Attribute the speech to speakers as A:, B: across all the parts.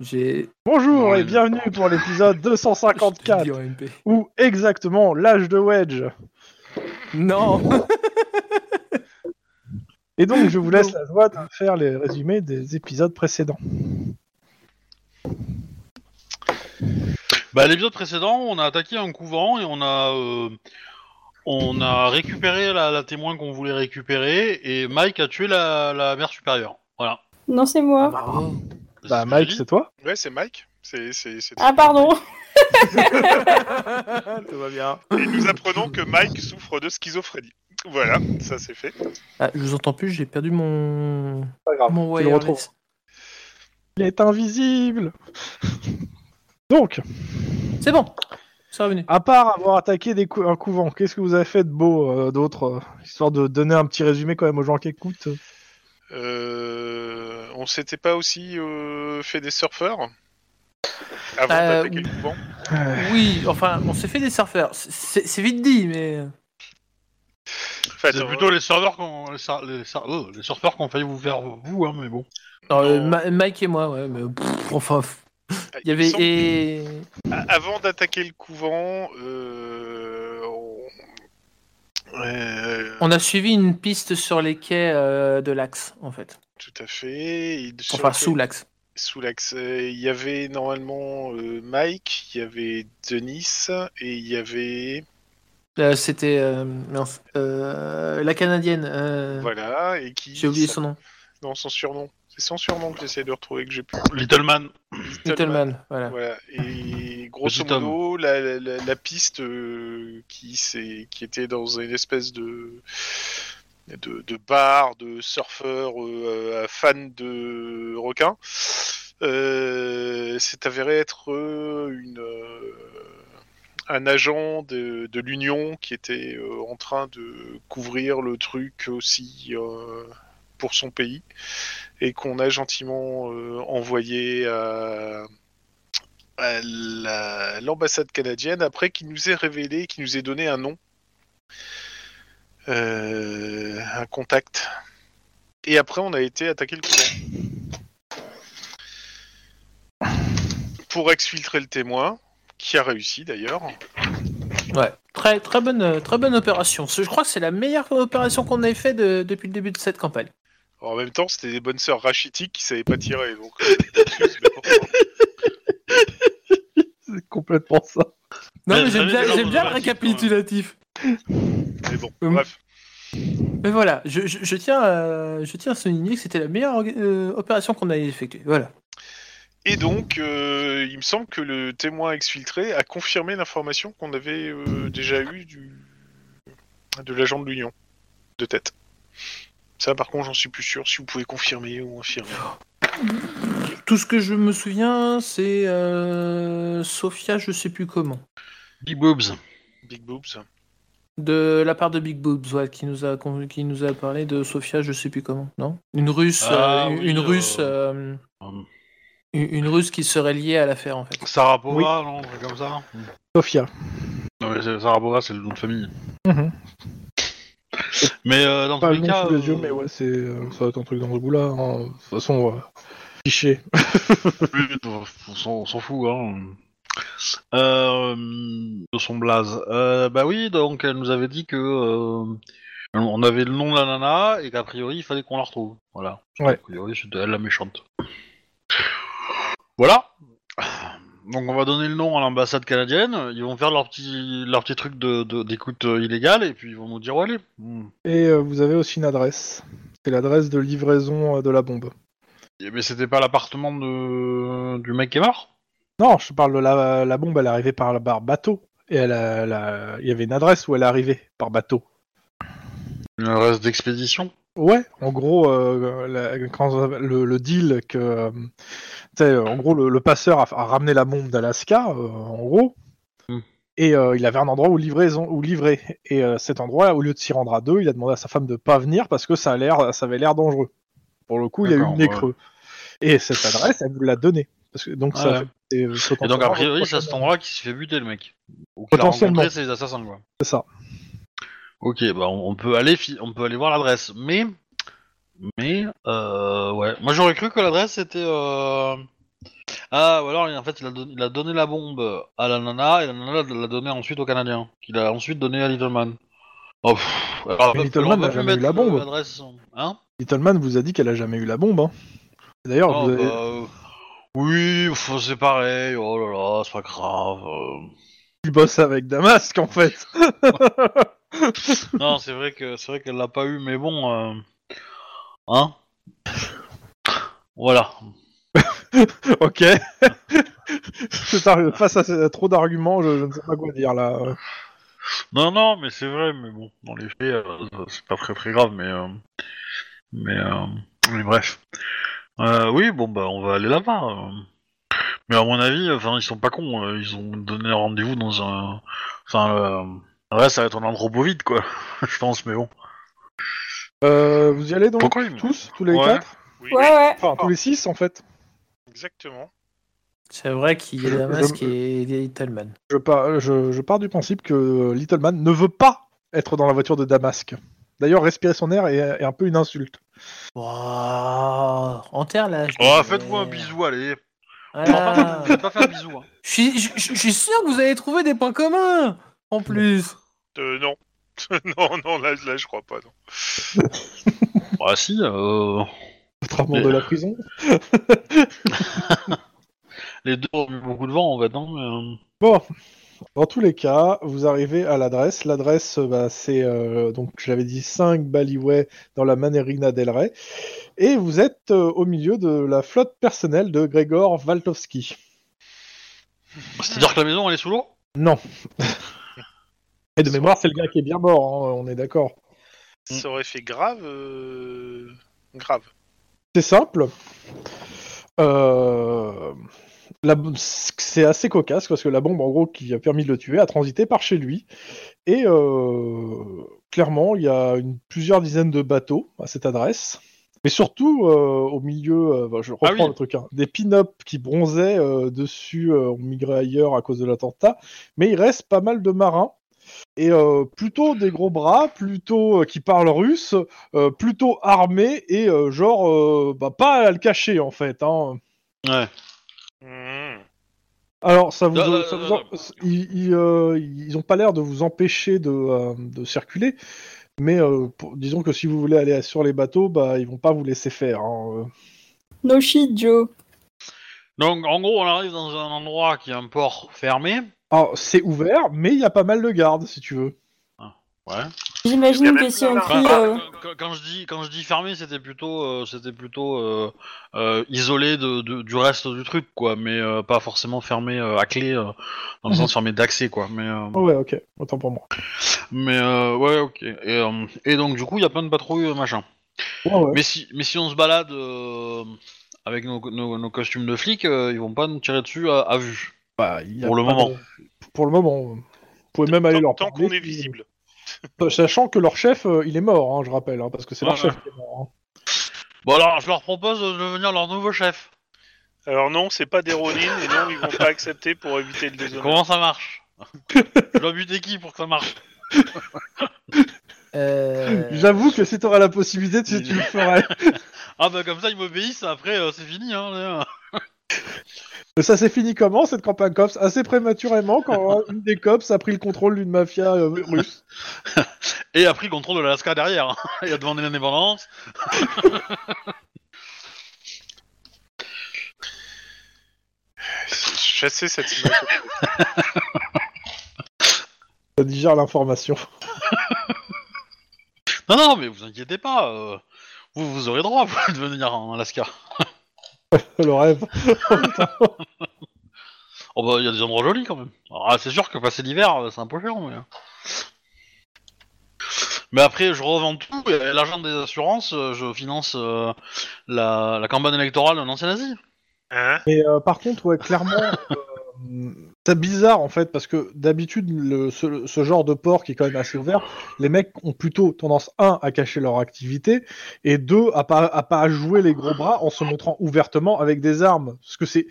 A: J'ai.
B: Bonjour et bienvenue pour l'épisode
A: Je te
B: 254,
A: dis en MP.
B: ou exactement l'âge de Wedge.
A: Non
B: Et donc, je vous laisse la joie de faire les résumés des épisodes précédents.
C: Bah, l'épisode précédent, on a attaqué un couvent et on a, euh, on a récupéré la, la témoin qu'on voulait récupérer et Mike a tué la, la mère supérieure. Voilà.
D: Non, c'est moi.
A: Bravo.
C: C'est ce
B: Bah,
C: que
B: Mike,
C: j'ai
B: c'est
C: dit.
B: toi
E: Ouais, c'est Mike. C'est, c'est, c'est-
D: Ah, pardon.
A: Tout va bien.
E: Et nous apprenons que Mike souffre de schizophrénie. Voilà, ça c'est fait.
A: Ah, je vous entends plus, j'ai perdu mon.
B: Pas grave,
A: mon
B: tu le
A: wireless.
B: retrouves. Il est invisible Donc,
A: C'est bon C'est revenu.
B: à part avoir attaqué des cou- un couvent, qu'est-ce que vous avez fait de beau, euh, d'autre, euh, histoire de donner un petit résumé quand même aux gens qui écoutent
E: Euh, on s'était pas aussi euh, fait des surfeurs avant
A: Euh,
E: d'attaquer le couvent.
A: Oui, enfin, on s'est fait des surfeurs. C'est c'est vite dit, mais.
E: Enfin,
C: C'est
E: non,
C: plutôt les serveurs qu'on, les, sur- les sur- euh, les surfeurs qu'on failli vous faire vous, hein, mais bon.
A: Alors, euh,
E: Non.
A: Ma- Mike et moi, ouais, mais. pff, enfin. pff, Il y
E: il
A: avait.
E: semble-
A: Et...
E: A- Avant d'attaquer le couvent, euh, on... euh,
A: On a suivi une piste sur les quais euh, de l'axe, en fait.
E: tout à fait. Il- sur
A: Enfin,
E: lequel-
A: sous l'axe.
E: sous l'axe. euh, Il y avait normalement euh, Mike, il y avait Denis et il y avait
A: Euh, C'était. euh, mince, euh, la Canadienne. euh,
E: voilà et qui
A: J'ai oublié son nom.
E: Non, son surnom. C'est son surnom que j'essaie de retrouver que j'ai pu.
C: Little Man.
E: Littleman.
A: Littleman, voilà.
E: Voilà. Et grosso
C: Petit homme.
E: modo, la, la- la- la piste euh, qui, s'est- qui était dans une espèce de, de, de bar de surfeurs euh, euh, fans de requins euh, s'est avéré être euh, une, euh, un agent de, de l'Union qui était euh, en train de couvrir le truc aussi euh, pour son pays et qu'on a gentiment euh, envoyé à à la- l'ambassade canadienne après qu'il nous ait révélé, qu'il nous ait donné un nom, Euh, un contact. Et après, on a été attaqué le couvent. Pour exfiltrer le témoin, qui a réussi d'ailleurs.
A: Ouais. Très, très, bonne, euh, très bonne opération. Ce- Je crois que c'est la meilleure opération qu'on ait fait de- depuis le début de cette campagne.
E: En même temps, c'était des bonnes sœurs rachitiques qui savaient pas tirer. Donc, euh, excuse, mais pourquoi
B: C'est complètement ça.
A: Non,
C: Ouais,
A: mais j'aime
C: j'avais
A: bien,
C: déjà
A: j'aime bien le
C: automatique,
A: récapitulatif.
E: Mais bon,
A: Hum.
E: bref.
A: Mais voilà, je, je- je tiens, à, je tiens à souligner que c'était la meilleure euh, opération qu'on ait effectuée. Voilà.
E: Et donc, euh, il me semble que le témoin exfiltré a confirmé l'information qu'on avait euh, déjà eue du... de l'agent de l'Union, de tête. Ça, par contre, j'en suis plus sûr. Si vous pouvez confirmer ou infirmer.
A: Tout ce que je me souviens, c'est euh, Sophia, je sais plus comment.
C: Big Boobs.
E: Big boobs.
A: De la part de Big Boobs, ouais, qui nous a con- qui nous a parlé de Sofia, je sais plus comment, non Une russe,
C: Ah,
A: euh, une,
C: oui,
A: une
C: euh,
A: russe, euh,
C: euh,
A: une, une russe qui serait liée à l'affaire en fait.
C: Sarapova, non, un truc comme ça.
B: Sophia.
C: Non, mais c'est- Sarapova, c'est le nom de famille.
B: Mhm.
C: Mais euh, dans
B: Pas
C: tous
B: le
C: les
B: nom
C: cas.
B: sous les yeux,
C: euh,
B: mais ouais, c'est, euh, ça va être un truc dans ce goût-là. hein. De toute façon, euh, cliché.
C: Oui, oui, on s'en- on s'en fout, hein. Euh, de son blaze. Euh, bah oui, donc elle nous avait dit que euh, on avait le nom de la nana et qu'a priori il fallait qu'on la retrouve. Voilà.
B: Ouais.
C: A priori c'était elle la méchante. Voilà. Donc on va donner le nom à l'ambassade canadienne. Ils vont faire leur petit leur petit truc de de- d'écoute euh, illégale et puis ils vont nous dire où Hmm. aller.
B: Et euh, vous avez aussi une adresse. C'est l'adresse de livraison euh, de la bombe.
C: Mais Eh ben, c'était pas l'appartement de du mec qui est mort.
B: Non, je parle de la, la bombe, elle est arrivée par, par bateau. Et elle a- elle a- il y avait une adresse où elle est arrivée par bateau.
C: Une adresse d'expédition.
B: Ouais, en gros, euh, la- quand, le, le deal que. euh, tu sais, en gros, le, le passeur a, a ramené la bombe d'Alaska, euh, en gros.
C: Hmm.
B: Et euh, il avait un endroit où, livraison, où livrer. Et euh, cet endroit, au lieu de s'y rendre à deux, il a demandé à sa femme de pas venir parce que ça, a l'air, ça avait l'air dangereux. Pour le coup, il y a eu
C: D'accord,
B: une nez
C: ouais.
B: creux. Et cette adresse, elle vous l'a donnée. Parce que, donc, ça
C: Ouais.
B: fait- c'est, euh,
C: Et donc,
B: potentiellement
C: a
B: votre
C: priori, c'est à
B: prochaine-
C: cet endroit qui s'est fait buter, le mec. Ou qu'il a
B: Potentiellement.
C: rencontré, c'est les assassins, quoi.
B: C'est ça.
C: Ok, bah, on on peut aller, fi- on peut aller voir l'adresse. Mais, mais, euh, ouais. Moi, j'aurais cru que l'adresse était, euh, Ah, ou alors, en fait, il a, don- il a donné la bombe à la nana, et la nana l'a donnée ensuite au Canadien, qu'il a ensuite donné à Littleman. Oh, pff, alors,
B: Mais
C: on va-
B: Littleman
C: on va
B: n'a
C: plus
B: jamais eu
C: mettre euh,
B: la bombe.
C: l'adresse, hein
B: Littleman vous a dit qu'elle a jamais eu la bombe. hein. D'ailleurs,
C: Oh,
B: vous avez-
C: bah, euh, Oui, enfin, c'est pareil, oh là là, c'est pas grave. euh.
B: il bosse avec Damasque en fait.
C: non, c'est vrai que c'est vrai qu'elle l'a pas eu, mais bon, euh, hein Voilà.
B: ok. C'est ar- Face à ce- trop d'arguments, je, je ne sais pas quoi dire là.
C: Non, non, mais c'est vrai, mais bon, dans les faits, euh, c'est pas très très grave, mais. euh, mais, euh, mais bref. Euh, oui, bon, bah, on va aller là-bas. euh. Mais à mon avis, enfin, ils sont pas cons, euh, ils ont donné rendez-vous dans un. Enfin, euh, ouais, ça va être un endroit vide, quoi, je pense, mais bon.
B: Euh, vous y allez donc
C: Pourquoi ils-
B: tous, tous les
C: Ouais.
B: quatre,
E: Oui,
D: Ouais, ouais.
B: enfin tous les six en fait.
E: exactement.
A: C'est vrai qu'il y a
B: Je-
A: Damasque
B: je-
A: et Littleman.
B: Je pars, je, je pars du principe que Littleman ne veut pas être dans la voiture de Damasque. D'ailleurs, respirer son air est, est un peu une insulte.
A: Wouah, enterre là. je
C: Oh,
A: dirais.
C: faites-vous un bisou, allez.
A: Voilà.
C: Faites pas faire un bisou. Hein.
A: Je suis- je- je- je suis sûr que vous allez trouver des points communs en plus.
E: Euh, non. non, non, là, là, je crois pas. Non.
C: Bah, si, euh,
B: Contrairement
C: Mais-
B: de la prison.
C: les deux ont eu beaucoup de vent, en fait, hein, mais, euh,
B: Bon, dans tous les cas, vous arrivez à l'adresse. L'adresse, euh, bah, c'est euh, donc j'avais dit 5 Baliway dans la Manerina del Rey, et vous êtes euh, au milieu de la flotte personnelle de Grégor Waltowski.
C: C'est-à-dire que la maison, elle est sous l'eau
B: Et de mémoire, c'est le gars qui est bien mort, hein, on est d'accord.
E: Ça aurait fait grave. euh, Grave.
B: C'est simple. Euh, la b- C'est assez cocasse parce que la bombe, en gros, qui a permis de le tuer, a transité par chez lui. Et euh, clairement, il y a une, plusieurs dizaines de bateaux à cette adresse. Mais surtout, euh, au milieu, euh, bah, je reprends
C: oui.
B: le truc, hein, des pin-up qui bronzaient euh, dessus, euh, ont migré ailleurs à cause de l'attentat. Mais il reste pas mal de marins. Et euh, plutôt des gros bras, plutôt euh, qui parlent russe, euh, plutôt armé et euh, genre euh, bah, pas à le cacher en fait. hein.
C: Ouais.
E: Mmh.
B: Alors ça vous,
C: Non, non,
B: ça
C: non,
B: vous-
C: non, non.
B: Ils, ils, euh, ils ont pas l'air de vous empêcher de, euh, de circuler, mais euh, pour- disons que si vous voulez aller sur les bateaux, bah ils vont pas vous laisser faire. hein.
D: No shit, Joe.
C: Donc, en gros, on arrive dans un endroit qui est un port fermé.
B: Alors c'est ouvert, mais il y a pas mal de gardes si tu veux.
C: Ouais.
E: Il y a
D: J'imagine
E: même
D: que si on
E: plein
D: crie. euh,
E: d'armes.
C: quand, quand je dis quand je dis fermé, c'était plutôt euh, c'était plutôt euh, euh, isolé de, de- du reste du truc, quoi. Mais euh, pas forcément fermé euh, à clé, euh, dans le sens fermé d'accès, quoi. Mais euh,
B: Oh, ouais, ok, autant pour moi.
C: mais euh, ouais, ok. Et, euh, et donc du coup, il y a plein de patrouilles, euh, machin.
B: Ouais, ouais.
C: Mais si mais si on se balade euh, avec nos, nos- nos costumes de flics, euh, ils vont pas nous tirer dessus à, à vue.
B: Bah, il y a
C: Pour le
B: pas
C: moment.
B: de- Pour le moment. Vous pouvez même aller
E: Tant,
B: leur
E: tant
B: parler
E: qu'on est
B: si-
E: visible.
B: Sachant que leur chef, euh, il est mort, hein, je rappelle, hein, parce que c'est leur
C: Ouais,
B: chef qui est mort. hein.
C: Bon alors, je leur propose de devenir leur nouveau chef.
E: Alors non, c'est pas des Ronin, et non, ils vont pas accepter pour éviter le déshonneur.
C: Comment ça marche Je dois buter qui pour que ça marche
A: Euh,
B: J'avoue que si t'aurais la possibilité, tu, tu le ferais.
C: Ah bah comme ça ils m'obéissent, après euh, c'est fini hein. les-
B: Ça s'est fini comment cette campagne cops Assez prématurément quand euh, une des cops a pris le contrôle d'une mafia euh, russe.
C: Et a pris le contrôle de l'Alaska derrière. Il a demandé l'indépendance.
E: Chasser cette image.
B: Ça digère l'information.
C: Non, non, mais vous inquiétez pas. euh, vous, vous aurez droit vous, de venir en Alaska.
B: Le rêve.
C: Oh bah, il y a des endroits jolis quand même. Alors, ah, c'est sûr que passer l'hiver, euh, c'est un peu chiant. Mais, mais après, je revends tout. Et l'argent des assurances, euh, je finance euh, la, la campagne électorale d'un ancien nazi.
E: Hein
B: Mais euh, par contre, ouais, clairement, euh, c'est bizarre en fait parce que d'habitude, le- ce, ce genre de port qui est quand même assez ouvert, les mecs ont plutôt tendance un à cacher leur activité et deux à pas à pas jouer les gros bras en se montrant ouvertement avec des armes parce que c'est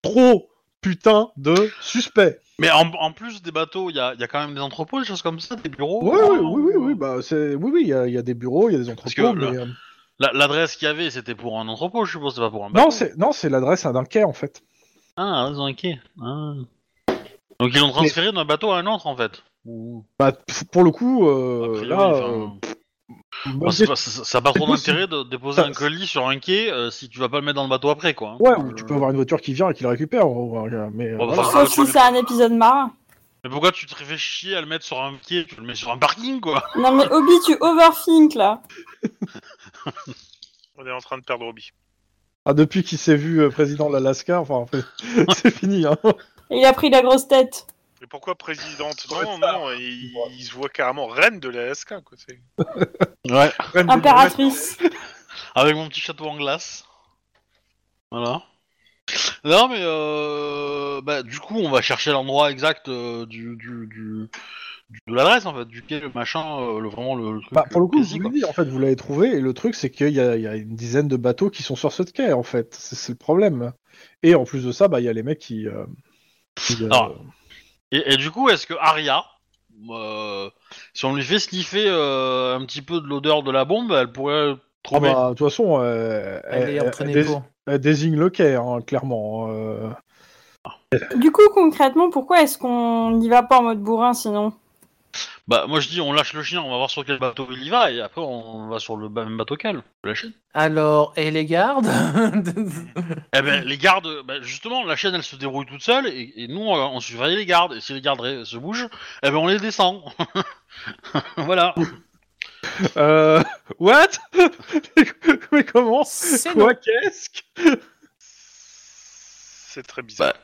B: trop putain de suspect.
C: Mais en, en plus des bateaux, il y a, il y a quand même des entrepôts, des choses comme ça, des bureaux.
B: Oui, oui,
C: vraiment,
B: oui, oui,
C: euh,
B: oui, bah, c'est... oui, oui, il y, a- il y a des bureaux, il y a des
C: Parce
B: entrepôts,
C: que
B: mais...
C: le-
B: euh,
C: la- L'adresse qu'il y avait, c'était pour un entrepôt, je suppose, c'est pas pour un bateau.
B: Non, c'est... non, c'est l'adresse d'un quai, en fait.
C: Ah, ils ont hacké. Ah. Donc ils l'ont transféré d'un bateau à un autre en fait. Ou-
B: Bah, p- pour le coup, euh,
C: a priori,
B: là, euh,
C: enfin,
B: bonne
C: bah, c'est pas- ça ça a pas
B: c'est
C: trop
B: possible.
C: d'intérêt de déposer
B: Ça-
C: un colis sur un quai euh, si tu vas pas le mettre dans le bateau après quoi. hein.
B: Ouais, ou tu
C: Euh,
B: peux avoir une voiture qui vient et qui le récupère. ou- ou- Mais, euh,
C: Bon, bah,
B: voilà.
C: ça-
D: Sauf si c'est un épisode marin.
C: Mais pourquoi tu te fais chier à le mettre sur un quai Tu le mets sur un parking quoi
D: Non mais Obi, tu overthink là.
E: On est en train de perdre Roby.
B: Ah, depuis qu'il s'est vu euh, président de l'Alaska, enfin, en fait, c'est fini. Hein.
D: Et il a pris la grosse tête.
E: Mais pourquoi présidente Non, non, il, il se voit carrément reine de l'Alaska. quoi, c'est-
C: Ouais.
B: Reine des Norvèges.
D: Impératrice.
C: Avec mon petit château en glace. Voilà. Non mais euh, bah, du coup on va chercher l'endroit exact euh, du, du, du- du- de l'adresse en fait du quai le machin euh, le vraiment le, le truc,
B: Bah, pour le
C: euh,
B: coup, je
C: précis,
B: vous
C: quoi.
B: l'ai dit, en fait, vous l'avez trouvé, et le truc, c'est qu'il y, a il y a une dizaine de bateaux qui sont sur ce quai, en fait. C'est c'est le problème. Et en plus de ça, bah, il y a les mecs qui. euh, qui, euh,
C: Alors, Et, et du coup, est-ce que Aria, euh, si on lui fait sniffer euh, un petit peu de l'odeur de la bombe, elle pourrait
B: ah
C: trouver
B: bah, de toute façon, euh,
A: Elle est entraînée
B: dés-
A: pour.
B: elle désigne le quai, hein, clairement. euh.
D: Du coup, concrètement, pourquoi est-ce qu'on n'y va pas en mode bourrin sinon
C: Bah, moi je dis, on lâche le chien, on va voir sur quel bateau il y va, et après on va sur le ba- même bateau qu'elle. La chaîne.
A: Alors, et les gardes
C: Eh ben, les gardes, bah, justement, la chaîne elle se débrouille toute seule, et, et nous on, on surveille les gardes, et si les gardes ré- se bougent, eh ben on les descend. voilà.
B: Euh, What Mais comment
A: C'est
B: Quoi Qu'est-ce que-
E: C'est très bizarre.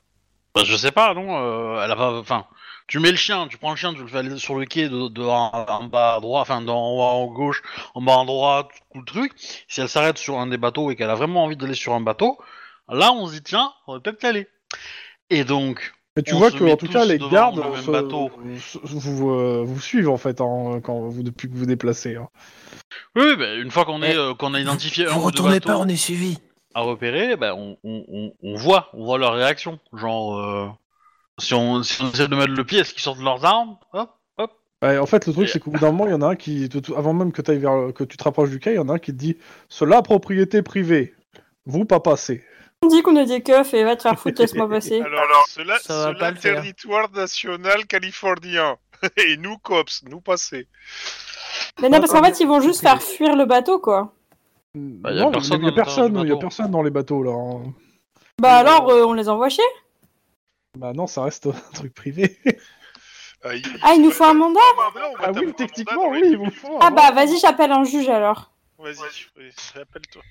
C: Bah, je sais pas, non, euh, elle a pas. Enfin, tu mets le chien, tu prends le chien, tu le fais aller sur le quai de, de en, en bas à droite, enfin, d'en haut en gauche, en bas à droite, tout le truc. Si elle s'arrête sur un des bateaux et qu'elle a vraiment envie d'aller sur un bateau, là, on se dit, tiens, on va peut-être y aller. Et donc,
B: Mais tu
C: On
B: vois
C: se
B: que,
C: met
B: en tout
C: tous
B: cas, les
C: devant
B: gardes
C: le même
B: se-
C: bateau.
B: se- vous, euh, vous suivent, en fait, hein, quand vous, depuis que vous vous déplacez. hein.
C: oui, oui, bah, une fois qu'on est
A: Eh,
C: euh, qu'on a identifié un
A: Vous
C: ou deux
A: retournez pas,
C: bateaux
A: on est suivi.
C: à repérer, bah, on, on, on, on voit, on voit leur réaction. Genre, euh, si, on, si on essaie de mettre le pied, est-ce qu'ils sortent leurs armes Hop, hop.
B: Ouais, en fait, le truc,
C: Et-
B: c'est qu'au bout d'un moment, il y en a un qui, tout- tout- avant même que, ailles vers, le- que tu te rapproches du quai, il y en a un qui te dit Cela, propriété privée, vous pas passer.
D: On dit qu'on est des keufs et va te faire foutre, laisse-moi
C: Bah,
D: passer.
E: Alors, cela,
A: ça va
E: cela
A: pas le faire.
E: territoire national californien. Et nous, cops, nous passer.
D: Mais non, parce qu'en fait, ils vont juste faire fuir le bateau quoi.
C: il Bah, y a
B: Non,
C: personne
B: il y a
C: dans
B: personne,
C: le
B: il y a
C: bateau.
B: personne dans les bateaux là. hein.
D: Bah alors, euh, on les envoie chier
B: Bah non, ça reste un truc privé.
E: Ah, il,
D: Ah, il nous faut un mandat
B: Ah oui, techniquement, oui, ils vont le faire.
D: Ah bah vas-y, j'appelle un juge alors.
E: Vas-y, vas-y, rappelle-toi.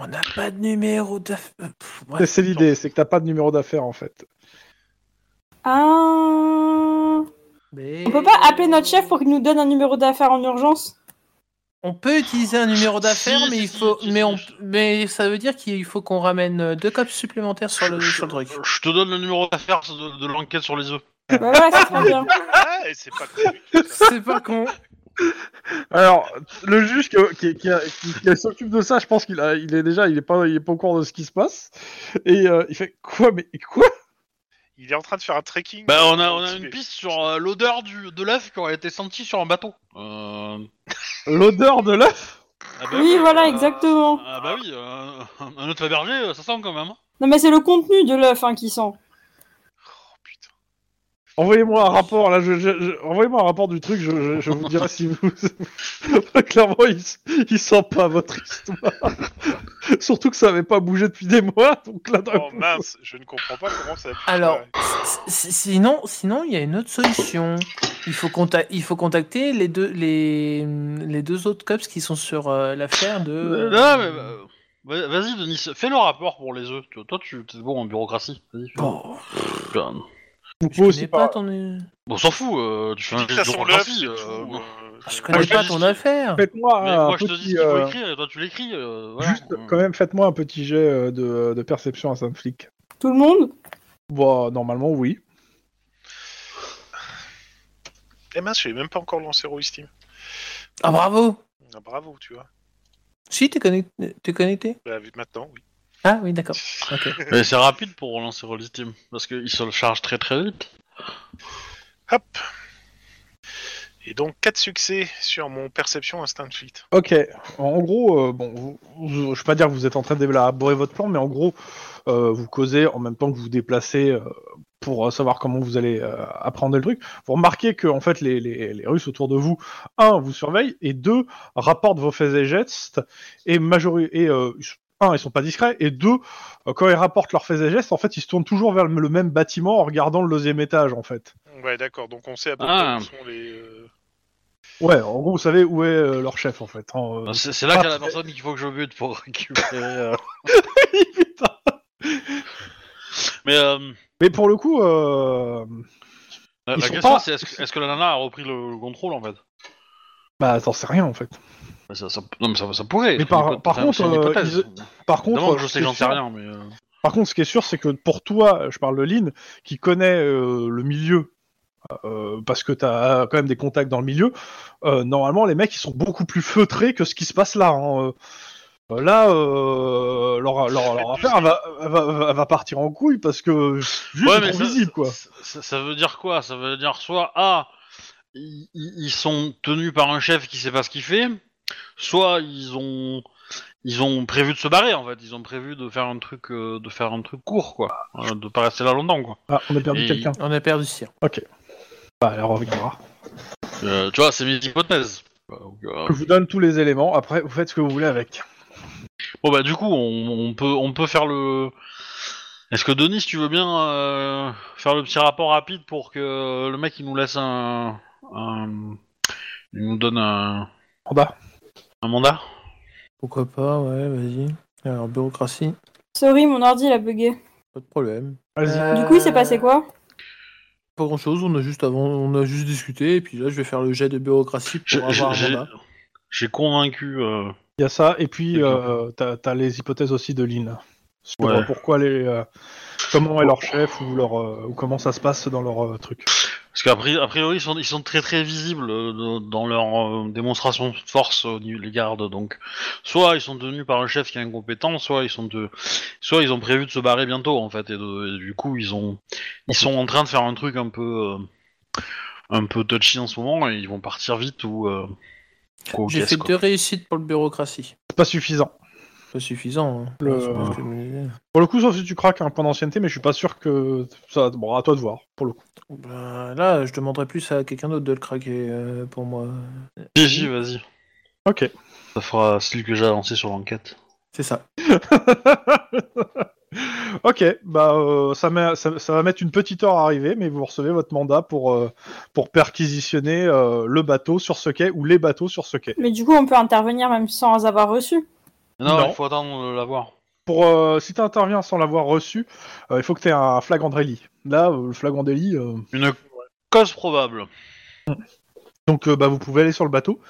A: On n'a pas de numéro de... euh, pff, ouais.
B: C'est- C'est l'idée, c'est que t'as pas de numéro d'affaires en fait.
D: Ah...
A: Mais-
D: On peut pas appeler notre chef pour qu'il nous donne un numéro d'affaires en urgence
A: On peut utiliser un numéro d'affaires,
C: Si,
A: mais
C: si,
A: il
C: si,
A: faut,
C: si,
A: mais
C: si,
A: on,
C: si.
A: mais ça veut dire qu'il faut qu'on ramène euh, deux cops supplémentaires sur le,
C: Je-
A: sur le truc.
C: je- Je te donne le numéro d'affaires de, de l'enquête sur les œufs.
D: Bah voilà, c'est très bien.
E: Ah, et c'est pas prévu.
A: C'est pas con.
B: Alors, le juge qui, qui- qui a- qui- qui s'occupe de ça, je pense qu'il a- il est déjà, il est pas, il est pas au courant de ce qui se passe. Et euh, il fait quoi, mais quoi
E: Il est en train de faire un trekking.
C: Bah, on a, on a
E: Tibet.
C: une piste sur euh, l'odeur du- de l'œuf qui aurait été sentie sur un bateau. Euh,
B: L'odeur de l'œuf
C: ah bah
D: Oui, voilà,
C: euh,
D: exactement.
C: Ah bah oui, euh, un autre Fabergé, euh, ça sent quand même.
D: Non mais c'est le contenu de l'œuf hein, qui sent.
E: Oh, putain.
B: Envoyez-moi un rapport, là, je, je- je- envoyez-moi un rapport du truc, je, je- je vous dirai si vous. Clairement, il, s- il sent pas votre histoire. Surtout que ça avait pas bougé depuis des mois, donc là, d'un
E: Oh
B: coup-
E: mince, je ne comprends pas comment ça a pu
A: Alors,
E: faire.
A: si- sinon, sinon, il y a une autre solution. Il faut, conta- il faut contacter les deux, les, les deux autres cops qui sont sur euh, l'affaire de.
C: Euh, non, mais bah, va- vas-y, Denis, fais le rapport pour les œufs. Tu- Toi, tu es bon en bureaucratie. Vas-y, fais-
A: Bon,
C: Putain.
B: vous
A: Oh, je
B: pouvez aussi
A: connais pas
B: pas.
A: ton, euh,
C: Bon, on s'en fout, euh, tu fais
E: De
C: un
E: toute
C: geste de
E: façon, l'œuf,
C: bureaucratie.
E: c'est
C: euh,
E: tout,
C: bon.
E: euh,
B: Ah,
A: je
E: c'est-
A: connais
C: Moi, je
A: pas
C: te
A: ton
C: dis-
A: affaire.
B: Faites-moi
C: Mais
B: un
C: moi, je te
B: Ah, petit,
C: dis ce qu'il faut
B: euh,
C: écrire et toi, tu l'écris. euh, voilà.
B: juste, quand même, faites-moi un petit jet euh, de, de perception à saint flic.
D: Tout le monde
B: Bah, normalement, oui.
E: Eh mince, je l'ai même pas encore lancé Raw Steam.
A: Ah bravo.
E: Ah, bravo, tu vois.
A: Si t'es connecté, t'es connecté.
E: Bah, vu maintenant, oui.
A: Ah oui, d'accord. Ok.
C: Mais c'est rapide pour relancer Rollis Team, parce qu'il se le charge très très vite.
E: Hop Et donc 4 succès sur mon perception instinct de fuite.
B: Ok, en gros, euh, bon, vous- vous- je vais pas dire que vous êtes en train de d'élaborer votre plan, mais en gros, euh, vous causez en même temps que vous vous déplacez euh, pour euh, savoir comment vous allez euh, apprendre le truc. Vous remarquez que en fait, les, les- les Russes autour de vous, un, vous surveillent, et deux, rapportent vos faits et gestes, et majori- et euh, ils sont- un, ils sont pas discrets, et deux, euh, quand ils rapportent leurs faits et gestes, en fait, ils se tournent toujours vers le même bâtiment en regardant le deuxième étage, en fait.
E: Ouais, d'accord, donc on sait à peu
C: Ah.
E: près où sont les. euh,
B: Ouais, en gros, vous savez où est euh, leur chef, en fait. hein, euh,
C: Bah, C'est c'est là
B: pas
C: qu'il y a la
B: très-
C: personne qu'il faut que je bute pour récupérer. euh.
B: Putain.
C: Mais euh,
B: Mais pour le coup, euh,
C: la,
B: Ils
C: la
B: sont
C: question
B: pas-
C: c'est est-ce que- est-ce que la nana a repris le, le contrôle en fait
B: bah, t'en sais rien, en fait.
C: Bah, ça, ça- Non mais ça, ça pourrait.
B: Mais
C: c'est
B: par-
C: une hypothèse-
B: par
C: enfin,
B: contre,
C: c'est une
B: euh,
C: hypothèse.
B: Par contre,
C: Évidemment que
B: euh, ce
C: je
B: qui
C: sais,
B: est
C: j'en sais
B: sûr-
C: rien, mais euh,
B: Par contre, ce qui est sûr, c'est que pour toi, je parle de Lynn, qui connaît euh, le milieu, euh, parce que t'as quand même des contacts dans le milieu, euh, normalement, les mecs, ils sont beaucoup plus feutrés que ce qui se passe là. hein, euh. Euh, Là, euh, leur, leur- leur affaire elle va, elle va- elle va- elle va partir en couille parce que juste
C: Ouais,
B: ils
C: mais
B: sont
C: ça-
B: visibles, quoi.
C: Ça, ça- ça veut dire quoi Ça veut dire soit A, ils, ils- ils sont tenus par un chef qui sait pas ce qu'il fait, soit ils ont ils ont prévu de se barrer en fait. Ils ont prévu de faire un truc euh, de faire un truc court quoi, Euh, de pas rester là longtemps quoi.
B: Ah, on a perdu
C: Et-
B: quelqu'un.
A: On a perdu Cyr.
B: Bah, elle reviendra.
C: Euh, tu vois, c'est mes hypothèses. Donc, euh,
B: Je vous donne tous les éléments, après, vous faites ce que vous voulez avec.
C: Bon bah du coup, on, on peut on peut faire le. Est-ce que Denis, tu veux bien euh, faire le petit rapport rapide pour que le mec il nous laisse un, un- il nous donne un,
B: En bas.
C: un mandat
A: Pourquoi pas, ouais, vas-y. Alors, bureaucratie,
D: Sorry, mon ordi il a bugué.
A: pas de problème.
B: Allez-y.
A: Euh,
D: Du coup, il s'est passé quoi
A: Pas grand chose, on a juste avant, on a juste discuté, et puis là je vais faire le jet de bureaucratie
C: J'ai-
A: pour avoir un
C: j'ai-
A: mandat.
C: J'ai convaincu. euh,
B: Il y a ça, et puis
C: D'accord.
B: euh, t'as t'as les hypothèses aussi de Lynn. Sur
C: Ouais.
B: euh, pourquoi les. euh, comment est leur chef ou, leur, euh, ou comment ça se passe dans leur euh, truc.
C: parce qu'a pri- a priori, ils sont, ils sont très très visibles euh, dans- dans leur euh, démonstration de force, euh, les gardes. Donc, soit ils sont tenus par un chef qui est incompétent, soit ils sont, de, soit ils ont prévu de se barrer bientôt en fait, et, de- et du coup, ils ont, ils sont en train de faire un truc un peu, euh, un peu touchy en ce moment, et ils vont partir vite ou. euh, qu'aux
A: J'ai
C: caisses,
A: fait
C: quoi.
A: deux réussites pour le bureaucratie.
B: C'est pas suffisant.
A: C'est Pas suffisant. hein.
B: Le- euh,
A: Je pense que je me disais.
B: Pour le coup, sauf si tu craques un point d'ancienneté, mais je suis pas sûr que. Ça, bon, à toi de voir, pour le coup.
A: Ben, là, je demanderais plus à quelqu'un d'autre de le craquer euh, pour moi.
C: Gigi, vas-y.
B: Ok.
C: Ça fera celui que j'ai avancé sur l'enquête.
A: C'est ça.
B: ok, bah euh, ça, met- ça, ça va mettre une petite heure à arriver, mais vous recevez votre mandat pour, euh, pour perquisitionner euh, le bateau sur ce quai ou les bateaux sur ce quai.
D: Mais du coup, on peut intervenir même sans avoir reçu.
C: Non,
B: Non.
C: il faut attendre de l'avoir.
B: Pour, euh, si tu interviens sans l'avoir reçu, euh, il faut que tu aies un flagrant délit. Là, euh, le flagrant délit, euh,
C: Une cause probable.
B: donc euh, bah, vous pouvez aller sur le bateau.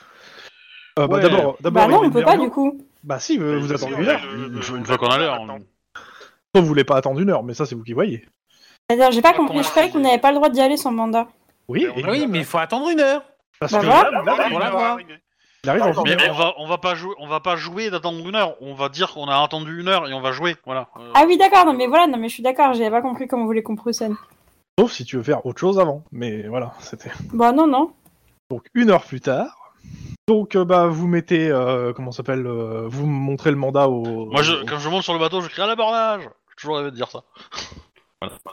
B: Euh, bah,
C: Ouais.
B: D'abord, d'abord,
D: Bah
B: il
D: non,
B: va
D: on
B: te
D: peut
B: dire
D: pas
B: non.
D: du coup.
B: Bah si, vous, vous
E: Mais
B: attendez
E: si, euh,
B: une
E: on a
B: heure. Sauf
E: eu le-
C: Une
E: le-
C: fois- une
E: le-
C: fois qu'on a l'heure,
E: maintenant.
B: que Vous voulez pas attendre une heure, mais ça c'est vous qui voyez.
D: C'est-à-dire, j'ai pas
E: Attends,
D: compris. Je
E: on a-
D: croyais qu'on n'avait pas le droit d'y aller sans mandat.
B: Oui,
E: Mais on
B: et-
E: a-
A: Ah oui, mais il faut attendre une heure.
B: parce
D: Bah
B: que
D: voilà.
B: là, là,
E: Ah,
B: il
E: il
A: voilà,
E: va
A: voilà.
E: arriver.
B: arrive en
E: Attends,
C: Mais
E: mais
C: on va, on va pas jouer, on va pas jouer d'attendre une heure. On va dire qu'on a attendu une heure et on va jouer. Voilà. Euh,
D: Ah oui, d'accord. Non, mais voilà. Non, mais je suis d'accord. J'avais pas compris comment vous voulez qu'on procède.
B: sauf si tu veux faire autre chose avant. Mais voilà, c'était
D: Bah non, non.
B: donc une heure plus tard. Donc euh, bah vous mettez euh, comment ça s'appelle, euh, vous montrez le mandat au.
C: Moi, je,
B: au-
C: quand je monte sur le bateau, je crie à l'abordage. J'ai Toujours rêvé de dire ça.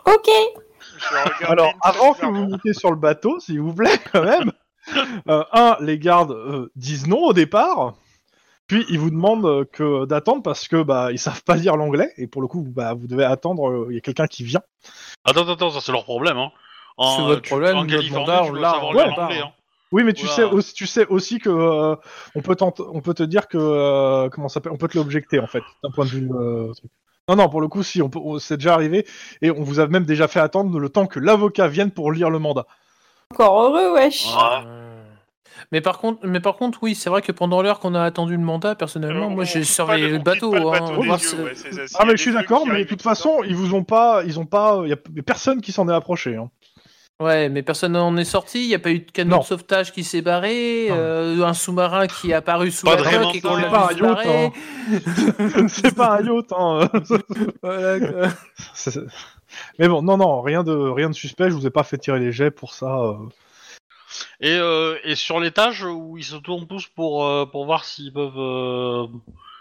D: Ok.
E: Je vais regarder
B: Alors,
E: une
B: avant que
E: seconde,
B: vous montiez sur le bateau, s'il vous plaît, quand même, euh, un, les gardes euh, disent non au départ, puis ils vous demandent euh, que d'attendre parce que bah ils savent pas lire l'anglais et pour le coup bah vous devez attendre. euh, Il y a quelqu'un qui vient.
C: Attends, attends, attends, ça c'est leur problème. Hein. En,
A: C'est
C: euh,
A: votre
C: tu-
A: problème,
C: En
A: notre
C: Californie,
A: mandat,
C: tu
A: on
C: dois
A: l'a,
C: savoir
A: on
C: lire
A: l'a.
B: bah.
C: l'anglais. Hein.
B: Oui, mais tu
C: Oula.
B: sais aussi, tu sais aussi que euh, on peut t'en- on peut te dire que euh, comment ça s'appelle, on peut te l'objecter en fait d'un point de vue. euh, truc. Non, non, pour le coup, si on peut, on- c'est déjà arrivé et on vous a même déjà fait attendre le temps que l'avocat vienne pour lire le mandat.
D: Encore heureux, wesh.
C: Ah.
A: Euh, Mais par contre, mais par contre, oui, c'est vrai que pendant l'heure qu'on a attendu le mandat, personnellement,
E: Euh,
A: moi
E: on
A: j'ai
E: quitte
A: surveillé
E: pas
A: le
E: on quitte
A: bateau.
E: pas le
A: hein.
E: bateau
A: Ouais,
E: des
A: c'est-
E: yeux, ouais, c'est ça. S'il y
B: Ah
E: a
B: mais je suis
E: des trucs
B: d'accord,
E: qui
B: mais de
E: arrivent
B: toute
E: comme ça,
B: façon, ils vous ont pas, ils ont pas, il y a y a personne qui s'en est approché. hein.
A: Ouais, mais personne n'en est sorti, il n'y a pas eu de canot
B: Non.
A: de sauvetage qui s'est barré,
B: Non.
A: euh, un sous-marin qui est apparu sous
C: Pas
A: la
C: vraiment
A: coque et qu'on
C: ça.
A: l'a
B: Pas un
A: vu se
B: yacht,
A: barrer.
B: c'est pas un yacht. Hein.
A: Voilà, quoi.
B: C'est- Mais bon, non, non, rien de, rien de suspect. Je vous ai pas fait tirer les jets pour ça. euh.
C: Et, euh, et sur l'étage où ils se tournent tous pour, euh, pour voir s'ils peuvent euh,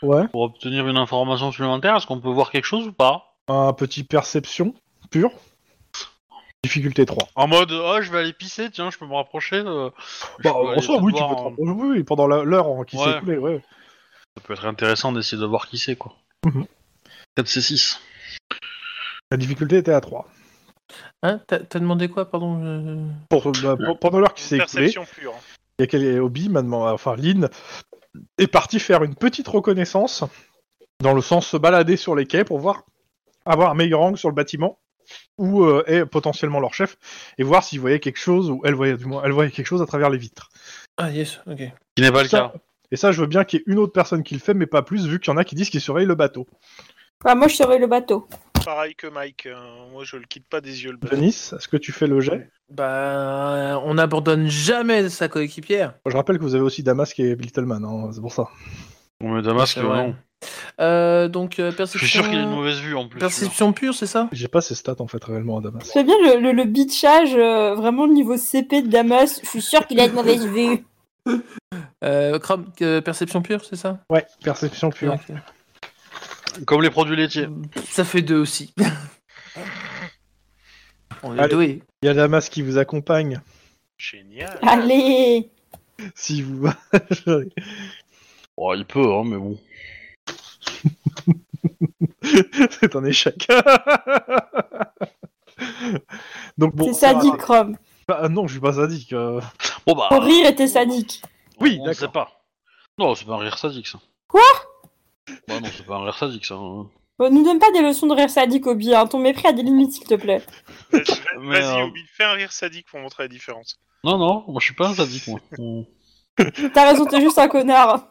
B: Ouais.
C: pour obtenir une information supplémentaire, est-ce qu'on peut voir quelque chose ou pas
B: Un petit perception pure. Difficulté 3.
C: En mode, oh, je vais aller pisser, tiens, je peux me rapprocher. euh, je
B: Bah,
C: peux
B: en
C: aller
B: soi, oui, tu peux
C: voir,
B: te
C: hein.
B: rapprocher, oui, oui, pendant la- l'heure en- qui
C: Ouais.
B: s'est écoulée, ouais.
C: Ça peut être intéressant d'essayer de voir qui c'est, quoi.
B: Mhm.
C: 4C6.
B: La difficulté était à 3.
A: Hein T'as t'as demandé quoi, pardon euh, je-
B: Pour, bah, pour- pendant l'heure qui s'est écoulée,
E: Perception pure.
B: il y a quel hobby maintenant, enfin Lynn est parti faire une petite reconnaissance dans le sens se balader sur les quais pour voir avoir un meilleur angle sur le bâtiment où euh, est potentiellement leur chef et voir s'il voyait quelque chose ou elle voyait du moins elle voyait quelque chose à travers les vitres.
A: Ah, yes, ok.
C: Qui n'est pas le
B: Ça-
C: cas.
B: Et ça je veux bien qu'il y ait une autre personne qui le fait mais pas plus vu qu'il y en a qui disent qu'ils surveillent le bateau.
D: Bah, moi, je surveille le bateau.
E: Pareil que Mike, hein. moi je le quitte pas des yeux le bateau.
B: Denis, est-ce que tu fais le jet
A: Bah, on n'abandonne jamais sa coéquipière.
B: Je rappelle que vous avez aussi Damas et Littleman, hein, c'est pour ça.
C: On met Damasque,
A: Ah, C'est vrai.
C: non.
A: Euh, donc, euh,
C: Je
A: perception.
C: suis sûr qu'il a une mauvaise vue en plus. celui-là.
A: Perception pure, c'est ça
B: J'ai pas ses stats en fait réellement à Damas.
D: C'est bien le, le, le bitchage, euh, vraiment niveau CP de Damas. Je suis sûr qu'il a une mauvaise vue.
A: euh, Cram, euh, Perception pure, c'est ça
B: Ouais, perception pure.
A: Ok.
C: Comme les produits laitiers.
A: Ça fait deux aussi. on est
B: Allez.
A: doués.
B: Il y a Damas qui vous accompagne
E: Génial.
D: Allez
B: si vous
C: Oh, il peut, hein, mais bon.
B: C'est un échec. Donc bon.
D: C'est sadique, Chrome.
B: Bah, non, je suis pas sadique. euh.
C: Bon, bah.
D: Ton rire était sadique.
B: Oui,
C: on
B: d'accord.
C: sait pas. Non, c'est pas un rire sadique, ça.
D: Quoi
C: Bah non, c'est pas un rire sadique, ça. hein.
D: Bon, nous donne pas des leçons de rire sadique, Obi. hein. Ton mépris a des limites, s'il te plaît.
E: Vas-y,
C: Mais,
E: vas-y,
C: euh,
E: Obi, fais un rire sadique pour montrer la différence.
C: Non, non, moi je suis pas un sadique, moi. Mm.
D: T'as raison, t'es juste un connard.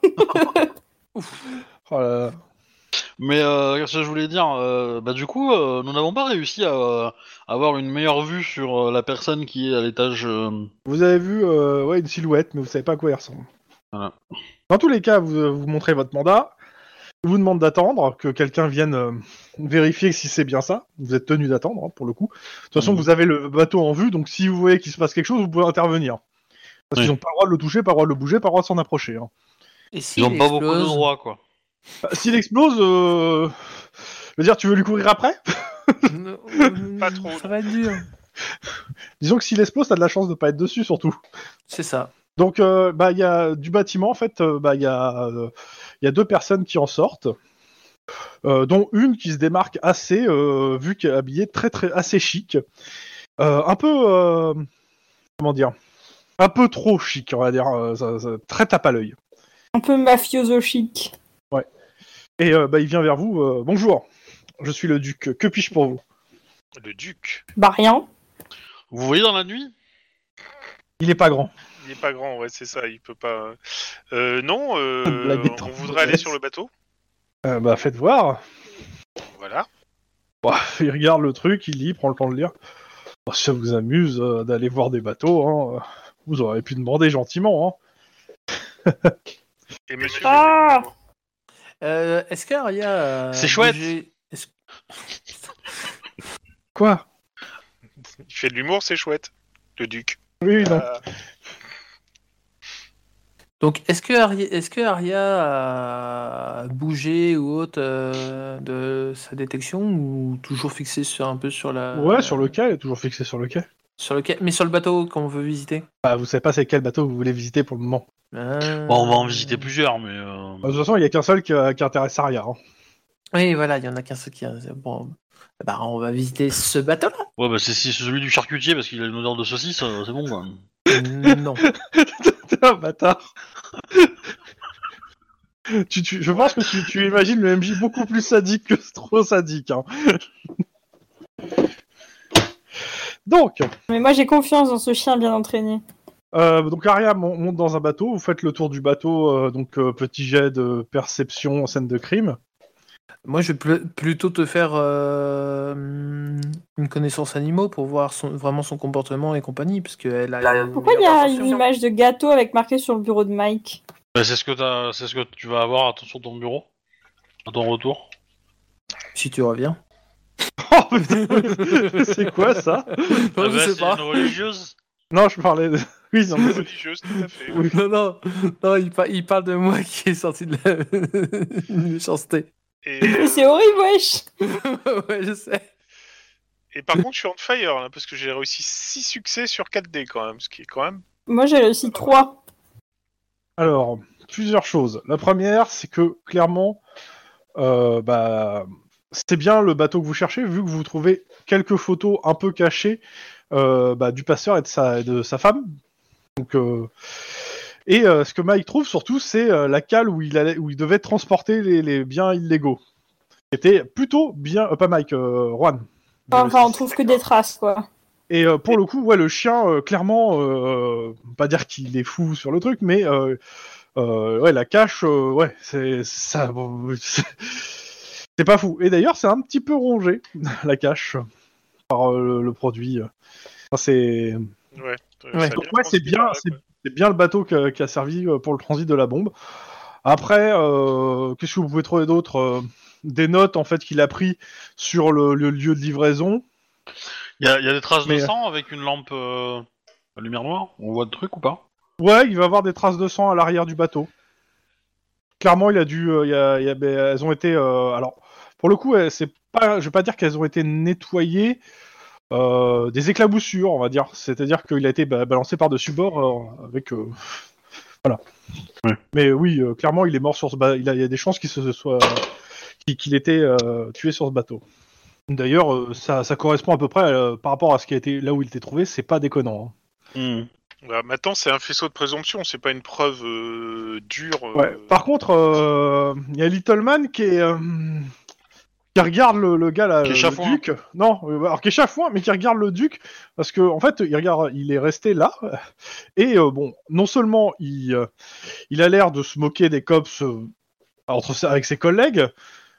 B: Oh là là.
C: Mais euh, qu'est-ce que je voulais dire euh, Bah du coup, euh, nous n'avons pas réussi à euh, avoir une meilleure vue sur euh, la personne qui est à l'étage... euh,
B: Vous avez vu euh, ouais, une silhouette, mais vous savez pas à quoi elle ressemble.
C: Voilà.
B: Dans tous les cas, vous, euh, vous montrez votre mandat. Je vous demande d'attendre que quelqu'un vienne euh, vérifier si c'est bien ça. Vous êtes tenu d'attendre, hein, pour le coup. De toute façon,
C: Mhm.
B: vous avez le bateau en vue, donc si vous voyez qu'il se passe quelque chose, vous pouvez intervenir. Parce
C: Oui.
B: qu'ils n'ont pas le droit de le toucher, pas le droit de le bouger, pas le droit de s'en approcher. hein.
A: Et si
C: Ils ont
A: il
C: pas beaucoup de
A: explose
C: droits, quoi.
B: Bah, S'il explose, euh... je veux dire, tu veux lui courir après
A: Non, euh,
E: Pas trop,
A: Ça va être dur.
B: Disons que s'il explose, t'as de la chance de pas être dessus surtout.
A: C'est ça.
B: Donc, euh, bah, il y a du bâtiment en fait, euh, bah, il y a, euh, il y a deux personnes qui en sortent, euh, dont une qui se démarque assez, euh, vu qu'elle est habillée très très assez chic, Euh, un peu, euh, comment dire, un peu trop chic, on va dire, euh, ça- ça- très tape à l'œil.
D: Un peu mafioso chic.
B: Et euh, bah, il vient vers vous. euh, Bonjour, je suis le duc. Que puis-je pour vous
E: Le duc,
D: Bah, rien.
C: Vous voyez dans la nuit
B: Il est pas grand.
E: il est pas grand, ouais, c'est ça, il peut pas. Euh, non, euh,
B: Blague
E: on
B: étrange.
E: voudrait aller sur le bateau.
B: Euh, bah, faites voir.
E: Voilà.
B: Bah, il regarde le truc, il lit, prend le temps de lire. Bah, si ça vous amuse euh, d'aller voir des bateaux, hein, euh, vous auriez pu demander gentiment. hein.
E: Et monsieur.
D: Ah
A: Euh, Est-ce que Aria. a
C: C'est chouette.
A: bougé Est-ce-
B: Quoi
E: Il fait de l'humour, c'est chouette. Le duc.
B: Oui, oui, non.
E: Ah,
A: Donc, est-ce que Aria, est-ce que Aria a bougé ou autre euh, de sa détection ou toujours fixé sur un peu sur la.
B: ouais, sur le quai, elle est toujours fixée sur le quai.
A: Sur le quai- mais sur le bateau qu'on veut visiter.
B: Bah, vous savez pas c'est quel bateau vous voulez visiter pour le moment.
A: Euh,
C: Bon, on va en visiter plusieurs, mais... euh,
B: Bah, de toute façon, il y a qu'un seul qui, euh, qui intéresse Aria. hein.
A: Oui, voilà, il y en a qu'un seul qui. Bon, bah, on va visiter ce bateau-là.
C: Ouais, bah c'est c'est celui du charcutier, parce qu'il a une odeur de saucisse, euh, c'est bon, quoi.
A: non.
B: T'es un bâtard Tu- tu- je pense que tu, tu imagines le MJ beaucoup plus sadique que trop sadique. hein. Donc,
D: Mais moi, j'ai confiance dans ce chien bien entraîné.
B: Euh, donc Aria mon- monte dans un bateau, vous faites le tour du bateau, euh, donc euh, petit jet de perception en scène de crime.
A: Moi, je vais pl- plutôt te faire euh, une connaissance animaux pour voir son- vraiment son comportement et compagnie, parce qu'elle a. une
D: Pourquoi il y a
A: perception.
D: une image de gâteau avec marqué sur le bureau de Mike
C: Bah, c'est ce que t'as, c'est ce que tu vas avoir à ton- sur ton bureau, à ton retour.
A: Si tu reviens.
B: Oh, putain, c'est quoi ça
A: Non,
C: Ah
A: je
C: bah,
A: sais
C: c'est
A: pas.
C: une religieuse.
B: Non, je parlais de... Oui, non, mais-
E: religieuse, tout à fait.
B: Oui.
A: Non, non, non il, par- il parle de moi qui est sorti de la une méchanceté.
E: Et,
D: Mais C'est horrible, wesh
A: ouais, je sais.
E: et par contre, je suis on fire là, parce que j'ai réussi 6 succès sur 4D quand même, ce qui est quand même.
D: Moi, j'ai réussi 3.
B: Alors, plusieurs choses. La première, c'est que clairement, euh, bah, c'est bien le bateau que vous cherchez, vu que vous trouvez quelques photos un peu cachées euh, bah, du passeur et de sa, et de sa femme. Donc, euh, Et euh, ce que Mike trouve surtout, c'est euh, la cale où il, allait, où il devait transporter les, les biens illégaux. C'était plutôt bien. euh, pas Mike, euh, Juan.
D: Enfin, on trouve que des traces, quoi.
B: Et euh, pour le coup, ouais, le chien, euh, clairement, euh, pas dire qu'il est fou sur le truc, mais euh, euh, ouais, la cache, euh, ouais, c'est ça, bon, c'est c'est pas fou. Et d'ailleurs, c'est un petit peu rongé la cache par euh, le, le produit. Enfin, c'est
E: Ouais, ça a
A: Ouais.
E: bien
B: donc ouais, c'est bien,
E: transpiré,
B: c'est
E: ouais.
B: c'est bien le bateau que- qui a servi euh, pour le transit de la bombe. Après, euh, qu'est-ce que vous pouvez trouver d'autre Euh, Des notes en fait qu'il a pris sur le- le lieu de livraison.
C: Il y, a- il y a des traces
B: Mais,
C: de
B: euh,
C: sang avec une lampe euh, à lumière noire On voit le truc ou pas
B: Ouais, il va avoir des traces de sang à l'arrière du bateau. Clairement, il a dû, euh, il y a- il y a- ben, elles ont été. euh, alors, pour le coup, elles- c'est pas, je vais pas dire qu'elles ont été nettoyées. euh, des éclaboussures, on va dire. C'est-à-dire qu'il a été ba- balancé par-dessus bord euh, avec. euh, voilà.
C: Ouais.
B: Mais oui, euh, clairement, il est mort sur ce bateau. Il, a- il y a des chances qu'il se soit, qu'il qu'il était euh, tué sur ce bateau. D'ailleurs, euh, ça, ça correspond à peu près euh, par rapport à ce qui a été là où il était trouvé. C'est pas déconnant. hein.
C: Hmm.
E: Bah, maintenant, c'est un faisceau de présomption, c'est pas une preuve euh, dure. euh,
B: Ouais. Par contre, euh, il y a Little Man qui est. euh, qui regarde le, le gars là,
C: Qui est
B: le
C: chafouin.
B: duc. Non, euh, alors qui est chafouin, mais qui regarde le duc parce que en fait, il regarde, il est resté là et euh, bon, non seulement il, euh, il a l'air de se moquer des cops euh, entre sa- avec ses collègues,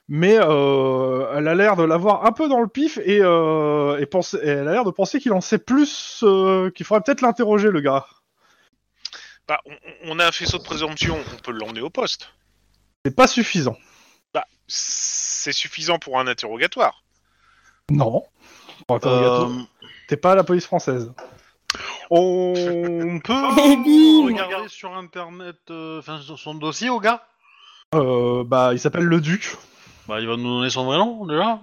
B: mais euh, elle a l'air de l'avoir un peu dans le pif et, euh, et pense- et elle a l'air de penser qu'il en sait plus, euh, qu'il faudrait peut-être l'interroger le gars.
E: bah, on, on a un faisceau de présomption, on peut l'emmener au poste.
B: C'est pas suffisant.
E: C'est suffisant pour un interrogatoire.
B: Non.
C: Euh,
B: T'es pas à la police française.
C: on peut
D: Et bim
C: regarder sur internet euh, enfin, sur son dossier au gars
B: Euh, bah, il s'appelle le Duc.
C: Bah, il va nous donner son vrai nom déjà.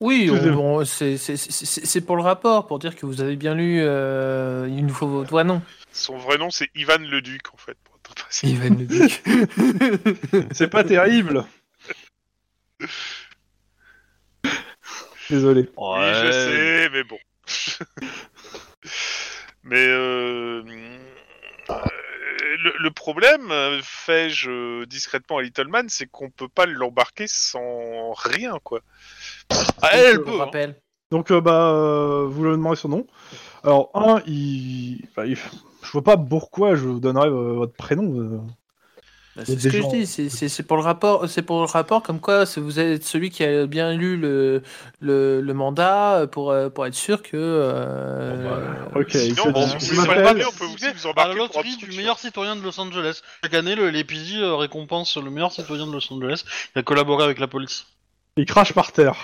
A: Oui,
B: Tout
A: on-
B: est-
A: on- c'est c'est- c'est- c'est pour le rapport, pour dire que vous avez bien lu. euh, il nous faut votre ouais, nom.
E: Son vrai nom, c'est Ivan le Duc, en fait. pour être précis.
A: Ivan le Duc.
B: C'est pas terrible. Désolé.
E: Oui, je sais, mais bon. mais euh, euh, le, le problème, euh, fais-je euh, discrètement à Little Man, c'est qu'on peut pas l'embarquer sans rien, quoi. Ah,
A: Je
E: elle
A: vous
E: peut. hein.
A: rappelle.
B: Donc, euh, bah, euh, vous lui demandez son nom. Alors, un, il... enfin, il- Je vois pas pourquoi je vous donnerais euh, votre prénom. euh.
A: Bah,
B: Il y
A: c'est
B: a
A: ce
B: des
A: que
B: gens-
A: je dis, c'est- c'est c'est pour le rapport, c'est pour le rapport comme quoi si vous êtes celui qui a bien lu le, le, le mandat euh, pour, euh, pour être sûr que. euh,
B: Ok, il
E: Sinon,
B: se
E: bon,
B: dit, je
E: si vous savez
B: m'appelle-
E: pas bien, on peut aussi vous
C: à la
E: embarquer pour
C: loterie du
E: obstruction.
C: meilleur citoyen de Los Angeles. Chaque année, le LAPD euh, récompense le meilleur citoyen de Los Angeles qui a collaboré avec la police.
B: Il crache par terre.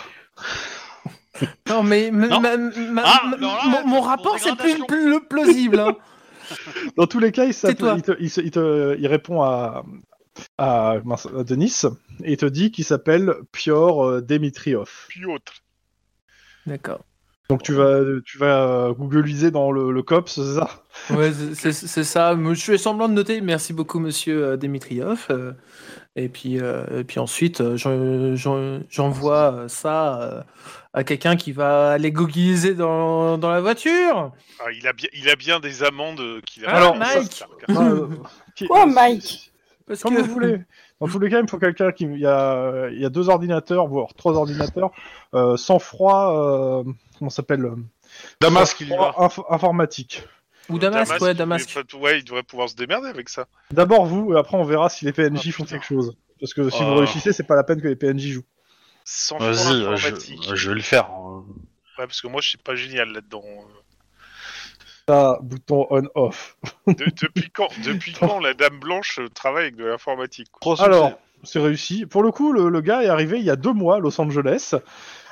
A: Non, mais m-
C: Non.
A: ma- ma-
C: Ah,
A: ma-
C: alors là,
A: mon, mon
C: pour
A: rapport, c'est plus,
C: dégradation.
A: plus le plausible. hein.
B: Dans tous les cas, il, s'appelle-
A: Tais-toi.
B: il, te- il se- il te- il répond à, à, mince, à Denis et il te dit qu'il s'appelle Pior euh, Dimitriov.
E: Puis autre.
A: D'accord.
B: Donc tu vas, tu vas euh, googliser dans le, le COPS, c'est ça
A: Ouais, c'est- c'est c'est ça. Je fais semblant de noter. Merci beaucoup, monsieur euh, Dimitriov. Euh, Et puis, euh, et puis ensuite, euh, j'en- j'en- j'envoie euh, ça euh, à quelqu'un qui va aller googleiser dans, dans la voiture.
E: Ah, il, a bien, il a bien des amendes euh, qu'il a.
A: Ah,
B: Alors,
A: Mike.
E: Stark, hein.
B: Enfin, euh, qui-
D: Quoi, Mike
A: Parce
B: Comme
A: que-
B: vous voulez. Dans tous les cas, il me faut quelqu'un qui. Il y a, il y a deux ordinateurs, voire trois ordinateurs, euh, sans froid. euh, comment ça s'appelle euh,
C: Damasque, il y
B: Sang-froid inf- Informatique.
A: Ou Damasque, ouais,
E: il
A: Damasque.
E: devrait- ouais, il devrait pouvoir se démerder avec ça.
B: D'abord vous, et après on verra si les PNJ
E: Ah,
B: font
E: putain.
B: quelque chose. Parce que si
C: Ah.
B: vous réussissez, c'est pas la peine que les PNJ jouent.
E: Sans froid
C: Vas-y, euh,
E: informatique.
C: je, je vais le faire. hein.
E: Ouais, parce que moi, je suis pas génial là-dedans. euh.
B: Ça, Ah, bouton on-off.
E: De- depuis quand, depuis quand la Dame Blanche euh, travaille avec de l'informatique quoi
C: Trois succès.
B: Alors, c'est réussi. Pour le coup, le, le gars est arrivé il y a deux mois à Los Angeles.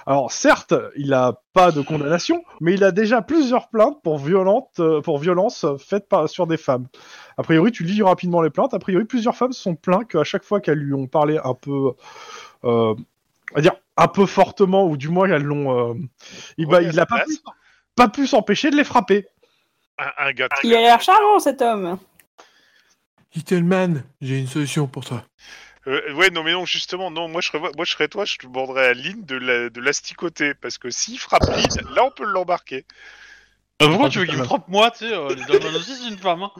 B: Alors certes, il n'a pas de condamnation, mais il a déjà plusieurs plaintes pour, violente, euh, pour violence faite par, sur des femmes. A priori, tu lis rapidement les plaintes. A priori, plusieurs femmes se sont plaintes qu'à chaque fois qu'elles lui ont parlé un peu, euh, à dire un peu fortement, ou du moins elles l'ont, euh, il, bah,
E: Ouais,
B: il a pas
E: place.
B: pu, pas pu s'empêcher de les frapper.
E: Un, un gars de-
D: Il a l'air charmant cet homme.
A: Hittelman, j'ai une solution pour toi.
E: Euh, ouais, non, mais non, justement, non, moi je serais, moi, je serais toi, je te demanderais à Lynn de la- de l'asticoter, parce que s'il frappe
C: Ah.
E: Lynn, là on peut l'embarquer.
C: Euh, pourquoi tu veux qu'il me frappe moi, tu sais euh, Les Dalman aussi, c'est une femme. Hein.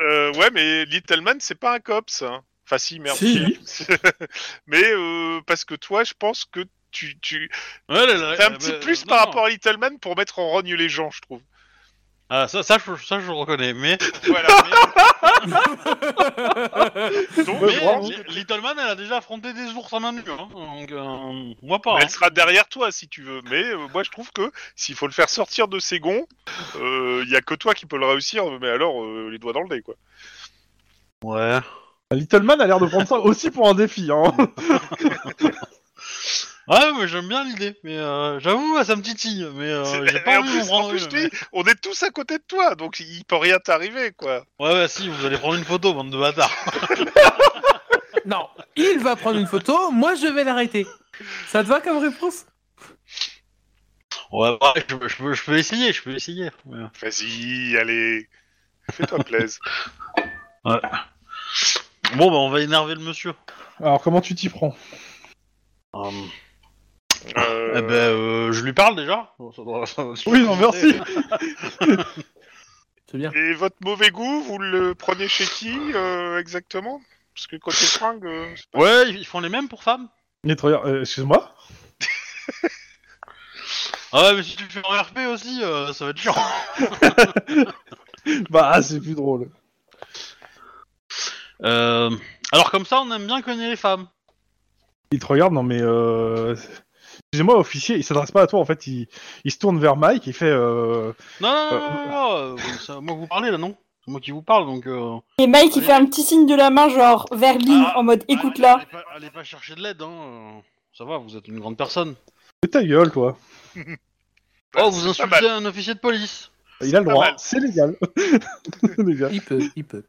E: Euh, ouais, mais Littleman, c'est pas un cops. Hein. Enfin, si, merde.
A: Si.
E: mais euh, parce que toi, je pense que tu, tu...
C: Ouais, elle, elle-
E: t'as un
C: elle-
E: petit
C: bah,
E: plus
C: non,
E: par
C: non.
E: rapport à Littleman pour mettre en rogne les gens, je trouve.
C: Ah, ça, ça, je, ça, je le reconnais, mais.
E: Voilà. mais- Donc,
B: Ouais,
C: Mais
E: je
B: vraiment.
E: pense que-
C: Li- Little Man, elle a déjà affronté des ours à main nue, hein. donc euh, moi pas. hein.
E: Mais Elle sera derrière toi si tu veux, mais euh, moi je trouve que s'il faut le faire sortir de ses gonds, il y a que toi qui peux le réussir, mais alors euh, les doigts dans le nez quoi.
C: Ouais.
B: Little Man a l'air de prendre ça aussi pour un défi. Hein.
C: Ouais, Ah, mais j'aime bien l'idée, mais euh, j'avoue, ça me titille, mais euh, j'ai
E: C'est-
C: pas
E: et en
C: envie de
E: plus,
C: vous prendre
E: en plus, je
C: une,
E: te dis, on est tous à côté de toi, donc il peut rien t'arriver quoi.
C: mais- Ouais, bah si, vous allez prendre une photo, bande de bâtards.
A: Non, il va prendre une photo, moi je vais l'arrêter. Ça te va comme réponse
C: Ouais, bah, je, peux- je peux, je peux essayer, je peux essayer. mais-
E: Vas-y, allez, fais-toi plaisir.
C: Bon, bah, on va énerver le monsieur.
B: Alors comment tu t'y prends
C: Euh,
E: Euh,
C: Eh ben, euh, je lui parle déjà. Bon, ça doit- ça doit-
B: Oui, non, merci.
A: C'est bien.
E: Et votre mauvais goût, vous le prenez chez qui euh, exactement Parce que côté fringue, euh,
C: Ouais, ils font les mêmes pour femmes.
B: Les travailleurs- euh, Excuse-moi.
C: Ah ouais, mais si tu le fais en RP aussi, euh, ça va être chiant.
B: Bah c'est plus drôle.
C: Euh, alors comme ça, on aime bien connaître les femmes.
B: Il te regarde, non mais... Euh... Excusez-moi, officier, il s'adresse pas à toi en fait, il, il se tourne vers Mike, il fait... Euh...
C: Non, non, non, non, non, non, euh, c'est à moi que vous parlez là, non C'est moi qui vous parle, donc... Euh...
D: Et Mike il fait un petit signe de la main genre vers Lynn
C: Ah,
D: en mode écoute là.
C: Allez, allez pas, allez pas chercher de l'aide, hein. euh, Ça va, vous êtes une grande personne.
B: Fais ta gueule toi.
C: Oh, vous
E: c'est pas
C: insultez un officier de police
B: Il a le
E: pas
B: droit,
E: mal.
B: c'est légal. C'est légal.
A: Il peut, il peut.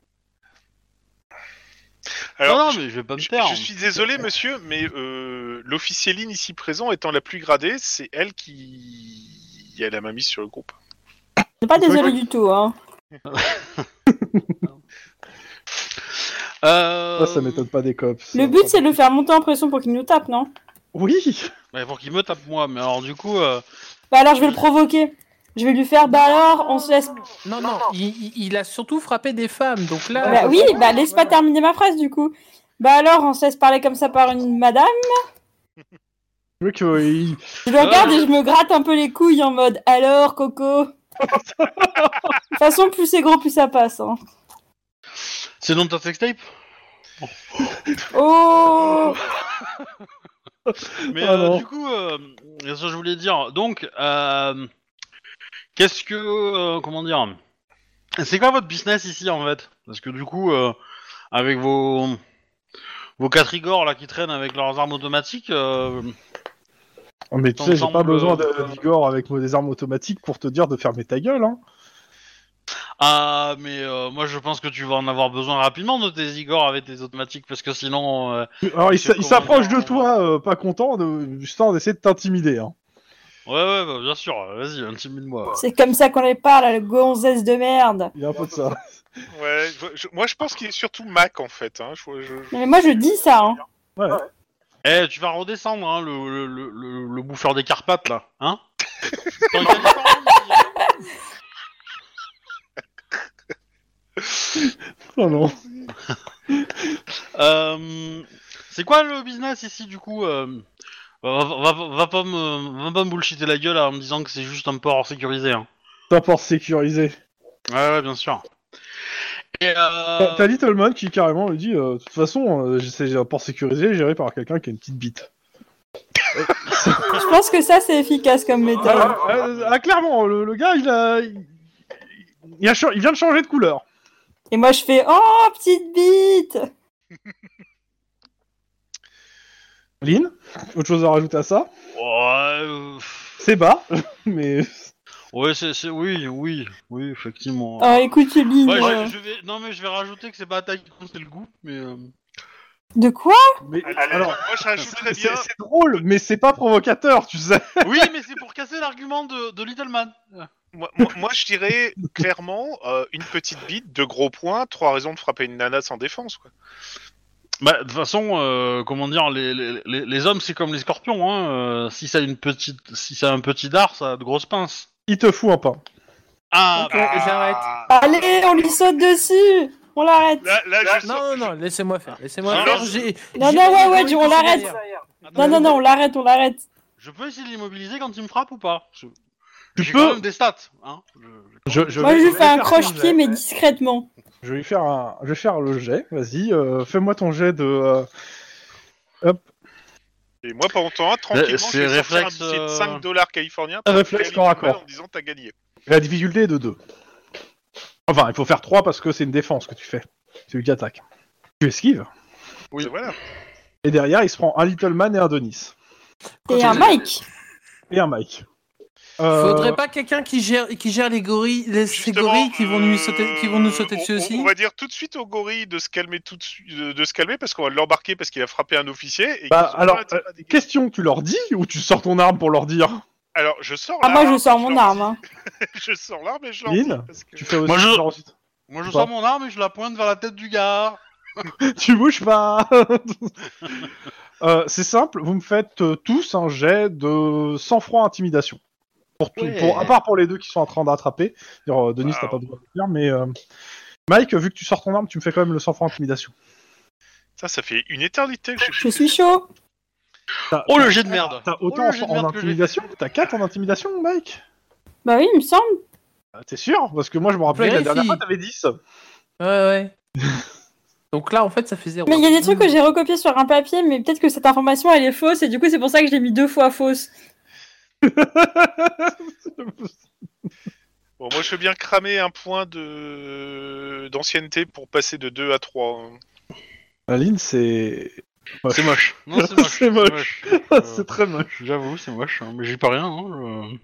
E: Alors,
C: Non, non, mais je vais pas me
E: Je,
C: taire. hein.
E: je suis désolé, monsieur, mais euh, l'officier Lynn ici présent étant la plus gradée, c'est elle qui a la main mise sur le groupe.
D: C'est pas désolé du tout hein.
C: Euh...
B: Ça, Ah, ça m'étonne pas des cops.
D: Le but c'est de le faire monter en pression pour qu'il nous tape non
B: Oui
C: Ouais, pour qu'il me tape moi, mais alors du coup... euh,
D: Bah alors je vais le provoquer. Je vais lui faire bah alors on se laisse.
A: Non, non, il, il- il a surtout frappé des femmes, donc là.
D: Bah oui bah laisse pas terminer ma phrase du coup. Bah alors on se laisse parler comme ça par une madame.
B: Le mec, euh, il-
D: Je le regarde et je me gratte un peu les couilles en mode alors Coco. De toute façon plus c'est gros plus ça passe hein.
C: C'est le nom de ta sextape
D: Oh
C: Mais
B: Ah
C: euh,
B: non.
C: du coup, euh, c'est ce que je voulais dire. Donc, euh, qu'est-ce que. euh, comment dire C'est quoi votre business ici en fait Parce que du coup, euh, avec vos. Vos catrigores là qui traînent avec leurs armes automatiques, euh,
B: Oh, mais tu sais, j'ai pas
C: Ensemble,
B: besoin de
C: euh,
B: de Vigor avec des armes automatiques pour te dire de fermer ta gueule. Hein.
C: ah mais euh, moi je pense que tu vas en avoir besoin rapidement de tes igors avec tes automatiques parce que sinon euh,
B: Alors, il
C: Monsieur
B: s'a- il s'approche de
C: Commandant.
B: toi, euh, pas content, de... histoire d'essayer de t'intimider. Hein.
C: ouais ouais bah, bien sûr vas-y intimide-moi.
D: c'est comme ça qu'on les parle à la gonzesse de merde.
B: Il y a un peu de ça.
E: Ouais, je- je- moi je pense qu'il est surtout Mac en fait. Hein. Je, je- je-
D: Non, Mais moi je dis ça hein.
C: Eh tu vas redescendre hein, le, le, le, le- le bouffeur des Carpates là hein T'en gagnes pas, hein,
B: Oh non.
C: Euh, c'est quoi le business ici du coup euh, va, va- va- va pas me, va pas me bullshiter la gueule hein, en me disant que c'est juste un port sécurisé. Hein.
B: T'as port sécurisé.
C: Ouais, ouais, bien sûr. Et,
B: T'as
C: euh,
B: t'as Little Man qui carrément lui dit euh, De toute façon, euh, c'est un port sécurisé géré par quelqu'un qui a une petite bite.
D: Je pense que ça c'est efficace comme méthode.
B: Ah, euh, ah, clairement, le, le gars, il a. Il... il a cha- il vient de changer de couleur.
D: Et moi je fais oh petite bite.
B: Lynn, autre chose à rajouter à ça
C: Ouais, euh,
B: C'est bas, mais
C: ouais, c'est, c'est- oui, oui, oui, effectivement.
D: Ah, écoute, Lynn,
C: Ouais,
D: euh,
C: je, je vais, non mais je vais rajouter que c'est pas attaque c'est le goût, mais euh,
D: de quoi
B: mais
E: Alors,
B: alors
E: moi, je rajouterais
B: c'est
E: bien.
B: c'est drôle, mais c'est pas provocateur, tu sais.
C: oui, mais c'est pour casser l'argument de, de Littleman.
E: Moi, moi- moi, je dirais clairement euh, une petite bite, deux gros points, trois raisons de frapper une nana sans défense. Quoi.
C: Bah, de toute façon, euh, comment dire, les, les, les- les hommes, c'est comme les scorpions. Hein, euh, si ça a une petite, si ça a un petit dard, ça a de grosses pinces.
B: Il te fout un pain.
C: Ah,
A: Ok, j'arrête.
D: Ah. Allez, on lui saute dessus On l'arrête
E: Là, là, je
A: Non,
E: sors-
A: non, non, laissez-moi faire. Laissez-moi
C: Non,
A: faire.
E: non,
A: j'ai-
D: Non,
A: j'ai-
D: non, ouais, ouais,
A: j'ai-
D: on l'arrête Non, non, non, on l'arrête, on l'arrête
C: bah, Je peux essayer de l'immobiliser quand il me frappe ou pas Je-
B: Tu
C: J'ai
B: peux.
C: quand même des stats. Hein Je- je-
B: Je
D: Moi,
B: vais-
D: je
B: je
D: lui
B: vais
D: fais un
B: faire
D: croche-pied,
B: un
D: mais discrètement.
B: Je vais faire un, je vais faire le jet. Vas-y, euh, fais-moi ton jet de. euh,
E: Et moi, pendant temps, tranquillement,
C: c'est
E: je vais sortir
C: réflexe,
E: un billet de
C: euh,
E: 5 dollars californien.
B: Un réflexe
E: pour California
B: corps à corps.
E: En disant t'as gagné.
B: La difficulté est de 2. Enfin, il faut faire 3 parce que c'est une défense que tu fais. C'est lui qui attaque. Tu esquives.
E: Oui. Voilà.
B: Et derrière, il se prend un Little Man et un Denis.
D: Et un Mike
B: Et un Mike. Euh,
A: Faudrait pas quelqu'un qui gère, qui gère les gorilles, les, ces
E: Justement,
A: gorilles qui vont,
E: euh,
A: nous sauter, qui vont nous sauter
E: on-
A: dessus
E: on-
A: aussi
E: On va dire tout de suite au gorille de se calmer, tout de, suite- de- de se calmer parce qu'on va l'embarquer parce qu'il a frappé un officier. Et
B: Bah,
E: qu'ils ont
B: alors,
E: pas intérêt à dégager.
B: Question, tu leur dis ou tu sors ton arme pour leur dire
E: alors, je sors.
D: Ah, moi,
E: l'arme,
D: je sors mon
E: leur
D: arme.
E: dis-
D: hein.
E: je sors l'arme et je leur
B: Lynn,
E: dis, parce que-
B: Tu fais aussi
C: Moi, je-
B: genre, ensuite,
C: Moi, je
B: Pas.
C: sors mon arme et je la pointe vers la tête du gars.
B: Tu bouges pas Euh, C'est simple, vous me faites euh, tous un jet de sang-froid intimidation. Pour tout-
C: Ouais.
B: pour- à part pour les deux qui sont en train d'attraper. D'ailleurs, euh, Denis, t'as
E: Wow.
B: pas de droit de le faire, mais. euh, Mike, vu que tu sors ton arme, tu me fais quand même le sang-froid intimidation.
E: Ça, ça fait une éternité que je-
D: Je suis chaud
B: T'as-
C: Oh, le jet de merde
B: T'as
C: Oh,
B: autant
C: le jet de
B: en, en
C: merde que j'ai
B: intimidation T'as 4 en intimidation, Mike
D: Bah oui, il me semble.
B: Ah, T'es sûr Parce que moi, je me
C: Bah,
B: rappelais que la
A: Vérifie.
B: dernière fois, t'avais 10.
A: Ouais, ouais. Donc là, en fait, ça fait zéro.
D: Mais il y a des trucs que j'ai recopiés sur un papier, mais peut-être que cette information, elle est fausse, et du coup, c'est pour ça que je l'ai mis deux fois fausse.
E: Bon, moi, je veux bien cramer un point de d'ancienneté pour passer de 2 à hein. 3.
B: Aline, c'est.
C: C'est moche. Non, c'est moche.
B: C'est moche.
C: Euh,
B: c'est très moche.
C: J'avoue, c'est moche. hein, Mais j'y peux rien. hein,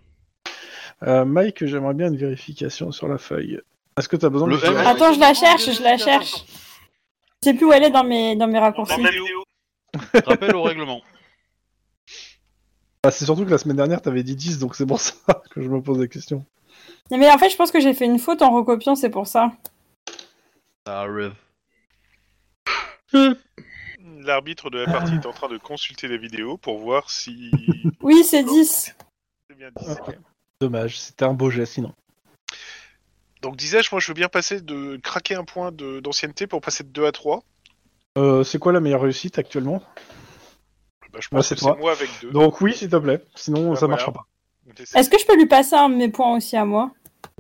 C: je-
B: Euh, Mike, j'aimerais bien une vérification sur la feuille. Est-ce que t'as besoin
C: Le
B: de. Ah,
C: M.
D: Attends, je la cherche, je la cherche. Je sais plus où elle est dans mes, dans mes raccourcis.
C: Rappel au règlement.
B: Bah, c'est surtout que la semaine dernière, t'avais dit 10, donc c'est pour ça que je me pose la question.
D: Mais en fait, je pense que j'ai fait une faute en recopiant, c'est pour ça.
C: Ça arrive.
E: L'arbitre de la
B: Ah.
E: partie est en train de consulter la vidéo pour voir si.
D: Oui, c'est 10.
E: C'est bien dit.
B: Dommage, c'était un beau jet sinon.
E: Donc, disais-je, moi, je veux bien passer de craquer un point de- d'ancienneté pour passer de 2 à 3.
B: Euh, c'est quoi la meilleure réussite actuellement
E: Bah, je
B: Bah,
E: pense
B: c'est
E: que
B: toi.
E: c'est moi avec 2.
B: Donc oui, s'il te plaît, sinon
E: Ah,
B: ça
E: voilà.
B: marchera pas.
D: Est-ce que je peux lui passer un de mes points aussi à moi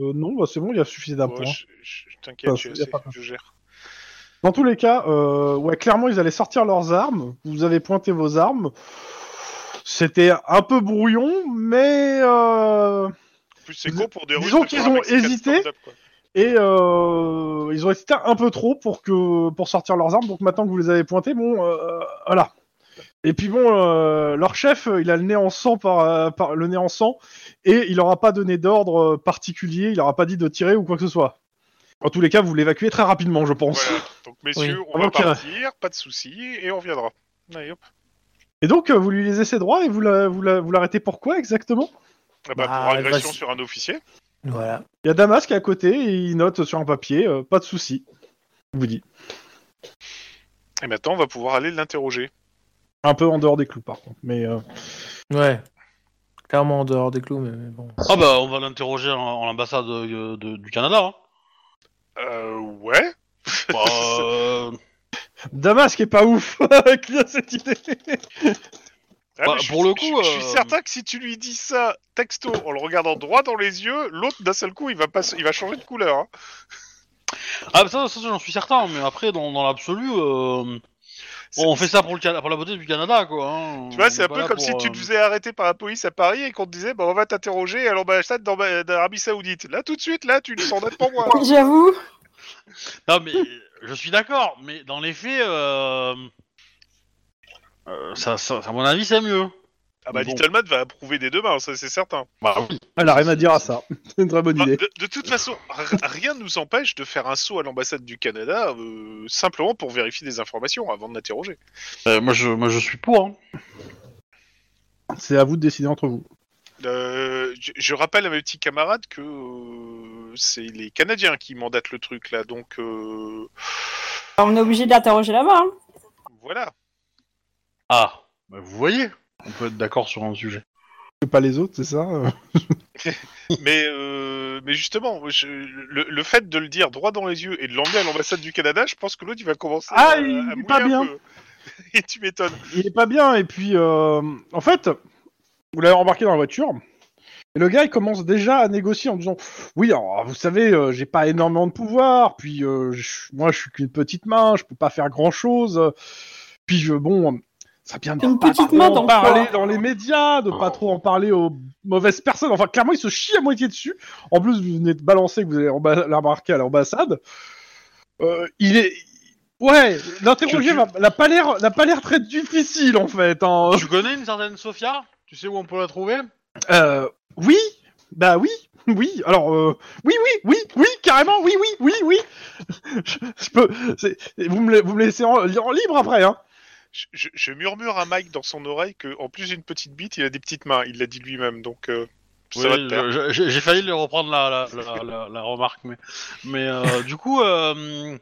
B: Euh, non, bah, c'est bon, il y a suffisamment d'un point.
E: je, je- je t'inquiète,
B: Enfin,
E: j'ai
B: y a
E: assez,
B: pas-
E: je gère.
B: Dans tous les cas, euh, ouais, clairement, ils allaient sortir leurs armes. Vous avez pointé vos armes. C'était un peu brouillon, mais... euh,
E: En plus, c'est
B: Disons-
E: con pour des Russes.
B: disons
E: de faire
B: qu'ils
E: un
B: ont
E: Mexican
B: hésité.
E: stand-up, quoi.
B: Et euh, ils ont hésité un peu trop pour que pour sortir leurs armes. Donc maintenant que vous les avez pointées, bon, euh, voilà. Et puis bon, euh, leur chef, il a le nez en sang par, euh, par le nez en sang, et il n'aura pas donné d'ordre euh, particulier. Il n'aura pas dit de tirer ou quoi que ce soit. En tous les cas, vous l'évacuez très rapidement, je pense.
E: Voilà. Donc, messieurs, on va
B: Ok.
E: partir, pas de soucis, et on reviendra. Allez, hop.
B: Et donc, euh, vous lui laissez ses droits et vous la- vous la- vous l'arrêtez pourquoi exactement
E: Ah bah,
A: Bah,
E: pour agression
A: vas-y.
E: sur un officier.
A: Voilà.
B: Il y a Damas qui est à côté et il note sur un papier, euh, pas de souci. Il vous dit.
E: Et maintenant, on va pouvoir aller l'interroger.
B: Un peu en dehors des clous, par contre. Mais euh,
A: Ouais. Clairement en dehors des clous, mais mais bon.
C: Ah bah, on va l'interroger en, en ambassade euh, de- du Canada. Hein.
E: Euh, ouais.
C: Bah, euh,
B: Damas qui est pas ouf avec cette idée.
E: Ah,
C: Bah,
E: mais je
C: pour
E: suis-
C: le coup,
E: je, je suis
C: euh,
E: certain que si tu lui dis ça texto en le regardant droit dans les yeux, l'autre d'un seul coup, il va pas, se- il va changer de couleur. hein.
C: Ah, bah, ça, ça j'en suis certain, mais après, dans, dans l'absolu, euh,
E: C'est-
C: on fait ça pour, le, Cana- pour la beauté du Canada, quoi. hein.
E: Tu vois,
C: On
E: c'est
C: est
E: un
C: pas
E: peu
C: là
E: comme
C: pour,
E: si tu
C: euh,
E: te faisais arrêter par la police à Paris et qu'on te disait, bah, on va t'interroger à l'ambassade d'Arba- d'Arabie Saoudite. Là, tout de suite, là, tu le sens net pour moi.
D: J'avoue.
C: Non, mais je suis d'accord, mais dans les faits, euh, euh, ça, ça- à mon avis, c'est mieux.
E: Ah bah
C: Bon.
E: Little Matt va approuver des deux mains, ça c'est certain.
C: Bah oui.
B: Elle a rien à dire à ça. C'est une très bonne
E: Bah,
B: idée.
E: de, de toute façon, r- rien ne nous empêche de faire un saut à l'ambassade du Canada euh, simplement pour vérifier des informations avant de l'interroger.
C: Euh, moi, je, moi, je suis pour. hein.
B: C'est à vous de décider entre vous.
E: Euh, je, je rappelle à mes petits camarades que euh, c'est les Canadiens qui mandatent le truc là, donc euh,
D: On est obligé de l'interroger là-bas. hein.
E: voilà.
C: Ah, bah, vous voyez, on peut être d'accord sur un sujet.
B: C'est Pas les autres, c'est ça euh
E: Mais, euh, mais justement, je- le, le fait de le dire droit dans les yeux et de l'emmener à l'ambassade du Canada, je pense que l'autre il va commencer
B: Ah,
E: à,
B: il
E: à
B: est
E: mouiller
B: pas
E: un
B: bien.
E: peu. Et tu m'étonnes.
B: Il est pas bien, et puis, euh, en fait, vous l'avez remarqué dans la voiture, et le gars, il commence déjà à négocier en disant « Oui, alors, vous savez, euh, j'ai pas énormément de pouvoir, puis euh, je- moi, je suis qu'une petite main, je peux pas faire grand-chose, euh, puis je, bon, ça vient de
D: Une
B: pas
D: petite
B: trop
D: main
B: en
D: d'enfant.
B: parler dans les médias, de pas trop en parler aux mauvaises personnes. Enfin, clairement, il se chie à moitié dessus. En plus, vous venez de balancer que vous allez emba- la remarquer à l'ambassade. Euh, il est... Ouais, l'interroger
C: Je- je-
B: va- n'a pas l'air, n'a pas l'air très difficile en fait. hein.
C: Euh, Tu connais une certaine Sofia Tu sais où on peut la trouver
B: Euh, oui, bah oui, oui. Alors, euh, oui, oui, oui, oui, carrément, oui, oui, oui, oui. Je, je peux. c'est- Vous me, la- vous me laissez en, en libre après, hein.
E: Je, je- je murmure à Mike dans son oreille que en plus d'une petite bite, il a des petites mains. Il l'a dit lui-même, donc euh, ça
C: Oui,
E: va te perdre.
C: je- je- J'ai failli lui reprendre la, la, la- la- la remarque, mais, mais euh, du coup, euh,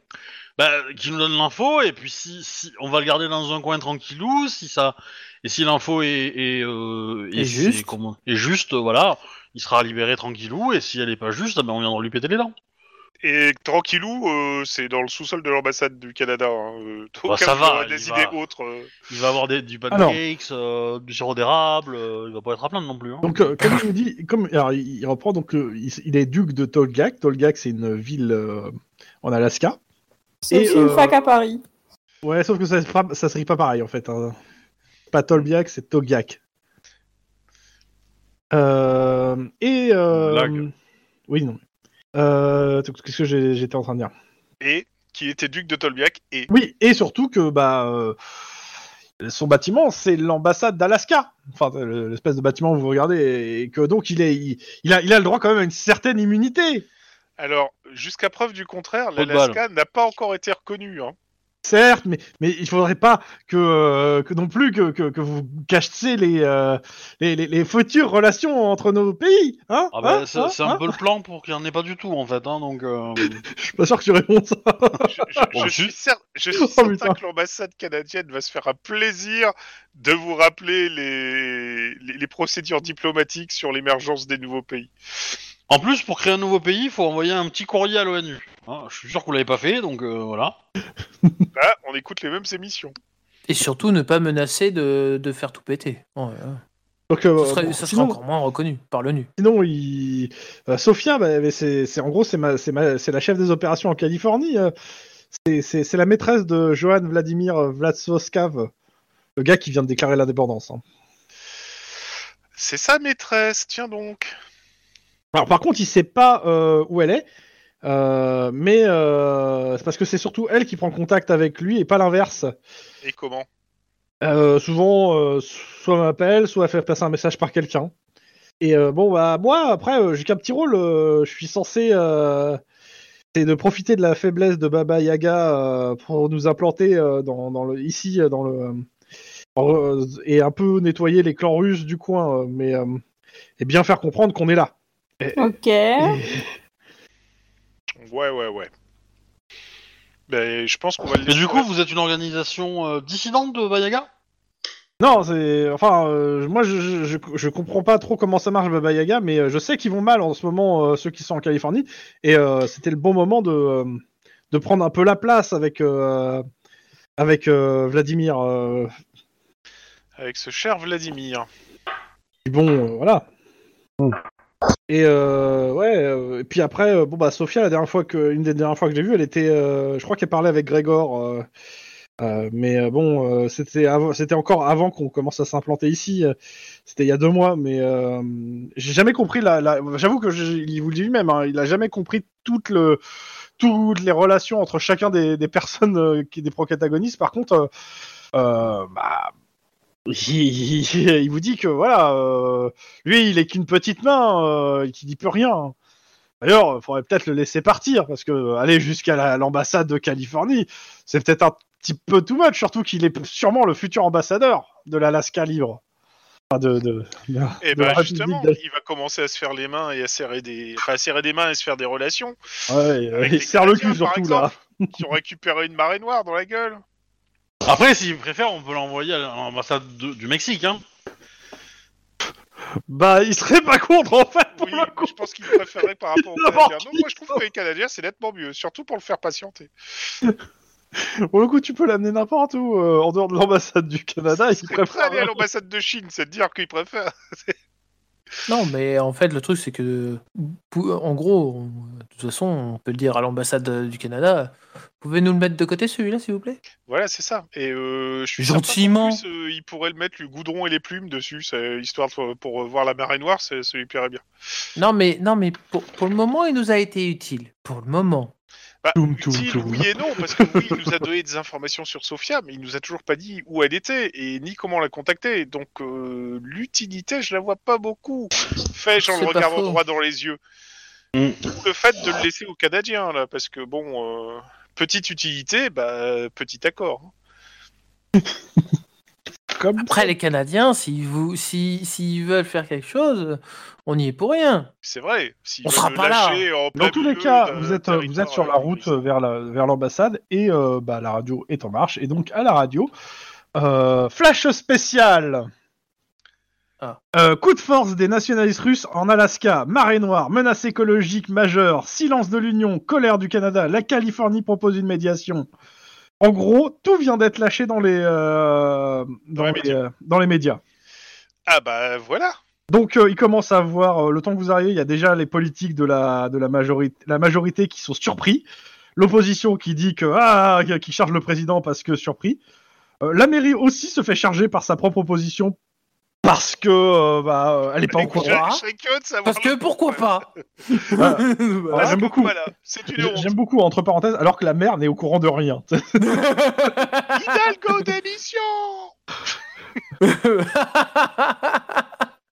C: bah, qu'il nous donne l'info, et puis si, si on va le garder dans un coin tranquillou, si ça, et si l'info est, est, euh,
A: Est
C: est-
A: juste.
C: est- comment- est juste, euh, voilà, il sera libéré tranquillou, et si elle est pas juste, eh ben, on viendra lui péter les dents.
E: Et tranquillou, euh, c'est dans le sous-sol de l'ambassade du Canada. hein, euh, au
C: Bah,
E: cas
C: ça
E: où il
C: va,
E: aura
C: il
E: des
C: va.
E: idées autres. euh.
C: Il va avoir des, du
B: Alors.
C: pancakes, euh, du sirop d'érable, euh, il va pas être à plaindre non plus. hein.
B: Donc, euh, comme il nous dit, comme alors, il il reprend donc, euh, il, il est duc de Tolgak. Tolgak, c'est une ville euh, en Alaska.
D: C'est
B: Et,
D: aussi une
B: euh,
D: fac à Paris.
B: Ouais, sauf que ça, se frappe- ça se rit pas pareil en fait. hein. Pas Tolbiac, c'est Togiak. Euh, et. Euh,
C: Blague.
B: Oui, non. Euh, Qu'est-ce que j'ai- j'étais en train de dire
E: Et qui était duc de Tolbiac. Et
B: Oui, et surtout que bah, euh, son bâtiment, c'est l'ambassade d'Alaska. Enfin, le- l'espèce de bâtiment où vous regardez, et que donc il, est, il, il a, il a le droit quand même à une certaine immunité.
E: alors, jusqu'à preuve du contraire,
C: Trop de
E: l'Alaska n'a pas encore été reconnu. hein.
B: Certes, mais, mais il faudrait pas que, euh, que non plus que, que, que vous cachiez les, euh, les, les, les futures relations entre nos pays. Hein
C: Ah bah,
B: Hein
C: c'est
B: Hein
C: c'est un
B: Hein
C: peu le plan pour qu'il n'y en ait pas du tout en fait, hein, donc euh,
B: Je suis pas sûr que tu réponds ça.
E: Je, je-
C: Bon,
E: je
C: si.
E: suis, cer- je suis
B: Oh,
E: certain
B: putain.
E: que l'ambassade canadienne va se faire un plaisir de vous rappeler les, les, les procédures diplomatiques sur l'émergence des nouveaux pays.
C: En plus, pour créer un nouveau pays, il faut envoyer un petit courrier à l'ONU. Hein, je suis sûr que vous l'avez pas fait, donc euh, voilà.
E: Bah, on écoute les mêmes émissions.
A: Et surtout, ne pas menacer de, de faire tout péter. Ouais, ouais.
B: Donc, euh,
A: Ce serait-
B: bon,
A: ça sera
B: sinon,
A: encore moins reconnu par l'ONU.
B: sinon, il... euh, Sophia, bah, mais c'est c'est- en gros, c'est ma- c'est ma- c'est la chef des opérations en Californie. euh, c'est- C'est c'est la maîtresse de Johan Vladimir Vladsoskav, le gars qui vient de déclarer l'indépendance. hein.
E: C'est sa maîtresse, tiens donc.
B: Alors par contre, il sait pas euh, où elle est, euh, mais euh, c'est parce que c'est surtout elle qui prend contact avec lui et pas l'inverse.
E: Et comment
B: Euh, souvent, euh, soit elle m'appelle, soit elle fait passer un message par quelqu'un. Et euh, bon, bah moi, après, euh, j'ai qu'un petit rôle. euh, je suis censé, euh, c'est de profiter de la faiblesse de Baba Yaga euh, pour nous implanter euh, dans, dans le, ici, euh, dans le, euh, en- euh, et un peu nettoyer les clans russes du coin, euh, mais euh, et bien faire comprendre qu'on est là.
D: Ok.
E: Ouais, ouais, ouais. Ben, je pense qu'on va le
C: Mais
E: laisser-
C: du coup, vous êtes une organisation euh, dissidente de Bayaga
B: Non, c'est enfin, euh, moi je, je, je, je comprends pas trop comment ça marche Baba Yaga, mais euh, je sais qu'ils vont mal en ce moment euh, ceux qui sont en Californie, et euh, c'était le bon moment de euh, de prendre un peu la place avec euh, avec euh, Vladimir. euh,
E: Avec ce cher Vladimir.
B: et bon, euh, voilà. Et euh, ouais, euh, et puis après, euh, bon bah Sophia, la dernière fois que une des dernières fois que j'ai vu, elle était, euh, je crois qu'elle parlait avec Grégor. euh, euh, mais euh, bon, euh, c'était avant- c'était encore avant qu'on commence à s'implanter ici. euh, C'était il y a deux mois, mais euh, j'ai jamais compris la. la- J'avoue que je- il vous le dit lui-même, hein, il a jamais compris toute le toutes les relations entre chacun des, des personnes euh, qui des protagonistes. Par contre, euh, euh, bah, il, il vous dit que voilà, euh, lui il est qu'une petite main, euh, et qu'il n'y peut rien. D'ailleurs, il faudrait peut-être le laisser partir parce que euh, aller jusqu'à la- l'ambassade de Californie, c'est peut-être un petit peu too much, surtout qu'il est sûrement le futur ambassadeur de l'Alaska libre. Enfin, de, de, de-
E: Et
B: de la
E: ben
B: République
E: justement,
B: d'Al-
E: il va commencer à se faire les mains et à serrer des, enfin, à serrer des mains et se faire des relations
B: Ouais,
E: Avec
B: euh, il
E: les
B: serre le
E: Canadiens,
B: cul
E: par
B: surtout là.
E: qui ont récupéré une marée noire dans la gueule.
C: Après, s'il préfère, on peut l'envoyer à l'ambassade de- du Mexique. Hein.
B: Bah, il serait pas contre en fait pour
E: Oui,
B: le coup.
E: je pense qu'il préférait par rapport aux
B: N'importe
E: Canadiens. Non,
B: qui.
E: moi je trouve que les Canadiens c'est nettement mieux, surtout pour le faire patienter.
B: Pour le coup, tu peux l'amener n'importe où, euh, en dehors de l'ambassade du Canada, il
E: Après,
B: préfère.
E: aller à l'ambassade de Chine, c'est de dire qu'il préfère.
A: Non, mais en fait, le truc, c'est que, pou- en gros, on- de toute façon, on peut le dire à l'ambassade euh, du Canada, pouvez nous le mettre de côté, celui-là, s'il vous plaît
E: Voilà, c'est ça. Et euh, je suis
A: Gentiment.
E: certain qu'en plus, euh, il pourrait le mettre le goudron et les plumes dessus, c'est- histoire de- pour euh, voir la marée noire, ça, ça lui plairait bien.
A: Non, mais, non, mais pour, pour le moment, il nous a été utile. Pour le moment.
E: Bah,
B: Toum, toum,
E: utile,
B: toum.
E: oui et non, parce que oui, il nous a donné des informations sur Sofia, mais il nous a toujours pas dit où elle était et ni comment la contacter. Donc euh, l'utilité, je la vois pas beaucoup. Fais en
A: C'est
E: le
A: pas
E: regardant
A: faux.
E: droit dans les yeux.
C: Mm.
E: D'où le fait de le laisser aux Canadiens là, parce que bon, euh, petite utilité, bah petit accord.
B: Comme
A: Après, les Canadiens, s'ils vous- si- s'ils veulent faire quelque chose, on n'y est pour rien.
E: C'est vrai. s'ils
A: On
E: veulent
A: sera
E: le
A: pas là.
E: lâcher en
B: Dans
E: plein
B: tous les
E: milieu
B: cas,
E: d'un
B: vous êtes, euh, vous êtes sur la
E: territoire euh,
B: route vers la- vers l'ambassade et euh, bah, la radio est en marche. Et donc, à la radio, euh, flash spécial
A: Ah.
B: Euh, Coup de force des nationalistes russes en Alaska, marée noire, menace écologique majeure, silence de l'Union, colère du Canada, la Californie propose une médiation. En gros, tout vient d'être lâché dans les, euh, dans, les,
E: les médias.
B: euh, dans les médias.
E: Ah bah voilà.
B: Donc euh, il commence à voir, euh, le temps que vous arrivez, il y a déjà les politiques de la, de la, majorité, la majorité qui sont surpris, l'opposition qui dit que ah, qui charge le président parce que surpris. Euh, la mairie aussi se fait charger par sa propre opposition parce que euh, bah, euh, elle est pas
E: Mais
B: au courant.
E: je- je serais curieux de savoir
A: Parce que
E: le-
A: pourquoi pas Voilà.
B: Ah. Ah, J'aime beaucoup.
E: Voilà, c'est une honte.
B: J'aime beaucoup entre parenthèses, alors que la mère n'est au courant de rien.
E: Hidalgo démission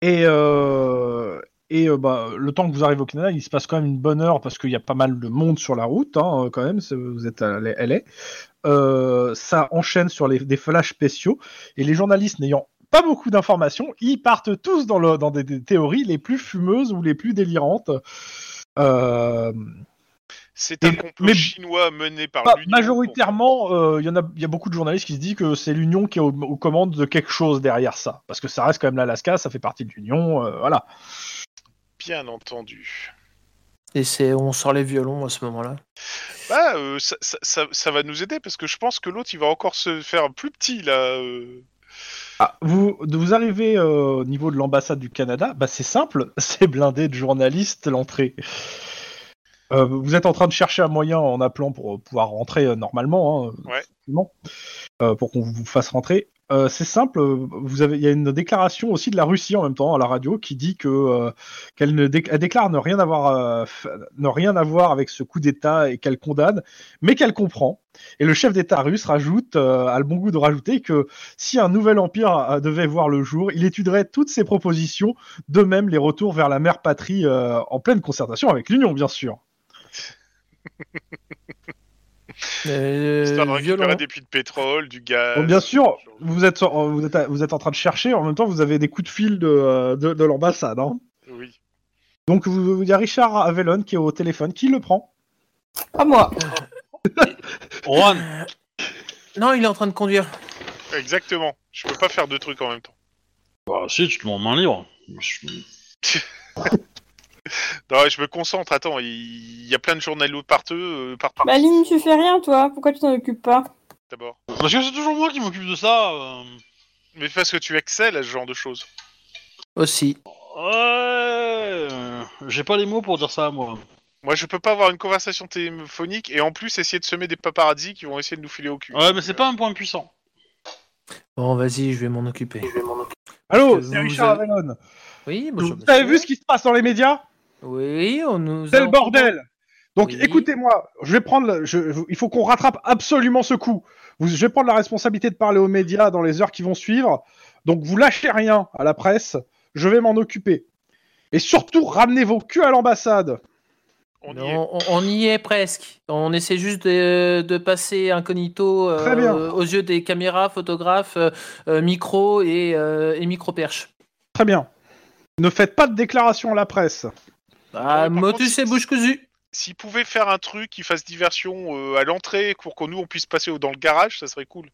B: Et, euh, et euh, bah, le temps que vous arrivez au Canada, il se passe quand même une bonne heure parce qu'il y a pas mal de monde sur la route, hein, euh, quand même. c'est- Vous êtes à la- LA. Euh, ça enchaîne sur les, des flashs spéciaux et les journalistes n'ayant pas beaucoup d'informations, ils partent tous dans, le, dans des, des théories les plus fumeuses ou les plus délirantes. Euh,
E: C'est un
B: Mais-
E: complot
B: mais-
E: chinois mené par
B: pas-
E: l'Union.
B: majoritairement, euh, il y en a, il y a beaucoup de journalistes qui se disent que c'est l'Union qui est aux, aux commandes de quelque chose derrière ça, parce que ça reste quand même l'Alaska, ça fait partie de l'Union, euh, voilà.
E: Bien entendu.
A: Et c'est, on sort les violons à ce moment-là.
E: Bah, euh, ça, ça- ça- ça va nous aider parce que je pense que l'autre, il va encore se faire plus petit là. euh.
B: Ah, vous, de vous arrivez euh, au niveau de l'ambassade du Canada, bah c'est simple, c'est blindé de journalistes l'entrée. Euh, vous êtes en train de chercher un moyen en appelant pour euh, pouvoir rentrer euh, normalement, hein,
E: Ouais.
B: effectivement, euh, pour qu'on vous fasse rentrer. Euh, c'est simple, euh, vous avez, il y a une déclaration aussi de la Russie en même temps à la radio qui dit que euh, qu'elle ne dé- elle déclare ne rien avoir euh, f- ne rien avoir avec ce coup d'État et qu'elle condamne, mais qu'elle comprend. Et le chef d'État russe rajoute euh, a le bon goût de rajouter que si un nouvel empire euh, devait voir le jour, il étudierait toutes ses propositions, de même les retours vers la mère patrie euh, en pleine concertation avec l'Union, bien sûr.
A: Euh,
E: Histoire de récupérer
A: violon.
E: des puits de pétrole, du gaz.
B: Donc, Oh, bien sûr,
E: ce genre de-
B: vous êtes, en- vous, êtes, à- vous êtes en train de chercher, en même temps, vous avez des coups de fil de, euh, de, de l'ambassade. hein.
E: Oui.
B: Donc, vous- il y a Richard Avellone qui est au téléphone, qui le prend.
D: Pas moi.
C: Juan,
A: Non, il est en train de conduire.
E: Exactement. Je peux pas faire deux trucs en même temps.
C: bah si, tu te mets en main libre.
E: Non, je me concentre. Attends, il il y a plein de journalistes parteux, euh, par par-
D: Maline, Bah, tu fais rien, toi. Pourquoi tu t'en occupes pas
E: d'abord.
C: Parce que c'est toujours moi qui m'occupe de ça. euh.
E: Mais parce que tu excelles à ce genre de choses.
A: Aussi.
C: Ouais, euh, j'ai pas les mots pour dire ça à moi.
E: Moi, je peux pas avoir une conversation téléphonique et en plus essayer de semer des paparazzis qui vont essayer de nous filer au cul.
C: Ouais, mais c'est pas un point puissant.
A: Bon, vas-y, je vais m'en occuper.
B: Allô,
A: Parce que
B: c'est
A: vous
B: Richard
A: avez-
B: Avellone.
A: Oui, bonjour.
B: Vous avez
A: monsieur.
B: vu ce qui se passe dans les médias
A: Oui, on nous.
B: C'est
A: a-
B: le bordel Donc
A: Oui.
B: écoutez-moi, je vais prendre, le- je- je- il faut qu'on rattrape absolument ce coup. Vous, je vais prendre la responsabilité de parler aux médias dans les heures qui vont suivre. Donc vous lâchez rien à la presse, je vais m'en occuper. Et surtout, ramenez vos culs à l'ambassade.
E: On y
A: Mais
E: est.
A: On, on- on y est presque. On essaie juste de, de passer incognito euh,
B: Très bien.
A: aux yeux des caméras, photographes, euh, euh, micros et, euh, et micro-perches.
B: Très bien. Ne faites pas de déclaration à la presse.
A: Ah,
E: Ouais, par
A: motus
E: contre,
A: et bouche cousue.
E: S'ils pouvaient faire un truc qui fasse diversion euh, à l'entrée pour que nous on puisse passer dans le garage, ça serait cool.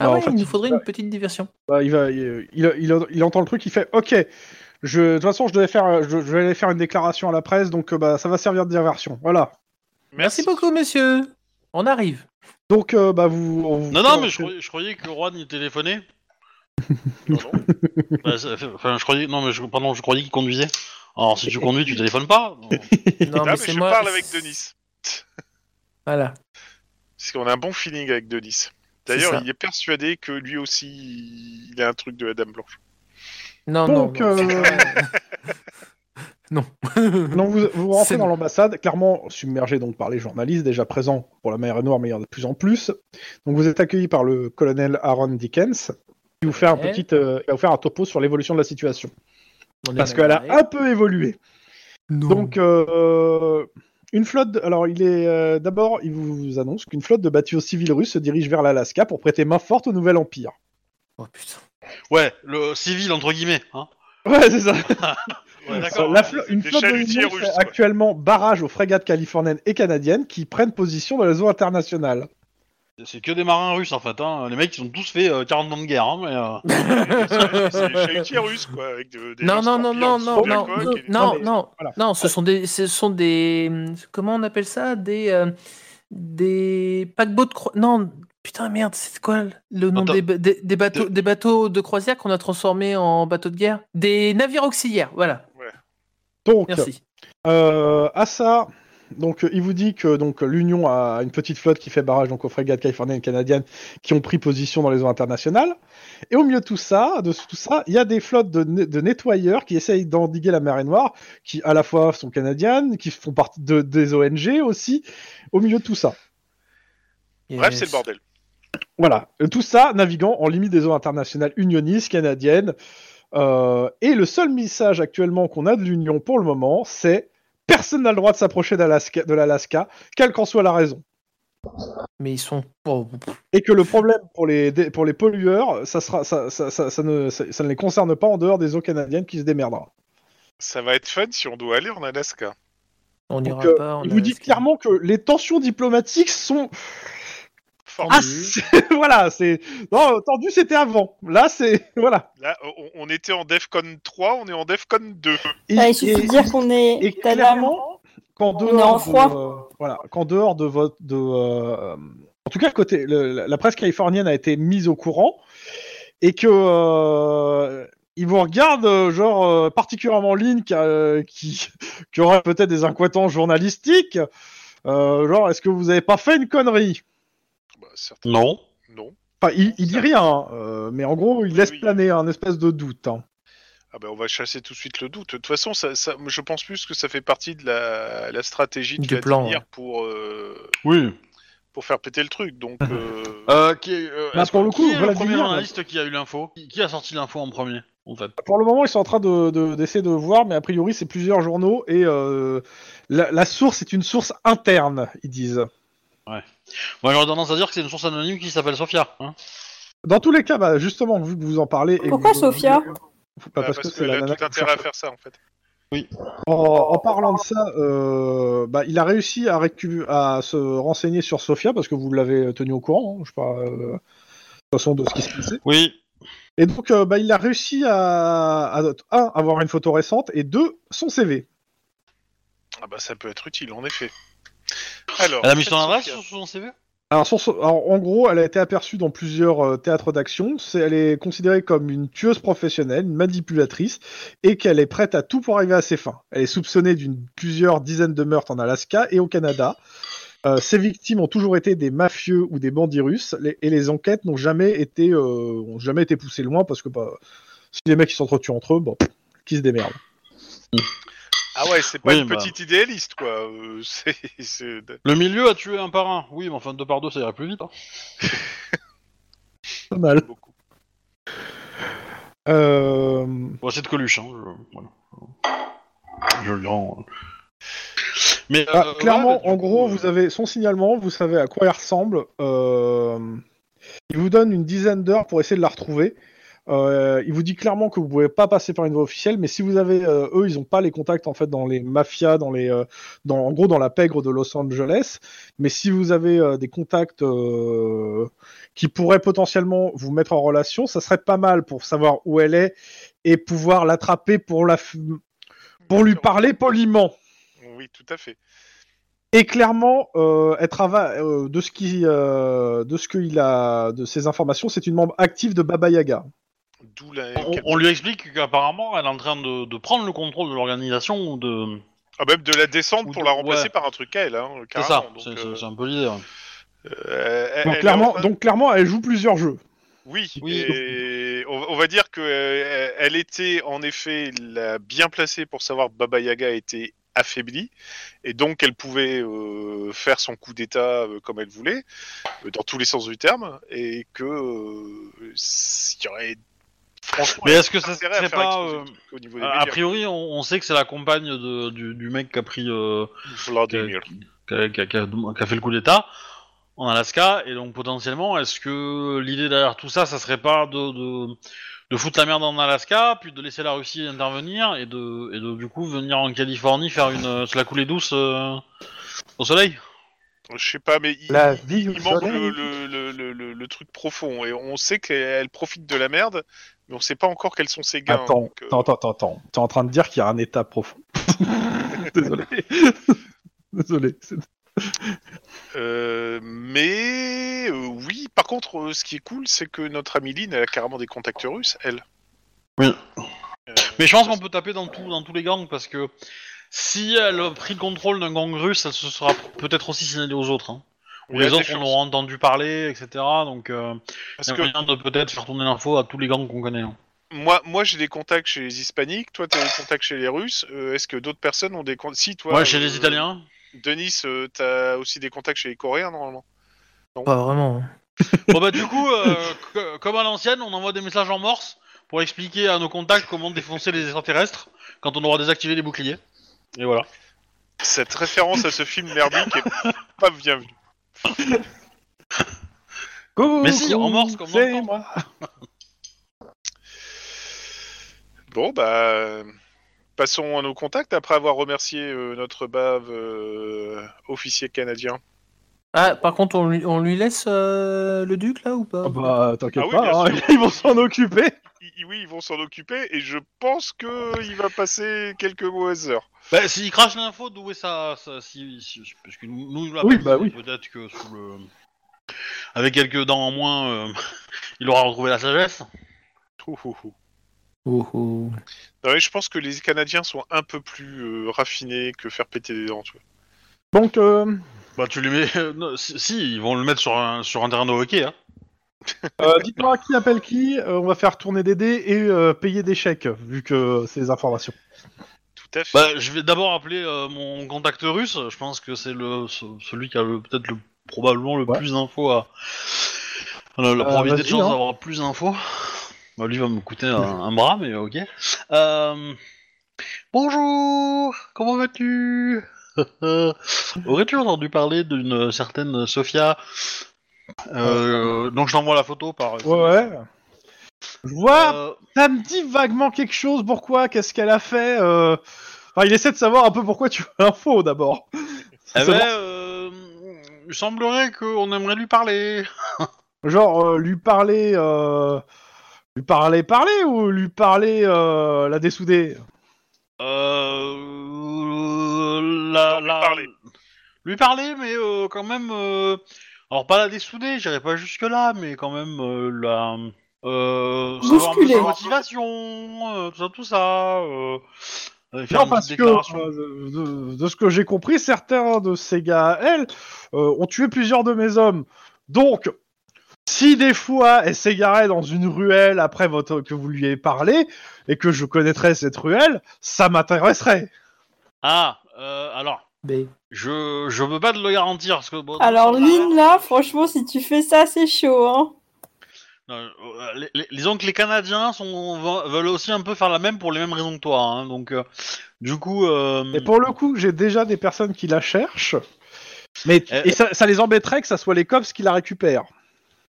A: Ah
B: Alors, en
A: ouais,
B: fait,
A: il
B: il-
A: nous faudrait une petite diversion.
B: Bah, il, va, il, il, il- il entend le truc, il fait OK. Je, de toute façon, je devais faire, euh, je, je vais aller faire une déclaration à la presse, donc euh, bah, ça va servir de diversion. Voilà.
A: Merci beaucoup, monsieur. On arrive.
B: Donc, euh, bah, vous, on vous-
C: Non, non, mais je croyais, je croyais que Juan il téléphonait.
E: Non, non.
C: Bah, ça- enfin, je croyais, non, mais je, pardon, je croyais qu'il conduisait. Alors, si tu conduis, tu téléphones pas.
A: Non,
E: Ah, mais
A: c'est
E: je
A: moi.
E: parle avec Denis.
A: Voilà.
E: Parce qu'on a un bon feeling avec Denis.
A: C'est
E: D'ailleurs,
A: ça.
E: il est persuadé que lui aussi, il a un truc de la Dame Blanche.
A: Non,
B: Donc,
A: non. non.
B: euh,
A: Non.
B: non, vous, vous rentrez
A: C'est
B: dans
A: bon.
B: l'ambassade, clairement submergé donc par les journalistes déjà présents pour la mer Noire, mais il y en a de plus en plus. Donc, vous êtes accueilli par le colonel Aaron Dickens, qui vous fait un
A: Ouais.
B: petit, euh, qui va vous faire un topo sur l'évolution de la situation,
A: On est
B: parce
A: mal
B: qu'elle a
A: barré.
B: un peu évolué.
A: Non.
B: Donc, euh, une flotte. de- Alors, il est euh, d'abord, il vous annonce qu'une flotte de bateaux civils russes se dirige vers l'Alaska pour prêter main forte au nouvel empire.
A: Oh putain.
C: Ouais, le civil, entre guillemets. Hein.
B: Ouais, c'est ça.
C: Ouais,
B: Euh,
C: d'accord.
B: la flo- une
E: des
B: flotte de
E: chalutiers
B: l'Union fait
E: russes, quoi.
B: actuellement barrage aux frégates californiennes et canadiennes qui prennent position dans la zone internationale.
C: C'est que des marins russes, en fait. Hein. Les mecs, ils ont tous fait euh, 40 ans de guerre. Hein, mais, euh,
E: C'est les chalutiers russes, quoi. Avec de- des
A: Non,
E: lances
A: non, non, non, non,
E: torpilles en dessous de la
A: non,
E: coque
A: non,
E: et des-
A: non,
B: mais-
A: non,
B: voilà.
A: non, ce sont des, ce sont des, comment on appelle ça, des, euh, des paquebots de cro... non, putain merde, c'est quoi le nom
C: Attends.
A: des, ba- des, des bateaux, des bateaux de croisière qu'on a transformés en bateaux de guerre, des navires auxiliaires, voilà,
B: Donc,
A: merci.
B: euh, à ça, donc euh, il vous dit que donc l'Union a une petite flotte qui fait barrage donc aux frégates californiennes et canadiennes qui ont pris position dans les zones internationales. Et au milieu de tout ça, de tout ça, il y a des flottes de, ne- de nettoyeurs qui essayent d'endiguer la marée noire, qui à la fois sont canadiennes, qui font partie de, des ONG aussi. Au milieu de tout ça.
E: Bref,
A: Yes.
E: c'est le bordel.
B: Voilà, Euh, tout ça naviguant en limite des eaux internationales unionistes, canadiennes. Euh, et le seul message actuellement qu'on a de l'Union pour le moment, c'est personne n'a le droit de s'approcher d'Alaska- de l'Alaska, quelle qu'en soit la raison.
A: Mais ils sont, oh, pff,
B: Et que le problème pour les, dé- pour les pollueurs, ça, sera, ça, ça- ça- ça ne, ça- ça ne les concerne pas en dehors des eaux canadiennes qui se démerdera.
E: Ça va être fun si on doit aller en Alaska.
A: on
B: Donc,
A: n'ira
B: euh,
A: pas. on
B: Il
A: a-
B: vous dit clairement que les tensions diplomatiques sont...
E: Formidable.
A: Ah,
B: assez- voilà, c'est... Non, tendu c'était avant. Là, c'est... Voilà.
E: Là, on, on était en Defcon 3, on est en Defcon 2.
B: Et-
D: Bah, il suffit
B: et-
D: de dire qu'on est.
B: Et
D: Tadam.
B: clairement, qu'en
D: On est
B: dehors,
D: en froid.
B: de, euh, voilà, qu'en dehors de votre, de, euh, en tout cas, le côté, le- la- la presse californienne a été mise au courant et que euh, ils vous regardent, euh, genre euh, particulièrement Lynn qui, a- euh, qui, qui aurait peut-être des inquiétants journalistiques. euh, genre, est-ce que vous avez pas fait une connerie
E: Bah, certainement,
C: Non.
E: non.
B: Enfin, il, il dit rien, hein, euh, mais en gros, il
E: Oui,
B: laisse
E: oui.
B: planer un espèce de doute. hein.
E: Ah ben, on va chasser tout de suite le doute. De toute façon, ça, ça- je pense plus que ça fait partie de la, la stratégie de
A: Du plan,
E: Vladimir pour, euh,
C: Oui.
E: pour faire péter le truc. Donc, euh,
C: Euh, qui est, euh,
B: Bah,
C: est-ce
B: pour
C: que-
B: le coup,
C: qui est le
B: Vladimir, euh,
C: premier journaliste qui a eu l'info qui, qui a sorti l'info en premier, en fait
B: Pour le moment, ils sont en train de- de- d'essayer de, voir, mais a priori, c'est plusieurs journaux et euh, la, la source est une source interne, ils disent.
C: Moi, j'aurais tendance à dire que c'est une source anonyme qui s'appelle Sofia. Hein
B: Dans tous les cas, bah, justement, vu que vous en parlez. et
D: Pourquoi
B: que-
D: Sofia
B: Bah,
E: bah,
B: Parce, que, c'est
E: qu'elle
B: la
E: a
B: nana
E: tout
B: qui
E: intérêt à faire ça, en fait.
B: En, en parlant de ça, euh, bah, il a réussi à, récu- à se renseigner sur Sofia parce que vous l'avez tenu au courant, hein, je sais pas, euh, de toute façon, de ce qui se passait.
C: oui.
B: Et donc, euh, bah, il a réussi à, à, un, avoir une photo récente et deux, son CV.
E: Ah bah ça peut être utile en effet. Alors,
C: Elle a mis son
E: cette
C: adresse
E: Sophia,
C: sur son CV
B: Alors, son- son- alors, en gros, elle a été aperçue dans plusieurs euh, théâtres d'action. C'est- Elle est considérée comme une tueuse professionnelle, une manipulatrice, et qu'elle est prête à tout pour arriver à ses fins. Elle est soupçonnée d'une plusieurs dizaines de meurtres en Alaska et au Canada. Euh, ses victimes ont toujours été des mafieux ou des bandits russes, les- et les enquêtes n'ont jamais été euh, ont jamais été poussées loin parce que bah, si les mecs ils s'entretuent entre eux, bon, pff, qui se démerdent.
E: Ah ouais, c'est pas
C: Oui,
E: une
C: bah.
E: petite idéaliste, quoi. Euh, c'est- c'est-
C: Le milieu a tué un par un. Oui, mais enfin deux par deux, ça ira plus vite. hein.
B: Pas mal.
E: beaucoup.
B: Euh,
C: Bon, c'est de Coluche. Hein. Je, voilà. Je le rends. euh. Mais
B: ah,
C: euh,
B: clairement,
C: ouais, bah, du
B: en
C: coup,
B: gros,
C: euh,
B: vous avez son signalement, vous savez à quoi il ressemble. euh, Il vous donne une dizaine d'heures pour essayer de la retrouver. Euh, il vous dit clairement que vous pouvez pas passer par une voie officielle, mais si vous avez, euh, eux, ils ont pas les contacts en fait dans les mafias, dans les, euh, dans, en gros dans la pègre de Los Angeles. Mais si vous avez euh, des contacts euh, qui pourraient potentiellement vous mettre en relation, ça serait pas mal pour savoir où elle est et pouvoir l'attraper pour la, f- pour lui parler poliment.
E: Oui, tout à fait.
B: Et clairement, euh, elle travaille euh, de ce qui, euh, de ce qu'il a, de ses informations, c'est une membre active de Baba Yaga.
E: D'où la.
C: On, on lui explique qu'apparemment, elle est en train de, de prendre le contrôle de l'organisation. ou De...
E: Ah, même de la descendre
C: Ou
E: pour
C: de-
E: la remplacer
C: ouais.
E: par un truc à elle, hein,
C: C'est
E: carrément.
C: ça,
E: Donc,
C: c'est
E: euh,
C: c'est- c'est un peu l'idée. ouais.
E: euh,
B: Donc
E: elle- elle est en
B: clairement,
E: train de-
B: donc clairement, elle joue plusieurs jeux.
E: Oui,
C: Oui.
E: et on, on va dire que euh, elle était en effet la bien placée pour savoir que Baba Yaga était affaiblie et donc elle pouvait euh, faire son coup d'état euh, comme elle voulait euh, dans tous les sens du terme et que euh, s'il y aurait franchement
C: Mais est-ce que ça
E: intérêt à
C: serait
E: faire
C: pas.
E: exploser le
C: euh,
E: truc au niveau des
C: A
E: médias.
C: priori, on, on sait que c'est la compagne de- du, du mec qui a pris. euh,
E: Vladimir.
C: qui a, qui a- qui a- qui a fait le coup d'État en Alaska. Et donc potentiellement, est-ce que l'idée derrière tout ça, ça serait pas de, de, de foutre la merde en Alaska, puis de laisser la Russie intervenir et de, et de du coup venir en Californie faire une euh, se la couler douce euh, au soleil
E: Je sais pas, mais il,
A: La
E: il-
A: vie au
E: il manque
A: soleil.
E: le, le- le- le- le- le truc profond et on sait qu'elle profite de la merde, mais on sait pas encore quels sont ses gains.
B: Attends,
E: donc, euh,
B: attends, attends, attends. T'es en train de dire qu'il y a un état profond. Désolé. Désolé. C'est-
E: Euh, mais euh, oui, par contre, euh, ce qui est cool, c'est que notre amie Lynn, elle a carrément des contacts russes, elle.
C: Oui.
E: Euh,
C: Mais je pense qu'on peut taper dans, tout, dans tous les gangs parce que si elle a pris le contrôle d'un gang russe, elle se sera peut-être aussi signalée aux autres. hein. Ou
E: il y a
C: les
E: des
C: autres on
E: chances.
C: aura entendu parler, etc. Donc, euh,
E: Parce
C: il y a
E: que
C: moyen de peut-être faire tourner l'info à tous les gangs qu'on connaît. hein.
E: moi, moi j'ai des contacts chez les hispaniques, toi, t'as des contacts chez les russes. euh, Est-ce que d'autres personnes ont des contacts Si, toi.
C: Ouais, chez
E: euh,
C: les Italiens.
E: Denis, euh, t'as aussi des contacts chez les coréens, normalement.
A: Pas vraiment. hein.
C: Bon bah du coup, euh, que- comme à l'ancienne, on envoie des messages en morse pour expliquer à nos contacts comment défoncer les extraterrestres quand on aura désactivé les boucliers. Et voilà.
E: Cette référence à ce film merdique est pas bien vue.
C: Mais si, en morse, comme
B: c'est
C: dans le temps.
B: moi.
E: Bon, bah. Passons à nos contacts après avoir remercié euh, notre bave euh, officier canadien.
A: Ah, par contre, on lui, on lui laisse euh, le duc là ou pas
B: Ah bah, t'inquiète
E: Ah oui,
B: pas,
E: bien
B: hein, ils vont s'en occuper.
E: I- i- oui, ils vont s'en occuper et je pense que il va passer quelques mauvaises heures.
C: Bah s'ils crachent l'info, d'où est ça, ça- si, si- Parce que nous, nous, la
B: Oui,
C: police,
B: bah oui.
C: peut-être que sous le... Avec quelques dents en moins, euh, il aura retrouvé la sagesse.
E: Ouh, ouh, ouh.
A: Oh, oh.
E: Non, mais je pense que les Canadiens sont un peu plus euh, raffinés que faire péter des dents. tu vois.
B: Donc, euh,
C: Bah tu lui mets... non, si, si, ils vont le mettre sur un, sur un terrain de hockey. Hein.
B: euh, dites-moi qui appelle qui. euh, on va faire tourner des dés et euh, payer des chèques, vu que c'est les informations.
E: Tout à fait.
C: Bah, je vais d'abord appeler euh, mon contact russe. Je pense que c'est le ce- celui qui a le- peut-être le probablement le
B: Ouais.
C: plus d'infos à la,
B: Euh,
C: la probabilité de
B: vas-y,
C: chance
B: hein.
C: d'avoir plus d'infos. Bah, lui va me coûter un, un bras, mais ok. Euh, Bonjour, comment vas-tu Aurais-tu entendu parler d'une certaine Sofia Euh, Donc je t'envoie la photo par.
B: Ouais, ouais. Ah, Je vois
C: Euh,
B: Ça me dit vaguement quelque chose, pourquoi, qu'est-ce qu'elle a fait euh, enfin, il essaie de savoir un peu pourquoi tu veux l'info d'abord.
C: eh ben,
B: Savoir-
C: euh, il semblerait qu'on aimerait lui parler.
B: Genre, euh, lui parler, euh, lui parler, parler, ou lui parler, euh, la dessouder
C: Euh, la,
E: lui
C: la-
E: parler.
C: Lui parler, mais euh, quand même. euh, alors, pas la dessouder, j'irai pas jusque-là, mais quand même euh, la. Euh, savoir un peu
D: Bousculer.
C: sa motivation, euh, tout ça, tout ça. euh, euh, faire
B: Non,
C: une
B: parce
C: petite
B: que,
C: déclaration.
B: euh, de, de ce que j'ai compris, certains de ces gars, à elle, euh, ont tué plusieurs de mes hommes. Donc, si des fois elle s'égarait dans une ruelle après votre, que vous lui ayez parlé, et que je connaîtrais cette ruelle, ça m'intéresserait.
C: Ah, euh, alors,
A: B.
C: je, je me bats de le garantir. Parce que, bon,
D: Alors,
C: dans ce cas-là,
D: Lynn, là, franchement, si tu fais ça, c'est chaud, hein.
C: non, euh, les- les- disons que les Canadiens sont, ve- veulent aussi un peu faire la même pour les mêmes raisons que toi. hein, donc, euh, du coup. euh,
B: Et pour le coup, j'ai déjà des personnes qui la cherchent. Mais
C: Euh,
B: et ça, ça les embêterait que ça soit les cops qui la récupèrent.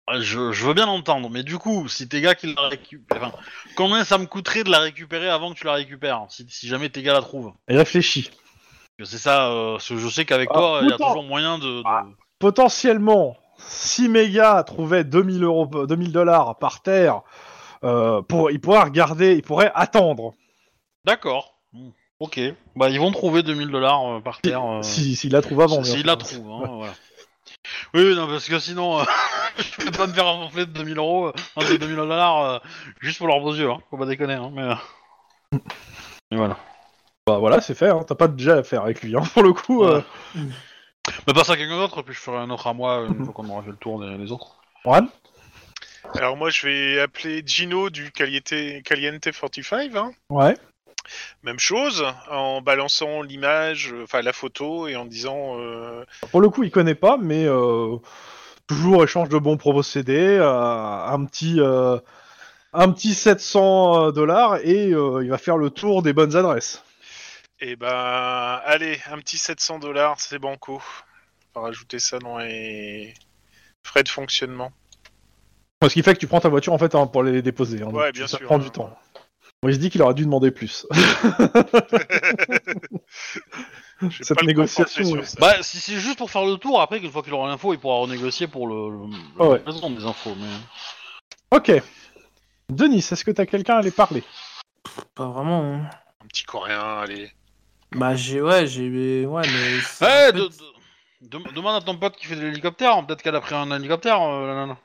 C: Ah, Je, je veux bien l'entendre, mais du coup, si tes gars qui la récupèrent. Enfin, combien ça me coûterait de la récupérer avant que tu la récupères Si, si jamais tes gars la trouvent.
B: Et réfléchis.
C: Parce que C'est ça, euh, parce que je sais qu'avec
B: Ah,
C: toi, il y a
B: autant.
C: toujours moyen de. de-
B: Potentiellement, si mes gars trouvaient 2000 euros, 2000 dollars par terre, euh, pour, ils pourraient regarder, ils pourraient attendre.
C: D'accord. Hmm. Ok. Bah, ils vont trouver 2000 dollars par terre. euh,
B: Si, s'ils la trouvent avant.
C: S'ils
B: bien
C: la
B: sûr.
C: trouvent, hein, voilà. Oui, oui, non, parce que sinon, euh, je peux pas me faire enfler de 2000 euros, euh, enfin, de 2000 dollars, euh, juste pour leurs beaux yeux, hein. Faut pas déconner, hein, mais. euh, mais voilà.
B: Bah voilà, c'est fait. hein. T'as pas déjà à faire avec lui, hein, pour le coup.
C: Voilà.
B: euh.
C: Bah, passe à quelqu'un d'autre, puis je ferai un autre à moi
B: Mhm.
C: une fois qu'on aura fait le tour des, des autres.
B: Juan
E: Alors moi, je vais appeler Gino du Caliente, Caliente 45. hein.
B: Ouais.
E: Même chose, en balançant l'image, euh, enfin la photo, et en disant... euh,
B: Pour le coup, il connaît pas, mais euh, toujours échange de bons procédés, euh, un petit, euh, un petit 700 dollars et euh, il va faire le tour des bonnes adresses.
E: Eh ben, allez, un petit 700 dollars, c'est banco. On va rajouter ça dans les frais de fonctionnement.
B: Ce qui fait que tu prends ta voiture en fait hein, pour les déposer. hein, donc
E: Ouais, bien
B: ça
E: sûr,
B: prend
E: ouais.
B: du temps. Bon, il se dit qu'il aurait dû demander plus.
E: J'ai
B: Cette
E: pas le
B: négociation,
E: concentré
B: ouais.
E: sur ça.
C: Bah, si c'est juste pour faire le tour, après, qu'une fois qu'il aura l'info, il pourra renégocier pour le. le
B: Ah ouais.
C: la raison des infos, mais.
B: ok. Denis, est-ce que t'as quelqu'un à aller parler
A: Pas vraiment. hein.
E: Un petit coréen, allez.
A: Bah, j'ai. Ouais, j'ai. Ouais, mais. c'est-
C: Ouais, Eh, de- de- de- demande à ton pote qui fait de l'hélicoptère, peut-être qu'elle a pris un hélicoptère, euh, la nana.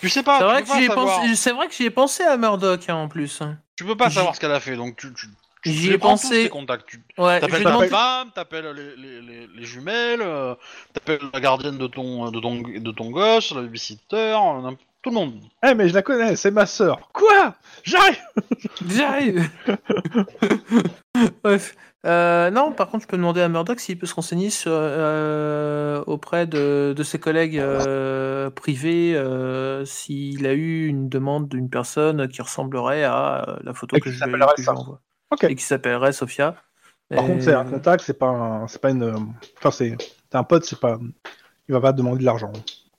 C: Tu sais pas,
A: C'est
C: tu
A: vrai,
C: peux
A: que
C: pas
A: j'y ai
C: savoir.
A: pensé- c'est vrai que j'y ai pensé à Murdoch hein, en plus.
C: Tu peux pas
A: J'y-
C: savoir ce qu'elle a fait, donc tu. tu... tu-
A: J'y
C: tu
A: ai
C: les prends
A: pensé.
C: tous, tes contacts. Tu
A: Ouais, je lui
C: t'appelles
A: ai
C: ta
A: demandé-
C: femme, t'appelles les, les- les- les jumelles, euh, t'appelles la gardienne de ton, de ton, de ton gosse, le babysitter, euh, tout le monde.
B: Eh mais je la connais, c'est ma sœur. Quoi J'arrive.
A: J'arrive Bref. Euh, non, par contre, je peux demander à Murdoch s'il peut se renseigner sur, euh, auprès de, de ses collègues euh, privés euh, s'il a eu une demande d'une personne qui ressemblerait à euh, la photo
B: Et
A: que
B: qui
A: je lui ai-
B: s'appellerait
A: que je
B: ça.
A: lui envoie.
B: Ok.
A: Et qui s'appellerait Sophia.
B: Par
A: Et-
B: contre, c'est un contact, c'est pas, un- c'est pas une, euh, enfin c'est, t'es un pote, c'est pas, il va pas te demander de l'argent.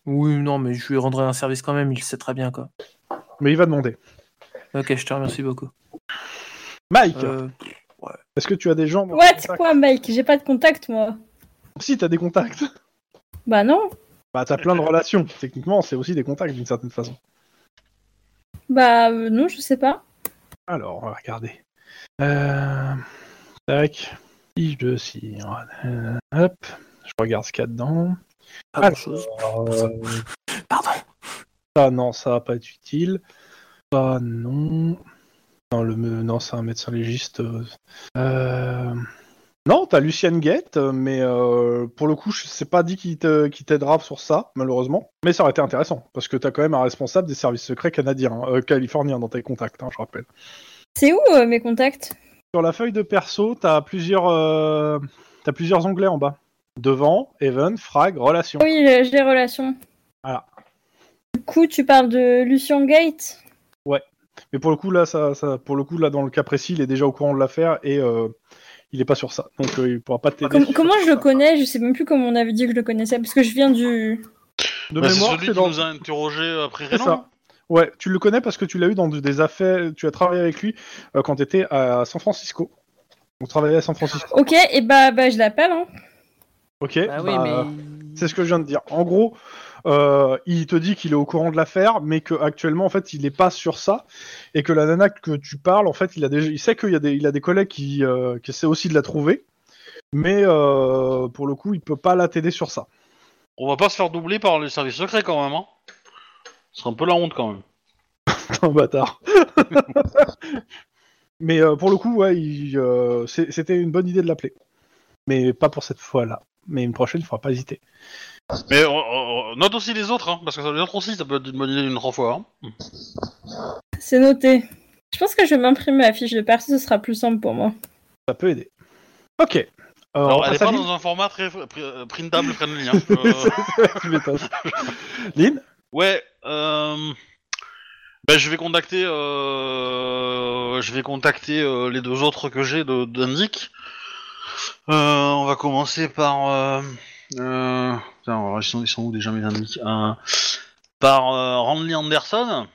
A: Oui, non, mais je lui rendrai un service quand même, il sait très bien quoi.
B: Mais il va demander.
A: Ok, je te remercie beaucoup.
B: Mike,
A: Euh,
B: est-ce que tu as des gens dans
D: What
B: tes contacts
D: Quoi, Mike J'ai pas de contact, moi.
B: Si t'as des contacts.
D: Bah non.
B: Bah t'as plein de relations. Techniquement, c'est aussi des contacts d'une certaine façon.
D: Bah euh, non, je sais pas.
B: Alors, on va regarder. Euh... Tac. Fiche de cire. Euh, Hop. Je regarde ce qu'il y a dedans.
A: pas
B: Ah,
A: grand-chose.
B: Euh,
A: Pardon.
B: Ça, non, ça va pas être utile. Ça, non. Non, le, me- non c'est un médecin légiste. euh. Euh, Non, t'as Lucienne Guette, mais euh, pour le coup, je sais pas dit qu'il te- qu'il t'aidera sur ça, malheureusement. Mais ça aurait été intéressant, parce que t'as quand même un responsable des services secrets canadiens, euh, californiens dans tes contacts, hein, je rappelle.
D: C'est où euh, mes contacts
B: Sur la feuille de perso, t'as plusieurs, euh, t'as plusieurs onglets en bas. Devant, Even, Frag, Relations.
D: Ah Oui, j'ai j'ai les relations.
B: Voilà.
D: Du coup, tu parles de Lucien Gate
B: Mais pour le coup là, ça, ça- pour le coup là, dans le cas précis, il est déjà au courant de l'affaire et euh, il est pas sur ça, donc euh, il pourra pas t'aider.
D: Com-
B: sur
D: Comment je
B: ça.
D: le connais Je sais même plus comment on avait dit que je le connaissais, parce que je viens du...
B: De
C: Bah, c'est
B: mémoire,
C: celui
B: c'est
C: qui
B: dans-
C: nous a interrogé euh, après
B: C'est ça. Ouais, tu le connais parce que tu l'as eu dans des affaires, tu as travaillé avec lui euh, quand t'étais à San Francisco. On travaillait à San Francisco.
D: Ok, et bah, bah je l'appelle, hein.
B: Ok.
A: Bah
B: bah,
A: oui, mais.
B: C'est ce que je viens de dire. En gros, euh, il te dit qu'il est au courant de l'affaire, mais que actuellement, en fait, il n'est pas sur ça, et que la nana que tu parles, en fait, il a déjà, il sait qu'il y a des, il a des collègues qui, euh, qui essaient aussi de la trouver, mais euh, pour le coup, il peut pas la t'aider sur ça.
C: On va pas se faire doubler par les services secrets quand même, hein. C'est un peu la honte quand même.
B: un bâtard. mais euh, pour le coup, ouais, il, euh, c'est- c'était une bonne idée de l'appeler, mais pas pour cette fois-là. Mais une prochaine, il faudra pas hésiter.
C: Mais euh, euh, note aussi les autres, hein, parce que les autres aussi, ça peut être une bonne idée une trois fois. hein.
D: C'est noté. Je pense que je vais m'imprimer la fiche de perso, ce sera plus simple pour moi.
B: Ça peut aider. Ok. Euh, on
C: Alors, elle est
B: passe à
C: pas
B: Lynn.
C: dans un format très fr- pr- euh, printable friendly. hein. Euh,
B: Tu m'étonnes. Lynn
C: ouais. euh, bah, je vais contacter, euh, je vais contacter euh, les deux autres que j'ai de d'Indic. Euh, on va commencer par. Euh, euh, putain, alors, ils, sont, ils sont où déjà mes Indic Euh, Par euh, Randy Anderson,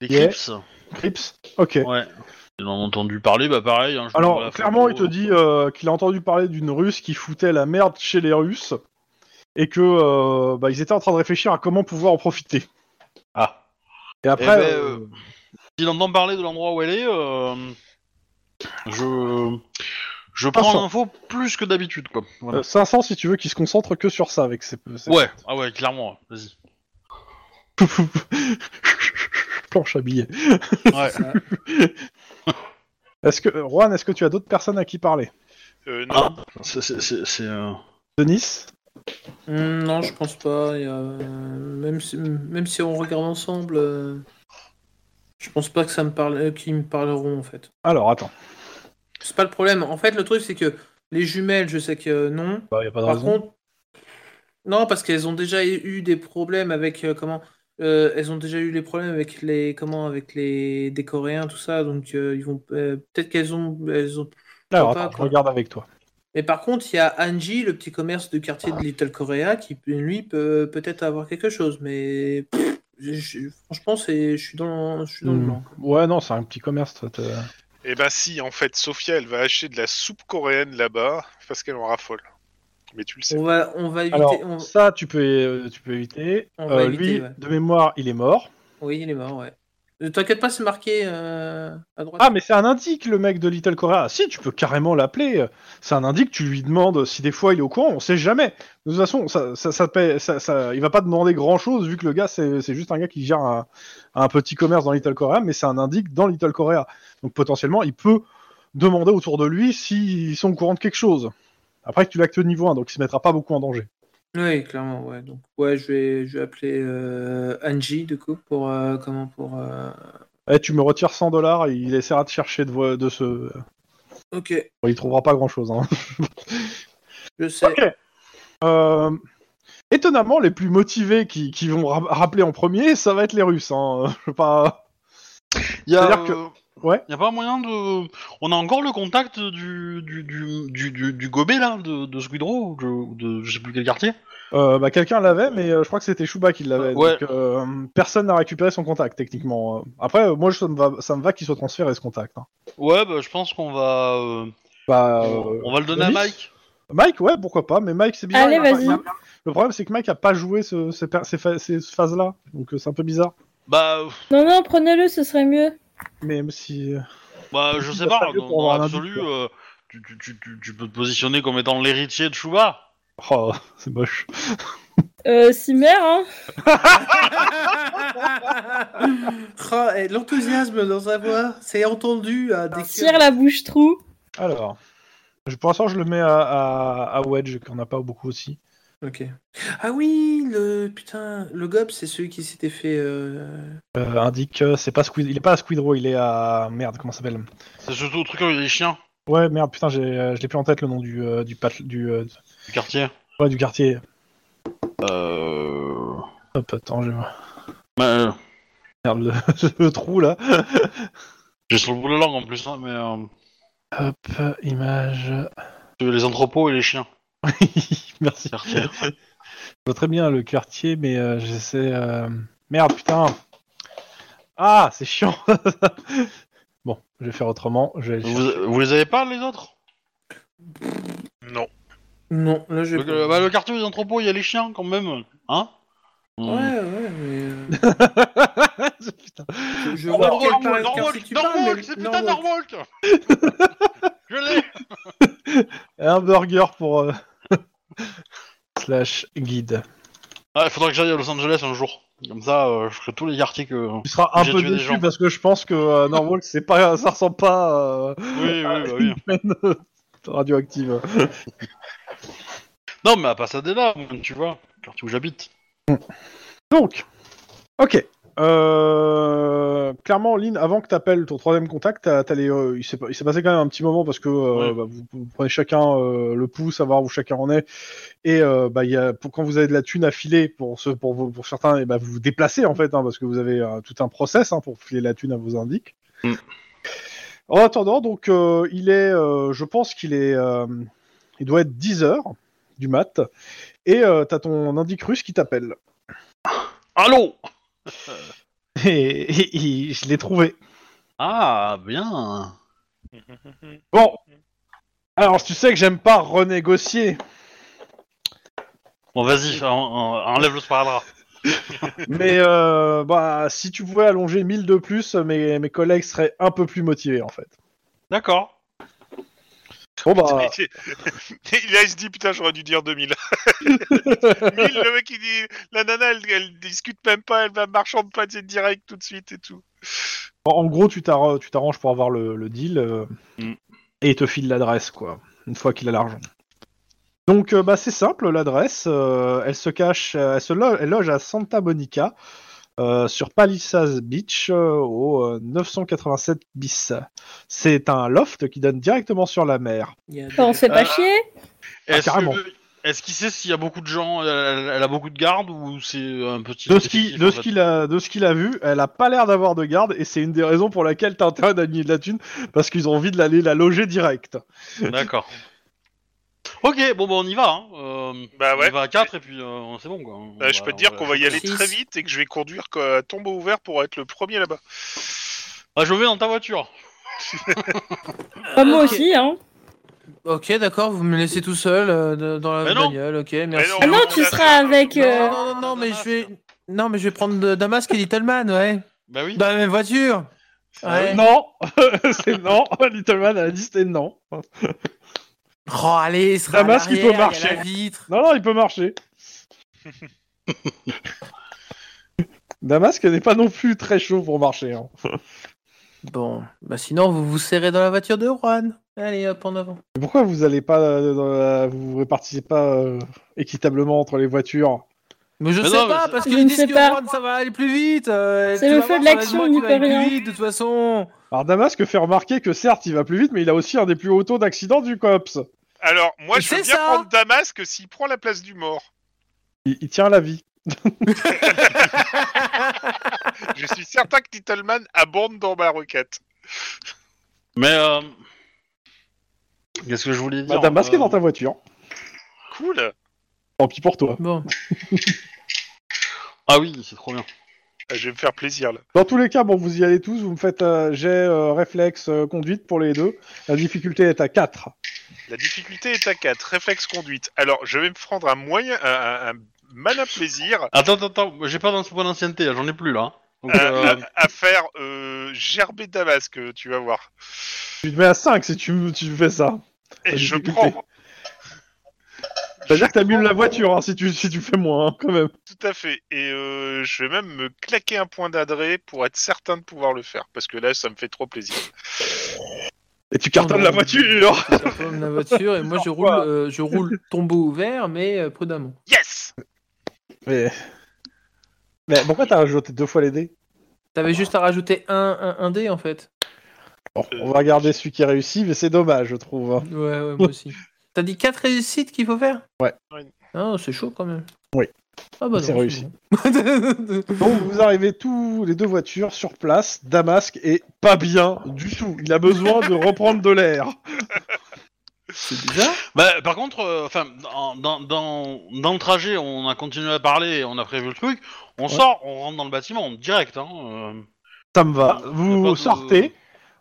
C: des
B: Yeah.
C: Crips.
B: Crips. Ok.
C: Ouais. Ils en ont entendu parler, bah pareil. hein, je leur
B: Alors,
C: la
B: clairement, il
C: photo.
B: te dit euh, qu'il a entendu parler d'une Russe qui foutait la merde chez les Russes et que euh, bah, ils étaient en train de réfléchir à comment pouvoir en profiter.
C: Ah.
B: Et après,
C: Eh ben,
B: euh,
C: euh, s'il entend parler de l'endroit où elle est, euh, je je prends
B: Passons.
C: l'info plus que d'habitude, quoi. Voilà.
B: euh, 500 si tu veux qu'il se concentre que sur ça avec ses, ses
C: ouais, ah ouais, clairement, vas-y.
B: planches à billets.
C: Ouais.
B: Est-ce que euh, Juan, est-ce que tu as d'autres personnes à qui parler
E: Euh, non,
C: Ah, c'est- c'est- c'est c'est, euh,
B: Denis
A: Hum, non, je pense pas. et, euh, même, si, même si on regarde ensemble, euh, je pense pas que ça me parle, euh, qu'ils me parleront en fait.
B: Alors attends.
A: C'est pas le problème. En fait, le truc c'est que les jumelles, je sais que euh, non.
B: Bah, y a pas de
A: Par contre, non, parce qu'elles ont déjà eu des problèmes avec euh, comment euh, Elles ont déjà eu des problèmes avec les comment avec les des Coréens, tout ça. Donc euh, ils vont euh, peut-être qu'elles ont elles ont.
B: Alors
A: pas,
B: attends, je
A: quoi.
B: regarde avec toi.
A: Mais par contre, il y a Angie, le petit commerce de quartier de Little Korea, qui lui peut peut-être avoir quelque chose. Mais pff, je- je- franchement, c'est je suis dans je suis dans le
B: Hmm.
A: blanc.
B: Ouais, non, c'est un petit commerce. toi, t'es-
E: Eh ben si, en fait, Sophia, elle va acheter de la soupe coréenne là-bas parce qu'elle en raffole. Mais tu le sais.
A: On va on va éviter.
B: Alors
A: on-
B: ça, tu peux, euh, tu peux éviter.
A: On va
B: Euh,
A: éviter,
B: lui,
A: ouais.
B: de mémoire, il est mort.
A: Oui, il est mort. Ouais. Ne t'inquiète pas, c'est marqué euh, à droite.
B: Ah, mais c'est un indique, le mec de Little Korea. Ah, si, tu peux carrément l'appeler. C'est un indique, tu lui demandes si des fois il est au courant, on sait jamais. De toute façon, ça, ça, ça paie- ça- ça- il va pas demander grand chose, vu que le gars, c'est c'est juste un gars qui gère un, un petit commerce dans Little Korea, mais c'est un indique dans Little Korea. Donc potentiellement, il peut demander autour de lui s'ils sont au courant de quelque chose. Après que tu l'actes au niveau 1, donc il se mettra pas beaucoup en danger.
A: Oui, clairement, ouais. Donc, ouais, je vais, je vais appeler euh, Angie, du coup, pour. euh, comment pour. euh,
B: Eh, tu me retires 100 dollars, il essaiera de chercher de, vo- de ce.
A: Ok,
B: Bon, il trouvera pas grand chose, hein.
A: je sais.
B: Ok. Euh, étonnamment, les plus motivés qui, qui vont ra- rappeler en premier, ça va être les Russes. Hein. Je sais pas.
C: Il y a,
B: C'est-à-dire que-
C: euh,
B: Ouais.
C: il y a pas moyen de. On a encore le contact du du du du, du, du gobet là, de, de Squidrow, ou de, ou de je sais plus quel quartier.
B: Euh, bah, quelqu'un l'avait, mais euh, je crois que c'était Chouba qui l'avait.
C: Ouais.
B: Donc, euh, personne n'a récupéré son contact techniquement. Euh, Après, euh, moi, je- ça me va, ça me va qu'il soit transféré ce contact. hein.
C: Ouais, bah je pense qu'on va euh,
B: Bah, euh,
C: on va le donner à
B: Denis
C: Mike.
B: Mike, ouais, pourquoi pas. Mais Mike, c'est bizarre.
D: Allez,
B: il a pas-
D: vas-y.
B: il a- Le problème, c'est que Mike a pas joué ce- ces, per- ces pha- ces phases-là, donc euh, c'est un peu bizarre.
C: Bah euh,
D: Non, non, prenez-le, ce serait mieux.
B: Mais même si. euh,
C: Bah, je
B: Il
C: sais
B: va
C: pas,
B: falloir
C: dans,
B: pour
C: dans
B: avoir un
C: l'absolu,
B: indice,
C: euh, tu, tu, tu, tu, tu peux te positionner comme étant l'héritier de Chouba.
B: Oh, c'est moche.
D: Euh, Cimer, hein
A: Oh, et L'enthousiasme dans sa voix, c'est entendu à des
D: Tire la bouche trou.
B: Alors, je- pour l'instant, je le mets à, à, à Wedge, qu'on n'a pas beaucoup aussi.
A: Ok. Ah oui, le. Putain, le gob, c'est celui qui s'était fait. euh,
B: Euh, indique, euh, c'est pas Squid, il est pas à Squidrow, il est à merde, comment ça s'appelle
C: C'est surtout le truc avec les chiens
B: Ouais, merde, putain, j'ai, euh, je l'ai plus en tête le nom du euh, du pat- du, euh,
C: du quartier.
B: ouais, du quartier.
C: Euh...
B: Hop, attends, j'ai
C: bah, euh,
B: merde le, le trou là.
C: J'ai sur le bout de la langue en plus, hein, mais euh,
B: Hop, euh, image.
C: les entrepôts et les chiens.
B: Merci.
C: Quartier.
B: Je vois très bien le quartier, mais euh, j'essaie. euh, Merde, putain. Ah, c'est chiant. bon, je vais faire autrement. Je vais aller chercher.
C: vous, vous les avez pas les autres
A: Oh.
E: Non.
A: Non, là, je.
C: le, euh, bah, le quartier des entrepôts, il y a les chiens quand même, hein
A: Ouais, ouais, mais. euh,
B: Putain.
A: je- je vois quel
C: Norwalk,
A: par- quartier
C: Norwalk,
A: tu parles, mais-
C: Norwalk, c'est putain
A: Norwalk.
C: Norwalk Je l'ai
B: Un burger pour euh, slash guide.
C: ah, Faudra que j'aille à Los Angeles un jour. Comme ça, euh, je ferai tous les quartiers que.
B: Tu seras un
C: J'ai
B: peu
C: tué des gens.
B: déçu parce que je pense que euh, Norwalk, c'est pas, ça ressemble pas euh,
C: Oui, oui,
B: à
C: bah, oui.
B: une plaine, euh, radioactive.
C: Non, mais à Pasadena, tu vois, le quartier où j'habite.
B: Donc, ok. Euh, clairement, Lynn, avant que t'appelles ton troisième contact, t'as- t'as les, euh, il s'est pas- il s'est passé quand même un petit moment parce que euh,
C: Ouais.
B: bah, vous, vous prenez chacun euh, le pouls, savoir où chacun en est, et euh, bah, il y a, pour, quand vous avez de la thune à filer pour, ceux, pour, vos- pour certains, et bah, vous vous déplacez en fait, hein, parce que vous avez euh, tout un process hein, pour filer la thune à vos indiques.
C: Mm.
B: En attendant, donc euh, il est, euh, je pense qu'il est, euh, il doit être 10 heures du mat, et euh, t'as ton indique russe qui t'appelle.
C: Allô
B: Et, et- et je l'ai trouvé.
C: Ah, bien
B: Bon. Alors, tu sais que j'aime pas renégocier,
C: Bon, vas-y, en- en- enlève le sparadrap.
B: mais euh, bah, si tu pouvais allonger 1000 de plus, mes, mes collègues seraient un peu plus motivés en fait.
C: D'accord.
B: Bon
A: Ah.
B: bah,
E: Et Là, il se dit, putain, j'aurais dû dire 2000. 1000, le mec, il dit, la nana, elle, elle discute même pas, elle va marcher en pâté direct tout de suite et tout.
B: en en gros, tu t'arra- tu t'arranges pour avoir le, le deal euh,
C: Mm.
B: et il te file l'adresse quoi, une fois qu'il a l'argent. Donc, euh, bah, c'est simple, l'adresse, euh, elle se cache, euh, elle se lo- elle loge à Santa Monica, euh, sur Palisades Beach, euh, au euh, 987 bis. C'est un loft qui donne directement sur la mer.
A: Il y a des-
D: On se fait pas
C: Euh,
D: chier
C: Est-ce
B: Ah, carrément.
C: que- est-ce qu'il sait s'il y a beaucoup de gens, elle, elle- elle a beaucoup de gardes ou c'est un petit.
B: De ce qui-
C: effectif,
B: de
C: en
B: ce
C: fait
B: qu'il a, de ce qu'il a vu, elle a pas l'air d'avoir de garde et c'est une des raisons pour laquelle t'as intérêt d'aligner de la thune parce qu'ils ont envie de l'aller la loger direct.
C: D'accord. Ok, bon bah on y va. Hein. Euh,
E: Bah ouais.
C: On y va à 4 et puis euh, c'est bon quoi. On
E: Bah, je peux te dire qu'on va y aller
A: Six.
E: très vite et que je vais conduire quoi, à tombeau ouvert pour être le premier là-bas.
C: Bah, je vais dans ta voiture.
D: Pas moi
A: ok.
D: aussi, hein.
A: Ok, d'accord, vous me laissez tout seul euh, de- dans la
C: Mais non.
A: bagnole, ok, merci.
E: non,
D: Ah non,
E: on
D: tu
E: a-
D: seras avec. euh,
A: Non, non, non, non, mais je vais. Non, mais je vais prendre de- Damask et Little Man, ouais.
C: Bah oui. Ah
A: Dans la même voiture.
B: Ah
A: Ouais.
B: Euh, Non, c'est non. Little Man a dit c'était non.
A: Oh, allez, il sera à
B: Damask, il peut
A: l'arrière, y a
B: marcher.
A: la vitre.
B: Non, non, il peut marcher. Damasque n'est pas non plus très chaud pour marcher. hein.
A: Bon, bah sinon, vous vous serrez dans la voiture de Juan. Allez, hop, en avant.
B: Mais Pourquoi vous allez pas, euh, dans la- vous répartissez pas euh, équitablement entre les voitures
A: Mais je
C: Mais
A: sais
C: non, mais
A: pas,
C: c'est-
A: parce
D: Ah, Je
A: qu'ils
D: ne
A: disent
D: sais
A: que
D: pas.
A: Juan, ça va aller plus vite. euh,
D: C'est
A: tu
D: le
A: vas
D: feu
A: voir,
D: de
A: ça va
D: l'action,
A: être moi
D: on n'y
A: qui va
D: peut
A: aller plus
D: rien.
A: vite, de toute façon.
B: Alors Damasque fait remarquer que certes il va plus vite, mais il a aussi un des plus hauts taux d'accident du COPS.
E: Alors, moi,
A: Mais
E: je veux
A: c'est
E: bien
A: ça.
E: prendre Damasque s'il prend la place du mort.
B: Il, il tient la vie.
E: je suis certain que Littleman abonde dans ma requête.
C: Mais euh... qu'est-ce que je voulais dire
B: Madame Basque Bah, est
C: euh,
B: dans ta voiture.
E: Cool.
B: Tant pis pour toi.
A: Bon,
C: Ah oui, c'est trop bien.
E: Ah, Je vais me faire plaisir là.
B: Dans tous les cas, bon, vous y allez tous, vous me faites euh, jet euh, réflexe euh, conduite pour les deux. La difficulté est à 4.
E: La difficulté est à 4, réflexe conduite. Alors, je vais me prendre un moyen, un, un, un mal à plaisir
C: Attends, attends, attends. J'ai pas d'un point d'ancienneté, là, j'en ai plus là. Donc,
E: à,
C: euh,
E: à- à faire euh, gerber Damasque, euh, tu vas voir.
B: Tu te mets à 5 si tu, me- tu fais ça.
E: Et je
B: difficulté.
E: prends.
B: C'est-à-dire que t'abîmes
E: prends-
B: la voiture hein, si, tu, si tu fais moins, hein, quand même.
E: Tout à fait. Et euh, je vais même me claquer un point d'adré pour être certain de pouvoir le faire. Parce que là, ça me fait trop plaisir.
B: Et tu cartonnes la voiture
A: je ferme la voiture et moi je roule,
B: Pourquoi
A: euh, je roule tombeau ouvert, mais euh, prudemment.
E: Yes
B: Mais... Mais pourquoi t'as rajouté deux fois les dés
A: T'avais juste à rajouter un, un, un dé en fait.
B: Bon, On va regarder celui qui réussit, mais c'est dommage, je trouve. hein.
A: Ouais, ouais, moi aussi. T'as dit 4 réussites qu'il faut faire
B: Ouais.
E: Ouais.
A: Ah, c'est chaud quand même.
B: Oui.
A: Ah bah non,
B: C'est réussi.
A: bon.
B: Donc vous arrivez tous les deux voitures sur place. Damasque est pas bien du tout. Il a besoin de reprendre de l'air.
A: c'est bizarre.
C: bah, par contre, euh, enfin, dans, dans, dans, dans le trajet, on a continué à parler, on a prévu le truc. On sort, on rentre dans le bâtiment direct. Hein, euh.
B: Ça me va.
C: Y a Ah, pas
B: Bah, Vous
C: de-
B: sortez.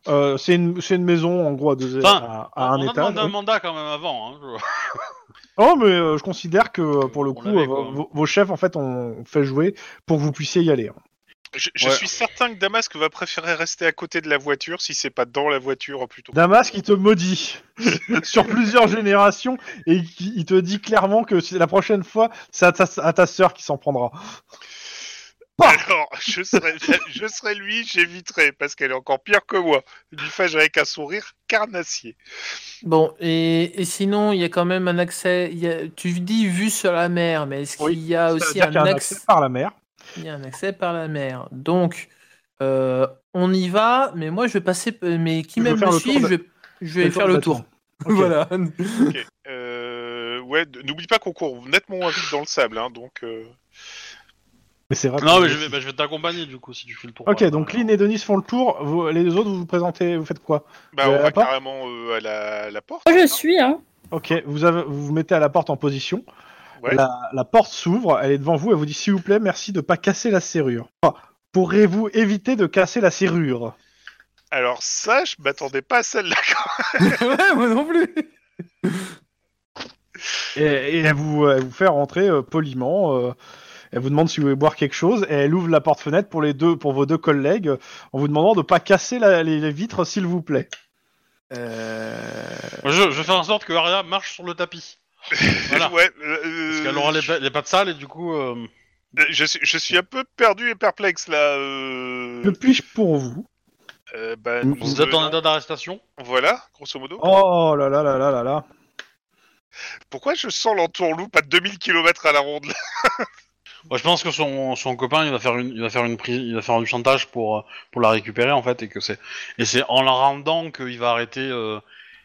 B: Euh, c'est une, c'est une maison en gros à, deux,
C: Enfin,
B: à, à un
C: on a
B: étage.
C: demandé un
B: oui.
C: mandat quand même avant. Hein, je-
B: Non, mais euh, je considère que euh, pour le
C: On
B: coup,
C: l'avait,
B: euh,
C: quoi.
B: vos, vos chefs en fait ont fait jouer pour que vous puissiez y aller. hein.
E: Je, je
C: Ouais.
E: suis certain que Damasque va préférer rester à côté de la voiture si c'est pas dans la voiture plutôt.
B: Damasque, il te maudit sur plusieurs générations et il, il te dit clairement que c'est la prochaine fois, c'est à ta, à ta sœur qui s'en prendra.
E: Alors, je serai, je serai lui, j'éviterai parce qu'elle est encore pire que moi. Une fâche avec un sourire carnassier.
A: Bon, et, et sinon, il y a quand même un accès. il y a- tu dis vue sur la mer, mais est-ce
B: Oui,
A: qu'il y a
B: Ça veut
A: aussi
B: dire
A: un,
B: qu'il y a
A: accès
B: par la mer.
A: Il y a un accès par la mer. Donc, Euh, on y va, mais moi je vais passer. Mais qui
B: Tu veux
A: même
B: faire
A: me
B: le tour
A: suit, je
B: de-
A: vais, je vais
B: le tour
A: faire
B: de
A: le
B: la
A: tour.
B: Ok.
A: Voilà.
E: Ok. Euh, ouais, d- n'oublie pas qu'on court nettement vite dans le sable, hein, donc. euh,
B: Mais c'est vrai.
C: Non,
B: que-
C: mais je vais, bah, je vais t'accompagner du coup si tu fais le tour.
B: Ah, Ok,
C: Ouais,
B: donc
C: ouais.
B: Lynn et Denis font le tour. Vous- les autres, vous vous présentez, vous faites quoi
E: Bah,
B: Euh,
E: on
B: à
E: va
B: part-
E: carrément euh, à la, la porte.
D: Moi, je suis, hein.
B: Ok, vous, avez, vous vous mettez à la porte en position.
E: Ouais.
B: La, la porte s'ouvre, elle est devant vous, elle vous dit s'il vous plaît, merci de pas casser la serrure. Enfin, Pourrez-vous éviter de casser la serrure
E: Alors, ça, je m'attendais pas à celle-là.
A: ouais, moi non plus.
B: Et, et elle, vous, elle vous fait rentrer euh, poliment. euh, elle vous demande si vous voulez boire quelque chose et elle ouvre la porte-fenêtre pour les deux, pour vos deux collègues, euh, en vous demandant de pas casser la- les, les vitres, s'il vous plaît.
C: Moi, Euh, Je, je fais en sorte que Aria marche sur le tapis. Voilà.
E: ouais, euh,
C: Parce qu'elle aura les, pa- les pattes sales et du coup. euh,
E: je, suis- je suis un peu perdu et perplexe là. euh,
B: Que puis-je pour vous
E: euh, bah, nous
C: Vous êtes en
E: venons-
C: état d'arrestation
E: Voilà, grosso modo.
B: Oh là là là là là là.
E: Pourquoi je sens l'entourloupe à 2000 km à la ronde là
C: Moi, je pense que son, son copain, il va faire une, il va faire une prise, il va faire du chantage pour, euh, pour la récupérer en fait, et que c'est, et c'est en la rendant qu'il va arrêter, euh,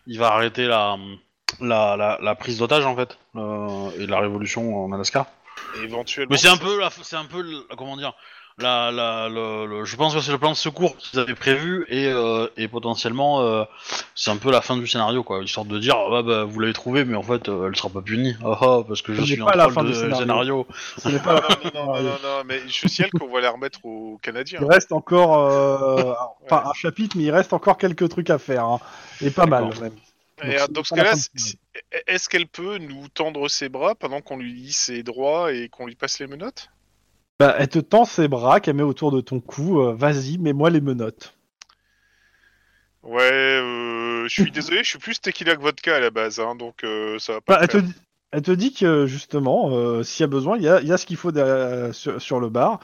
C: il va arrêter la, la, la, la prise d'otage en fait, euh, et la révolution en Alaska.
E: Éventuellement.
C: Mais c'est un peu, la, c'est un peu, le- comment dire, la, la, le, le- je pense que c'est le plan de secours qu'ils avaient prévu, et, euh, et potentiellement, euh, c'est un peu la fin du scénario quoi, histoire de dire, ah bah, bah, vous l'avez trouvée, mais en fait, euh, elle sera pas punie, ah ah, parce que je
B: Ce n'est
C: suis un
B: pas la
C: troll
B: fin
C: de
B: du scénario.
C: scénario.
B: Ce n'est pas
E: Non,
B: la
E: non, non, non, non, non, mais je ciel qu'on va la remettre aux Canadiens.
B: Il reste encore, euh, pas un chapitre, mais il reste encore quelques trucs à faire. hein. Et pas mal.
C: D'accord.
B: même.
E: Et
B: Donc,
E: euh,
B: c'est
E: dans ce
B: pas la
E: cas-là,
B: fin du
E: si- si- est-ce qu'elle peut nous tendre ses bras pendant qu'on lui lit ses droits et qu'on lui passe les menottes
B: Bah, elle te tend ses bras qu'elle met autour de ton cou. euh, Vas-y, mets-moi les menottes.
E: Ouais, euh, je suis désolé, je suis plus tequila que vodka à la base, hein, donc euh, ça va pas.
B: Bah,
E: le
B: elle, te,
E: faire.
B: dit- elle te dit que justement, euh, s'il y a besoin, il y a, il y a ce qu'il faut derrière- euh, sur, sur le bar.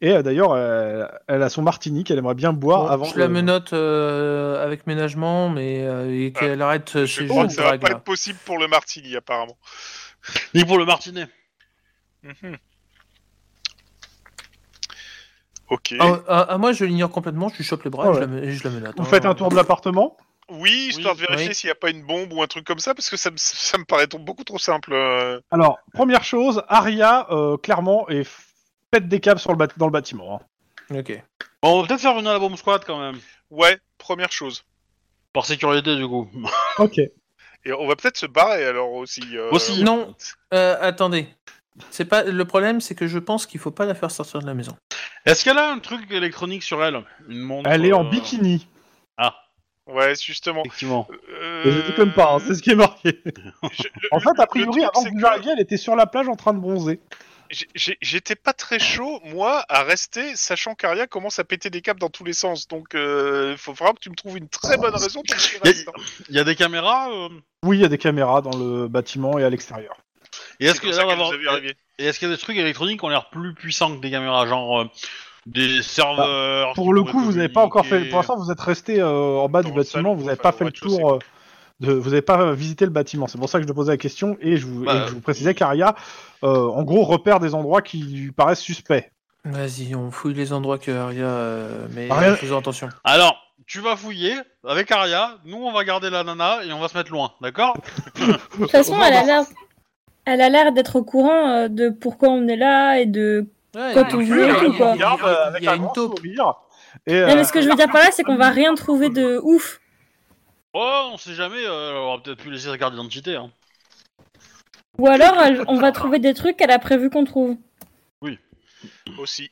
B: Et euh, d'ailleurs, elle, elle a son martini qu'elle aimerait bien boire
A: Bon,
B: avant.
A: Oh, je
B: de-
A: la menote euh, avec ménagement, mais euh, et qu'elle arrête euh,
E: Je
A: ses
E: crois
A: jeux
E: que
A: de
E: ça va
A: drague.
E: pas
A: là.
E: être possible pour le martini apparemment.
C: Ni pour le martinet.
E: Mhm. Ok.
A: Ah, ah, ah, moi, je l'ignore complètement. Je lui chope les bras
B: Ah
A: et je la
B: ouais.
A: me- et je la hein. menace.
B: Vous faites un tour de l'appartement
E: Oui, histoire
C: Oui,
E: de vérifier
A: oui.
E: s'il n'y a pas une bombe ou un truc comme ça, parce que ça me, ça me paraît trop- beaucoup trop simple. euh.
B: Alors, première chose, Aria, euh, clairement, est f- pète des câbles sur le bat- dans le bâtiment. hein.
A: Ok.
C: Bon, on va peut-être faire venir la bombe squad quand même.
E: Ouais, première chose.
C: Par sécurité, du coup.
B: Ok.
E: Et on va peut-être se barrer alors aussi. euh,
C: Aussi.
A: Non, euh, attendez. C'est pas le problème, c'est que je pense qu'il faut pas la faire sortir de la maison.
C: Est-ce qu'elle a un truc électronique sur elle Une montre
B: Elle est en
C: euh,
B: bikini.
C: Ah,
E: Ouais, justement.
C: effectivement.
B: Et je dis comme pas, hein, c'est ce qui est marqué.
E: Je- le-
B: En fait,
E: euh, le
B: a priori,
E: truc,
B: avant
E: c'est
B: que vous
E: que
B: arriviez, elle était sur la plage en train de bronzer.
E: j'ai- j'ai- J'étais pas très chaud, moi, à rester, sachant qu'Aria commence à péter des câbles dans tous les sens. Donc, il faut vraiment que tu me trouves une très bonne raison pour que tu
C: Y a-
E: restes. hein.
C: Il y a des caméras euh,
B: Oui, il y a des caméras dans le bâtiment et à l'extérieur.
C: Et est-ce
E: C'est
C: qu'il
E: comme
C: y,
E: ça
C: a
E: qu'elle
C: l'air d'avoir-
E: nous a vu arriver.
C: et est-ce qu'il y a des trucs électroniques qui ont l'air plus puissants que des caméras Genre euh, des serveurs.
B: Bah, Pour
C: qui
B: le
C: pourraient
B: coup, vous n'avez pas encore fait.
C: communiquer.
B: Pour l'instant, vous êtes resté euh, en bas
E: Dans
B: du
E: le
B: bâtiment,
E: salon,
B: vous n'avez
E: enfin,
B: pas fait
E: au
B: le tour. euh, De, vous n'avez pas visité le bâtiment, c'est pour ça que je te posais la question et je vous, et
C: Bah,
B: que je vous précisais qu'Aria, euh, en gros, repère des endroits qui lui paraissent suspects.
A: Vas-y, on fouille les endroits que Aria. euh, mais
B: Aria-
A: faisons attention.
C: Alors, tu vas fouiller avec Aria. Nous, on va garder la nana et on va se mettre loin, d'accord
D: De toute façon, elle a l'air. Elle a l'air d'être au courant euh, de pourquoi on est là et de.
A: Ouais,
D: Quand
A: il-
D: on
A: il-
D: veut,
A: il-
D: on
A: il-
D: quoi.
A: il y
C: euh,
A: a- Il y a une taupe.
B: Et, euh,
D: Non, mais ce que je veux dire par là, c'est qu'on va rien trouver de ouf.
C: Oh, on sait jamais. euh, elle aura peut-être pu laisser sa carte d'identité. hein.
D: Ou alors, elle- on va trouver des trucs qu'elle a prévu qu'on trouve.
E: Aussi.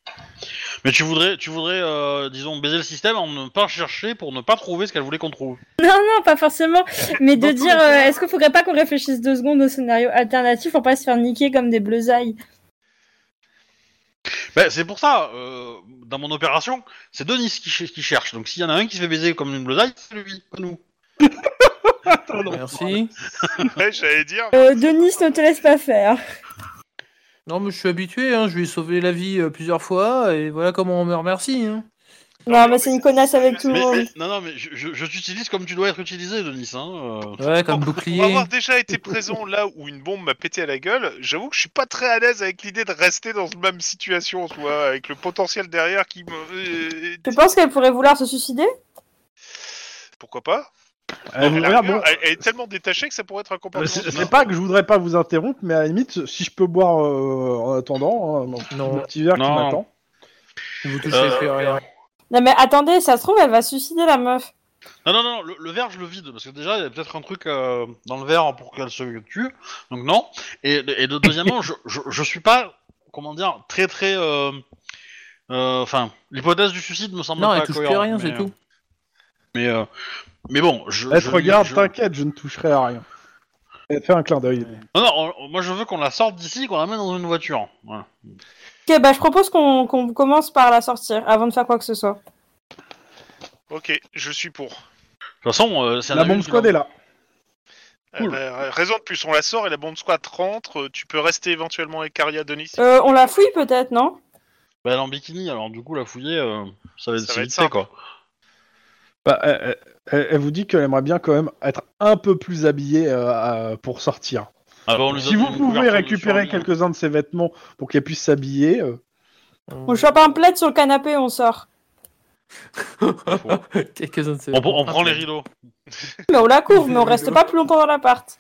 C: Mais tu voudrais, tu voudrais euh, disons, baiser le système en ne pas chercher pour ne pas trouver ce qu'elle voulait qu'on trouve.
D: Non, non, pas forcément. Mais de
B: Dans tous
D: dire,
B: les
D: euh, est-ce qu'il faudrait pas qu'on réfléchisse deux secondes au scénario alternatif pour pas se faire niquer comme des bleusailles
C: Ben, c'est pour ça, euh, dans mon opération, c'est Denis qui, ch- qui cherche. Donc s'il y en a un qui se fait baiser comme une bleusaille, c'est lui, pas nous.
A: Merci.
E: Ouais, J'allais dire.
D: euh, Denis, ne te laisse pas faire.
A: Non, mais je suis habitué. hein, Je lui ai sauvé la vie euh, plusieurs fois et voilà comment on me remercie. hein.
D: Non, mais c'est une connasse avec tout le
C: Mais-
D: monde.
C: mais- non, non, mais je, je- je t'utilise comme tu dois être utilisé, Denis. Hein. euh.
A: Ouais, comme
E: Pour
A: bouclier.
E: avoir déjà été présent là où une bombe m'a pété à la gueule, j'avoue que je suis pas très à l'aise avec l'idée de rester dans la même situation, tu vois, avec le potentiel derrière qui me. euh,
D: Tu penses qu'elle pourrait vouloir se suicider
E: Pourquoi pas
B: Euh,
E: À la
B: regarde,
E: rigueur,
B: bon,
E: elle, elle est tellement détachée que ça pourrait être un comportement.
C: c'est-
E: humain.
B: Euh, C'est pas que je voudrais pas vous interrompre, mais à la limite, si je peux boire euh, en attendant, hein, mon petit-
A: Non.
B: mon petit verre qui
C: Non.
B: m'attend.
A: Vous touchez
C: Euh,
A: plus à rien.
D: Non, mais attendez, ça se trouve, elle va se suicider la meuf.
C: Ah, Non, non, non, le, le verre, je le vide. Parce que déjà, il y a peut-être un truc euh, dans le verre pour qu'elle se tue. Donc, non. Et, et de- deuxièmement, je, je, je suis pas, comment dire, très, très. euh, euh, Enfin, l'hypothèse du suicide me semble
A: Non,
C: pas
A: elle touche plus
C: cohérente,
A: à rien,
C: mais, euh,
A: c'est tout.
C: Mais, euh, mais bon, je.
B: Eh,
C: je-
B: regarde,
C: je-
B: t'inquiète, je ne toucherai à rien. Elle fait un clin d'œil.
C: Non, non, on- moi je veux qu'on la sorte d'ici, qu'on la mette dans une voiture. Voilà.
D: Ok, bah je propose qu'on qu'on commence par la sortir avant de faire quoi que ce soit.
E: Ok, je suis pour.
C: De toute façon, euh, c'est un
B: La
C: avion
B: bombe
C: qui
B: squad
C: va-
B: est là.
E: Euh,
C: Cool.
E: bah, raison de plus, on la sort et la bombe squad rentre. euh, Tu peux rester éventuellement avec Caria Denis.
D: Euh, on la fouille peut-être, non
C: Bah, elle est en bikini, alors du coup la fouiller, euh, ça va être,
E: Ça va
C: c'est
E: être
C: vite
E: simple.
C: fait, quoi.
B: Bah, elle, elle- elle- elle vous dit qu'elle aimerait bien quand même être un peu plus habillée euh, à- pour sortir.
C: Alors, on lui
B: Si
C: donne
B: vous
C: une
B: pouvez
C: couverture
B: récupérer
C: dessus, hein.
B: quelques-uns de ses vêtements pour qu'elle puisse s'habiller, euh,
D: On chope un plaid sur le canapé, on sort.
A: Euh, Quelques-uns de ces- Ah,
C: On, pr- on prend les rideaux.
D: Mais on la couvre, mais on reste pas plus longtemps dans l'appart.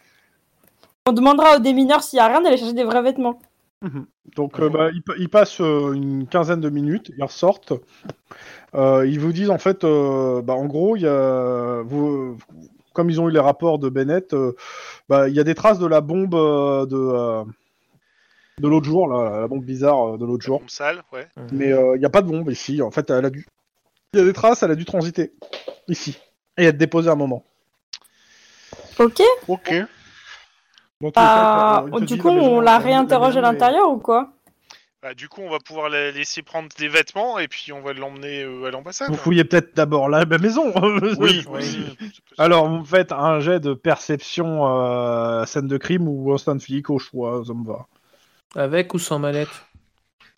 D: On demandera aux démineurs s'il y a rien d'aller chercher des vrais vêtements.
B: Donc euh, bah, ils, pa- ils passent euh, une quinzaine de minutes, ils ressortent. Euh, ils vous disent en fait, euh, bah, en gros, il y a- vous- comme ils ont eu les rapports de Bennett, euh, bah, il y a des traces de la bombe euh, de, euh, de l'autre jour, là, la bombe bizarre euh, de l'autre jour.
E: Bombe sale, ouais.
B: Mais euh, il n'y a pas de bombe ici. En fait, elle a dû. Il y a des traces, elle a dû transiter ici et être déposée à un moment.
D: Ok
C: Ok.
B: Dans tous les cas,
D: Bah,
B: euh, ils te
D: du
B: disent,
D: coup,
B: la maison-
D: on la
B: maison
D: réinterroge à
B: est-
D: l'intérieur ou quoi
E: Bah, du coup, on va pouvoir la laisser prendre des vêtements et puis on va l'emmener euh, à l'ambassade.
B: Vous fouillez peut-être d'abord la la maison.
C: Oui,
E: Ouais,
C: oui.
E: c'est possible.
B: Alors, vous me faites un jet de perception euh, scène de crime ou instant flic au choix, ça me va.
A: euh, Avec ou sans mallette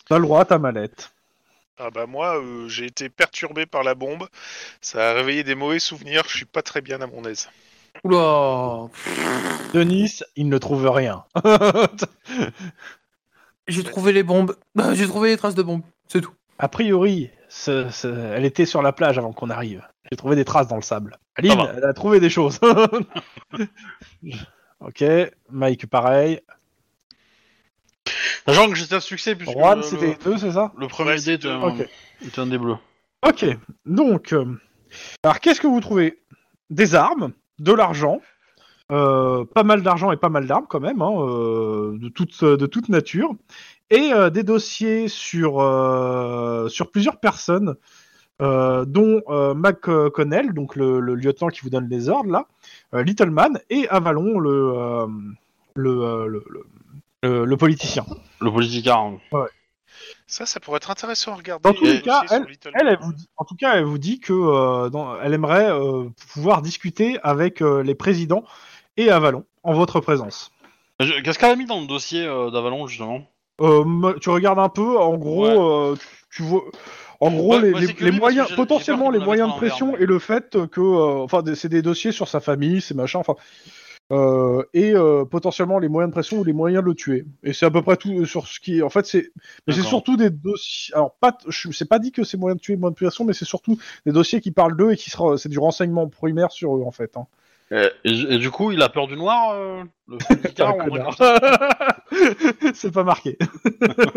B: T'as le droit à ta mallette.
E: Ah bah moi, euh, j'ai été perturbé par la bombe. Ça a réveillé des mauvais souvenirs. Je suis pas très bien à mon aise.
A: Oula
B: Denis, il ne trouve rien.
A: J'ai trouvé les bombes. Bah, J'ai trouvé les traces de bombes. C'est tout.
B: a priori, ce- ce- elle était sur la plage avant qu'on arrive. J'ai trouvé des traces dans le sable. Aline,
C: Ça va.
B: elle a trouvé des choses. ok, Mike, pareil.
C: Sachant que j'étais à succès, puisque
B: Juan,
C: le,
B: c'était
C: le,
B: deux, c'est ça
C: le premier
E: Ouais,
C: dé était un,
B: Ok.
C: était un des bleus.
B: Ok, donc, euh, alors qu'est-ce que vous trouvez Des armes, de l'argent, euh, pas mal d'argent et pas mal d'armes quand même, hein, euh, de, toute, de toute nature, et euh, des dossiers sur, euh, sur plusieurs personnes, euh, dont euh, McConnell, donc le, le lieutenant qui vous donne les ordres là, euh, Little Man, et Avalon, le, euh, le, euh, le, le- le- le politicien.
C: Le politicard. hein.
E: Ça, ça pourrait être intéressant à regarder.
B: Dans tous
E: et
B: les cas,
E: aussi sur Little
B: Elle, elle
E: Big
B: vous dit- en tout cas, elle vous dit que euh, dans- elle aimerait euh, pouvoir discuter avec euh, les présidents et Avalon en votre présence.
C: Je- Qu'est-ce qu'elle a mis dans le dossier euh, d'Avalon, justement
B: Euh, me- tu regardes un peu, en gros, euh, tu, tu vois, en gros,
C: Ouais,
B: les,
C: Bah, moi,
B: les-
C: c'est
B: les
C: curieux parce
B: moyens,
C: que j'ai- j'ai
B: potentiellement
C: peur
B: les
C: qu'ils me la
B: moyens de
C: mettent en
B: pression
C: envers.
B: et le fait que, euh, enfin, des- c'est des dossiers sur sa famille, ses machins, enfin, euh, et euh, potentiellement les moyens de pression ou les moyens de le tuer. Et c'est à peu près tout euh, sur ce qui, en fait, c'est, mais c'est
C: D'accord.
B: surtout des dossiers. Alors pas, t- je c'est pas dit que c'est moyens de tuer, moyens de pression, mais c'est surtout des dossiers qui parlent d'eux et qui sera, c'est du renseignement primaire sur eux en fait. hein.
C: et, et- et du coup, il a peur du noir, euh, le politicard
B: Ah,
C: on
B: connard.
C: récolte-
B: c'est pas marqué.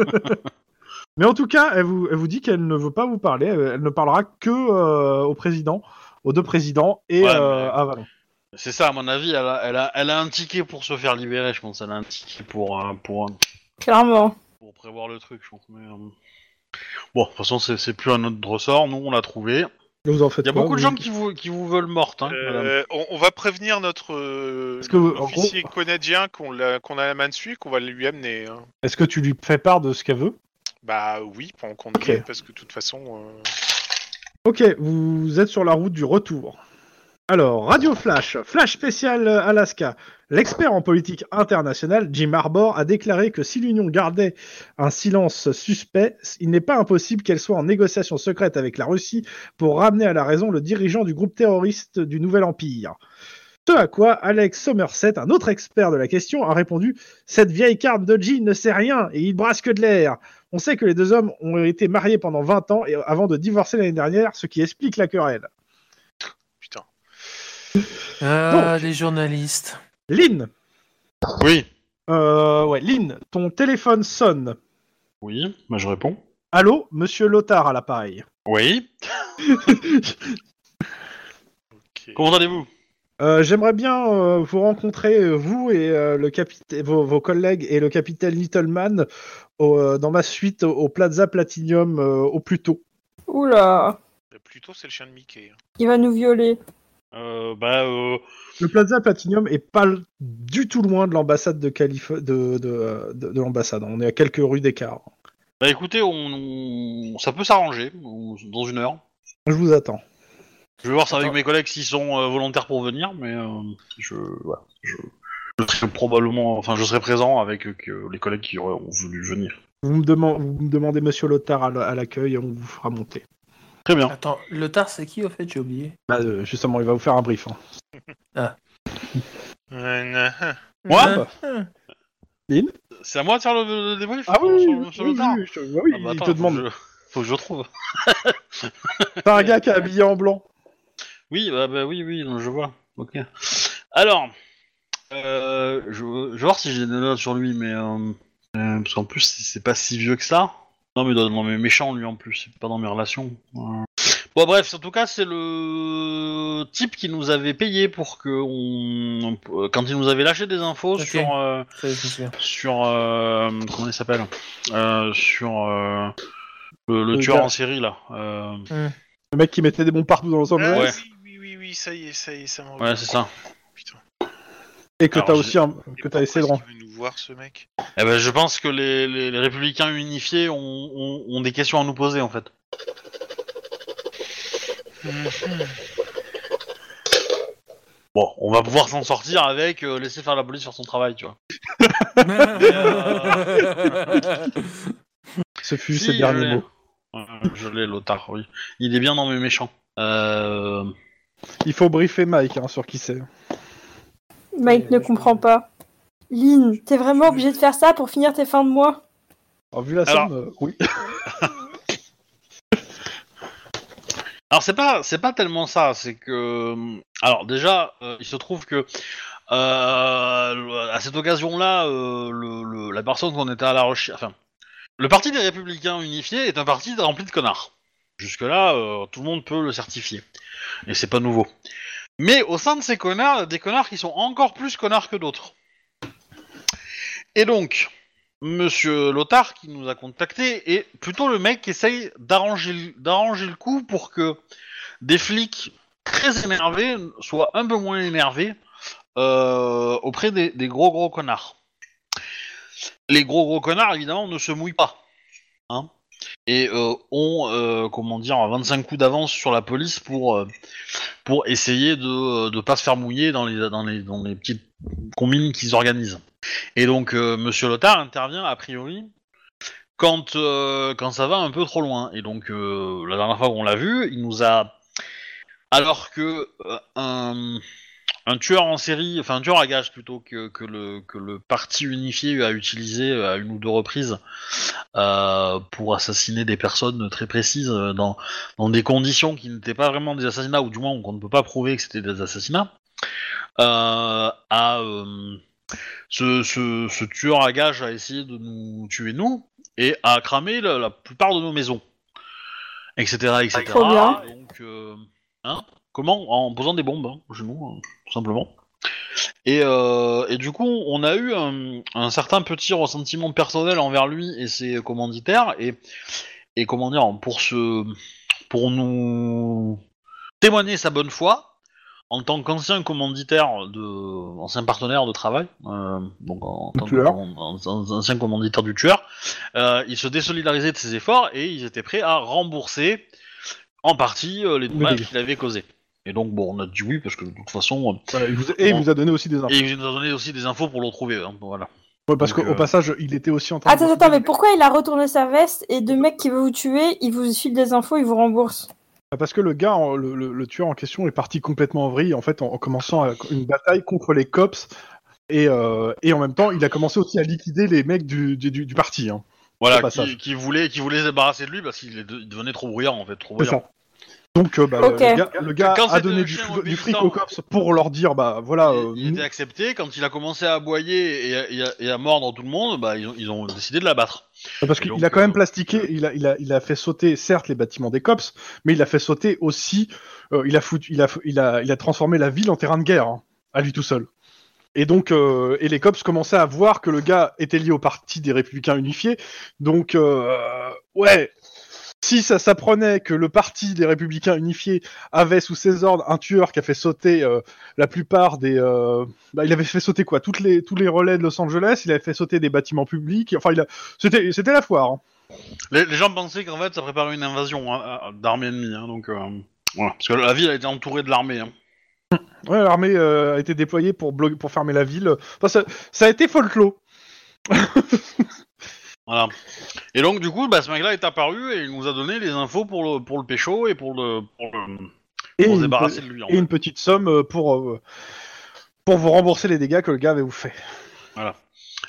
B: Mais en tout cas, elle vous, elle vous dit qu'elle ne veut pas vous parler. Elle elle ne parlera que euh, au président, aux deux présidents et
C: Ouais,
B: euh,
C: mais-
B: à Valon.
C: C'est ça, à mon avis, elle a, elle, a, elle a un ticket pour se faire libérer, je pense. Elle a un ticket pour, euh, pour,
D: Clairement.
C: pour prévoir le truc, je pense. mais, euh, Bon, de toute façon, c'est c'est plus un autre ressort. Nous, on l'a trouvé.
B: Vous en faites
C: Il y a
B: quoi,
C: beaucoup de
B: vous
C: gens qui vous, qui vous veulent morte, hein,
E: Bang.
C: madame.
E: Euh, on, on va prévenir notre euh,
B: Parce que, en
E: officier canadien qu'on l'a- qu'on a la main dessus et qu'on va lui amener. hein.
B: Est-ce que tu lui fais part de ce qu'elle veut
E: Bah oui, pendant qu'on
B: Ok.
E: y est, parce que de toute façon. euh,
B: Ok, vous êtes sur la route du retour. Alors, Radio Flash, Flash spécial euh, Alaska. L'expert en politique internationale, Jim Harbour, a déclaré que si l'Union gardait un silence suspect, il n'est pas impossible qu'elle soit en négociation secrète avec la Russie pour ramener à la raison le dirigeant du groupe terroriste du Nouvel Empire. Ce à quoi Alex Somerset, un autre expert de la question, a répondu Cette vieille carte de Jean ne sait rien et il brasse que de l'air. On sait que les deux hommes ont été mariés pendant 20 ans et avant de divorcer l'année dernière, ce qui explique la querelle.
E: Putain.
A: Ah, les journalistes.
B: Lynn,
C: Oui.
B: euh, ouais, Lynn, ton téléphone sonne.
C: Oui, bah je réponds.
B: Allô, monsieur Lothar à l'appareil.
C: Oui.
E: Ok.
C: Comment allez-vous
B: Euh, J'aimerais bien euh, vous rencontrer, euh, vous et euh, le capitaine, vos, vos collègues et le capitaine Littleman, au, euh, dans ma suite au, au Plaza Platinum euh, au plus tôt.
D: Oula,
E: Bah, Plutôt, c'est le chien de Mickey. hein.
D: il va nous violer.
C: euh, Bah, euh,
B: Le Plaza Platinum est pas l- du tout loin de l'ambassade de Calif de, de, euh, de- de l'ambassade. On est à quelques rues d'écart.
C: bah écoutez, on, on- ça peut s'arranger on- dans une heure.
B: Je vous attends.
C: Je vais voir ça avec
A: Attends.
C: mes collègues s'ils sont euh, volontaires pour venir, mais euh, je, voilà, je, je serai probablement, enfin, je serai présent avec euh, que- les collègues qui auraient- ont voulu venir.
B: Vous me, deman- vous me demandez Monsieur Lothar à l- à l'accueil, on vous fera monter.
C: Très bien.
A: Attends, le tar, c'est qui au fait J'ai oublié.
B: Bah, euh, justement, il va vous faire un brief. hein.
E: Euh, nah, hein.
C: Moi
A: Euh,
B: bah.
A: euh.
C: C'est à moi de faire le, le débrief
B: Ah oui,
C: sur-
B: oui,
C: sur,
B: oui,
C: sur le tard
B: oui, je- bah oui,
C: Ah bah
B: il
C: attends,
B: te
C: faut
B: demande.
C: que je- Faut que je trouve.
B: Pas un gars qui est habillé en blanc.
C: Oui, bah, bah oui, oui, non, je vois. Ok. Alors, euh, je, je vais voir si j'ai des notes sur lui, mais euh, euh, parce qu'en plus c'est c'est pas si vieux que ça. Non mais dans, dans mes méchants lui en plus, c'est pas dans mes relations. Euh. Bon bref, en tout cas c'est le type qui nous avait payé pour que on, euh, quand il nous avait lâché des infos
A: Ok.
C: sur euh,
A: Ça, je me souviens.
C: sur euh, comment il s'appelle Euh, sur euh, le, le
B: Le
C: tueur
B: gars.
C: en série là. Euh,
B: Le mec qui mettait des bombes partout dans Los Angeles.
E: Ah,
C: Ouais.
E: oui, oui, oui, oui, ça y est, ça y est, ça m'en
C: ouais c'est ça.
E: Putain.
B: Et que
C: Alors,
B: t'as
C: je-
B: aussi un...
E: Et
B: que
E: pourquoi
B: t'as essayé de
E: est-ce
B: rendre.
E: qu'il veut nous voir, ce mec
C: Eh ben, je pense que les, les- les républicains unifiés ont, ont- ont des questions à nous poser en fait. Bon, on va pouvoir s'en sortir avec euh, laisser faire la police faire son travail, tu vois.
B: Ce fut
C: Si,
B: ses
C: je
B: derniers
C: l'ai.
B: mots.
C: Euh, je l'ai, l'otard, oui. Il est bien dans mes méchants. Euh,
B: Il faut briefer Mike hein, sur qui c'est.
D: Mike ne comprend pas. Lynn, t'es vraiment obligé de faire ça pour finir tes fins de mois
B: Alors, vu la
C: Alors-
B: somme, euh, oui.
C: Alors c'est pas c'est pas tellement ça, c'est que alors déjà euh, il se trouve que euh, à cette occasion-là euh, le- le- la personne qu'on était à la recherche, enfin le parti des Républicains unifiés est un parti rempli de connards. Jusque là tout le monde peut le certifier et c'est pas nouveau. Mais au sein de ces connards, il y a des connards qui sont encore plus connards que d'autres. Et donc Monsieur Lothar qui nous a contacté est plutôt le mec qui essaye d'arranger le- d'arranger le coup pour que des flics très énervés soient un peu moins énervés euh, auprès des, des gros gros connards. Les gros gros connards évidemment ne se mouillent pas hein, et euh, ont euh, comment dire 25 coups d'avance sur la police pour euh, pour essayer de ne pas se faire mouiller dans les dans les dans les petites combines qu'ils organisent. Et donc, euh, Monsieur Lothar intervient a priori quand, euh, quand ça va un peu trop loin. Et donc, euh, la dernière fois qu'on l'a vu, il nous a. Alors que euh, un, un tueur en série, enfin un tueur à gage plutôt que, que le, que le parti unifié a utilisé à une ou deux reprises euh, pour assassiner des personnes très précises euh, dans, dans des conditions qui n'étaient pas vraiment des assassinats, ou du moins qu'on ne peut pas prouver que c'était des assassinats, euh, a. euh, ce, ce- ce tueur à gage a essayé de nous tuer nous et a cramé la, la plupart de nos maisons, etc. etc.
D: Trop bien.
C: Donc, euh, hein, comment En posant des bombes, hein, chez nous, hein, tout simplement. Et, euh, et du coup, on a eu un, un certain petit ressentiment personnel envers lui et ses commanditaires, et, et comment dire, pour, se, pour nous témoigner sa bonne foi, en tant qu'ancien commanditaire de ancien partenaire de travail euh, donc en, en tant que
B: tueur.
C: command- en- en- ancien commanditaire du tueur euh, ils se désolidarisaient de ses efforts et ils étaient prêts à rembourser en partie euh, les dommages
B: dégâts.
C: qu'il avait causés Et donc, bon, on a dit oui, parce que de toute façon. euh,
B: Ouais, il vous- et il vous a donné aussi des infos.
C: Et il nous a donné aussi des infos pour le retrouver, hein, voilà.
B: Ouais, parce
C: donc,
B: qu'au
C: euh,
B: passage, il était aussi en train
D: Attends,
B: de.
D: attends, mais pourquoi il a retourné sa veste et deux mecs qui veulent vous tuer, ils vous filent des infos, ils vous remboursent
B: Bah, Parce que le gars, en- le, le- le tueur en question, est parti complètement en vrille, en fait, en, en commençant à- une bataille contre les cops. Et, euh, et en même temps, il a commencé aussi à liquider les mecs du, du, du- du parti. hein. Au
C: Voilà,
B: passage.
C: qui, qui voulait, qui voulait se débarrasser de lui parce qu'il est de- il devenait trop bruyant, en fait, trop
B: C'est
C: bruyant.
B: ça. Donc, euh, bah,
D: Ok.
B: le gars, le gars
C: Quand
B: a
C: c'est
B: donné
C: de
B: du,
C: chien
B: fri-
C: au
B: du
C: militant.
B: fric aux cops pour leur dire, bah voilà,
C: Il-
B: euh,
C: il était accepté, quand il a commencé à aboyer et à, et à- et à mordre tout le monde, bah, ils, ont, ils ont décidé de l'abattre.
B: Parce
C: Et
B: qu'il
C: donc,
B: a quand
C: euh,
B: même plastiqué, il a, il, a, il a fait sauter certes les bâtiments des cops, mais il a fait sauter aussi, euh, il, a foutu, il, a, il, a, il a transformé la ville en terrain de guerre, hein, à lui tout seul. Et donc, euh, et les cops commençaient à voir que le gars était lié au parti des Républicains Unifiés, donc euh, ouais, si ça s'apprenait que le parti des Républicains Unifiés avait sous ses ordres un tueur qui a fait sauter euh, la plupart des, euh, bah, il avait fait sauter quoi, toutes les tous les relais de Los Angeles, il avait fait sauter des bâtiments publics, enfin il a, c'était c'était la foire. hein.
C: Les, les gens pensaient qu'en fait, ça préparait une invasion hein, à- d'armée ennemie, hein, donc euh, voilà. Parce que la ville a été entourée de l'armée. hein.
B: Ouais, l'armée euh, a été déployée pour blo- pour fermer la ville. Enfin, ça, ça a été folklore.
C: Voilà. Et donc, du coup, bah, ce mec-là est apparu et il nous a donné les infos pour le, pour le pécho et pour le. Pour le-
B: Et,
C: pour se
B: une,
C: débarrasser
B: pe-
C: de lui. en
B: et une
C: fait.
B: petite somme euh, pour euh, pour vous rembourser les dégâts que le gars avait vous fait.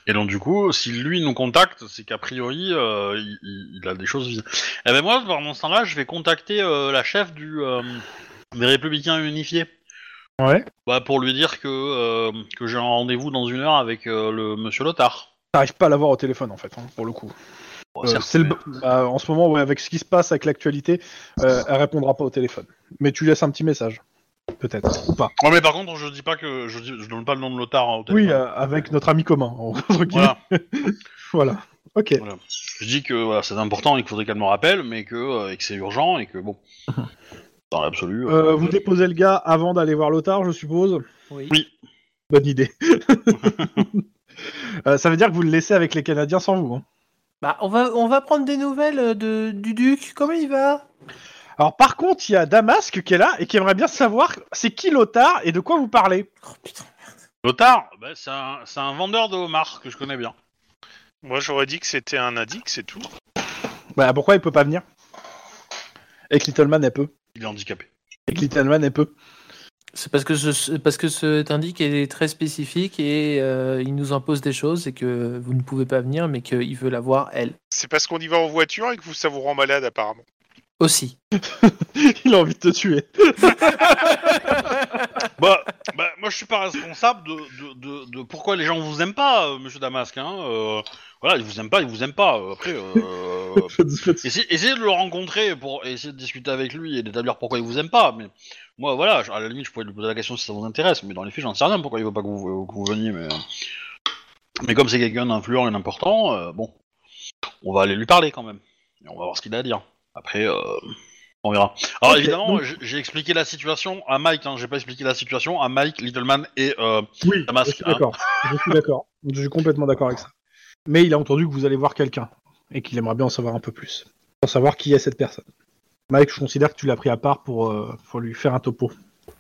C: Et donc, du coup, si lui nous contacte, c'est qu'a priori, euh, il, il- il a des choses visibles. Eh ben, moi, pendant ce temps-là, je vais contacter euh, la chef du, euh, des Républicains Unifiés.
B: Ouais.
C: Bah, pour lui dire que, euh, que j'ai un rendez-vous dans une heure avec euh, le monsieur Lothar.
B: T'arrives pas à l'avoir au téléphone en fait, hein, pour le coup.
C: Bon,
B: Euh,
C: certes,
B: c'est le
C: mais-
B: bo- bah, en ce moment, ouais, avec ce qui se passe avec l'actualité, euh, elle répondra pas au téléphone. Mais tu laisses un petit message, peut-être ou pas.
C: Ouais, mais par contre, je dis pas que. Je, dis- je donne pas le nom de Lothar hein, au téléphone.
B: Oui, euh, avec notre ami commun. Entre guillemets.
C: Voilà.
B: Voilà. Ok.
C: Voilà. Je dis que voilà, c'est important et qu'il faudrait qu'elle me rappelle, mais que, euh, et que c'est urgent et que bon. Dans l'absolu. euh,
B: Euh, vous déposez le gars avant d'aller voir l'otard, je suppose.
A: Oui.
B: Bonne idée. Euh, ça veut dire que vous le laissez avec les Canadiens sans vous. hein.
A: Bah, on va, on va prendre des nouvelles euh, de, du duc. Comment il va
B: Alors par contre, il y a Damasque qui est là et qui aimerait bien savoir c'est qui l'otard et de quoi vous parlez.
A: Oh putain.
C: Lothar, bah, c'est un, c'est un vendeur de homards que je connais bien.
E: Moi, j'aurais dit que c'était un indique, c'est tout.
B: Bah pourquoi il peut pas venir Et que Littleman elle peut.
C: Il est handicapé.
B: Et que Littleman elle peut.
A: C'est parce que ce- ce, parce que cet indique est très spécifique et euh, il nous impose des choses et que vous ne pouvez pas venir, mais qu'il veut la voir elle
E: C'est parce qu'on y va en voiture et que vous- ça vous rend malade, apparemment.
A: aussi.
B: il a envie de te tuer.
C: bah, bah, moi je suis pas responsable de, de, de, de pourquoi les gens vous aiment pas, euh, monsieur Damasque. Hein. euh, voilà, ils vous aiment pas, ils vous aiment pas. euh, Après, euh, essayez, essayez de le rencontrer pour essayer de discuter avec lui et d'établir pourquoi il vous aime pas. Mais moi, voilà, à la limite, je pourrais lui poser la question si ça vous intéresse, mais dans les faits, j'en sais rien pourquoi il veut pas que vous, euh, que vous veniez. Mais, mais comme c'est quelqu'un d'influent et d'important, euh, bon, on va aller lui parler quand même. Et on va voir ce qu'il a à dire. Après, euh, on verra. Alors
B: Ok,
C: évidemment,
B: donc-
C: j'ai- j'ai expliqué la situation à Mike, hein, j'ai pas expliqué la situation à Mike, Littleman et. euh,
B: Oui,
C: Damasque,
B: je suis d'accord. je suis d'accord. Je suis complètement d'accord avec ça. Mais il a entendu que vous allez voir quelqu'un et qu'il aimerait bien en savoir un peu plus. Pour savoir qui est cette personne. Mike, je considère que tu l'as pris à part pour, euh, pour lui faire un topo.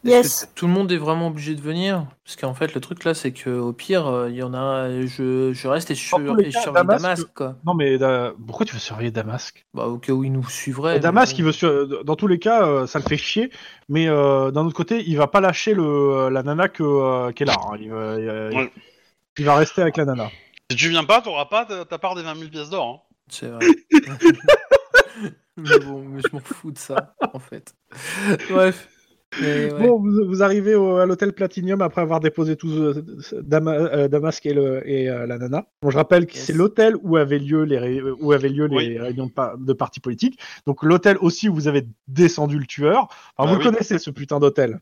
A: Est-ce
D: Yes.
A: que Tout le monde est vraiment obligé de venir Parce qu'en fait, le truc là, c'est que au pire, euh, il y en a. Je, je reste et je,
B: Dans tous les
A: et je
B: cas,
A: surveille
B: Damasque-
A: Damasque, quoi.
B: Non mais euh, pourquoi tu veux surveiller Damasque
A: Bah, au cas où il nous suivrait. mais
B: Damasque,
A: bon.
B: il veut sur- dans tous les cas, euh, ça le fait chier, mais euh, d'un autre côté, il va pas lâcher le, la nana que, euh, qui est là. hein. Il, va, il va-
C: Ouais.
B: il va rester avec la nana.
C: Si tu viens pas, t'auras pas ta, ta part des 20 000 pièces d'or. hein.
A: C'est vrai. mais bon, mais je m'en fous de ça, en fait. Bref. Mais ouais.
B: Bon, vous, vous arrivez au- à l'hôtel Platinum après avoir déposé tous euh, Dama- euh, Damasque et, le- et, euh, la nana. Bon, je rappelle que
A: Yes.
B: c'est l'hôtel où avaient lieu les, ré- euh, où avaient lieu les
C: Oui.
B: réunions de, pa- de partis politiques. Donc l'hôtel aussi où vous avez descendu le tueur. Enfin,
C: Bah
B: vous
C: oui.
B: le connaissez ce putain d'hôtel.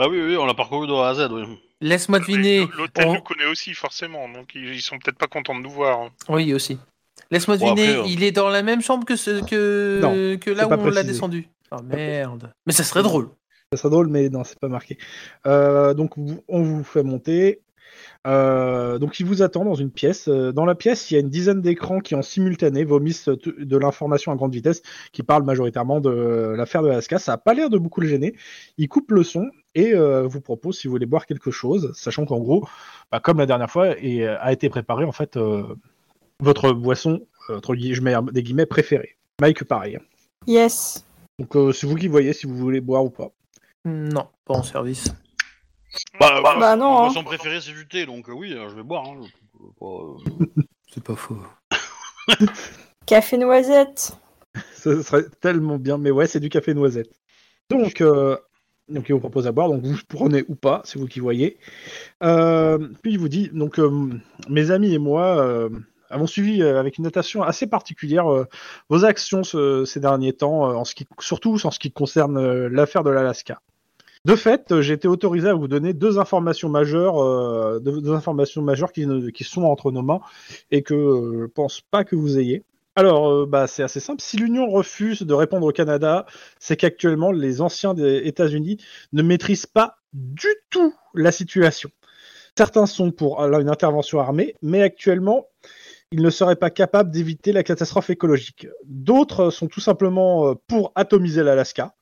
C: Bah oui, oui, on l'a parcouru de A à Z. Oui.
A: Laisse-moi deviner.
E: L'hôtel
A: on-
E: nous connaît aussi, forcément, donc ils, ils sont peut-être pas contents de nous voir. hein.
A: Oui, aussi. Laisse-moi
C: Bon,
A: deviner,
C: après, euh,
A: il est dans la même chambre que, ce, que,
B: Non,
A: que là
B: c'est
A: où
B: pas
A: on l'a
B: précisé.
A: descendu. Oh merde. Mais ça serait drôle.
B: Ça serait drôle, mais non, c'est pas marqué. Euh, donc vous- on vous fait monter. Euh, donc il vous attend dans une pièce. Euh, Dans la pièce, il y a une dizaine d'écrans qui en simultané vomissent euh, t- de l'information à grande vitesse, qui parle majoritairement de euh, l'affaire de Alaska. Ça a pas l'air de beaucoup le gêner. Il coupe le son et euh, vous propose si vous voulez boire quelque chose, sachant qu'en gros, bah, comme la dernière fois, et, euh, a été préparé en fait euh, votre boisson euh, entre guillemets, je mets des guillemets préférée. Mike, pareil.
D: Yes.
B: Donc euh, c'est vous qui voyez si vous voulez boire ou pas.
A: Non, pas en service.
C: Bah, bah,
D: Bah
C: Mon
D: non. hein.
C: poisson préféré, c'est du thé, donc euh, oui, euh, je vais boire. hein. Je- je- je-
A: C'est pas faux.
D: Café noisette.
B: Ce serait tellement bien, mais ouais, c'est du café noisette. Donc, euh, donc il vous propose à boire, donc vous prenez ou pas, c'est vous qui voyez. Euh, puis il vous dit, donc euh, mes amis et moi euh, avons suivi euh, avec une attention assez particulière euh, vos actions ce- ces derniers temps, euh, en ce qui, surtout en ce qui concerne euh, l'affaire de l'Alaska. De fait, euh, j'ai été autorisé à vous donner deux informations majeures, euh, deux, deux informations majeures qui, ne- qui sont entre nos mains et que euh, je pense pas que vous ayez. Alors, euh, bah, c'est assez simple. Si l'Union refuse de répondre au Canada, c'est qu'actuellement, les anciens des États-Unis ne maîtrisent pas du tout la situation. Certains sont pour alors, une intervention armée, mais actuellement, ils ne seraient pas capables d'éviter la catastrophe écologique. D'autres sont tout simplement euh, pour atomiser l'Alaska,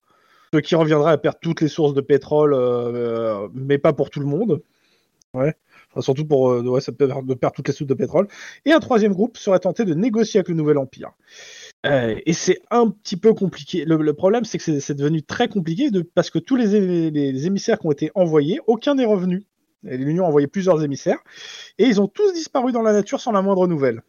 B: ce qui reviendrait à perdre toutes les sources de pétrole, euh, mais pas pour tout le monde. Ouais. Enfin, surtout pour euh, ouais, ça peut de perdre toutes les sources de pétrole. Et un troisième groupe serait tenté de négocier avec le nouvel empire. Euh, et c'est un petit peu compliqué. Le, le problème, c'est que c'est- c'est devenu très compliqué de- parce que tous les, é- les émissaires qui ont été envoyés, aucun n'est revenu. Et L'Union a envoyé plusieurs émissaires et ils ont tous disparu dans la nature sans la moindre nouvelle.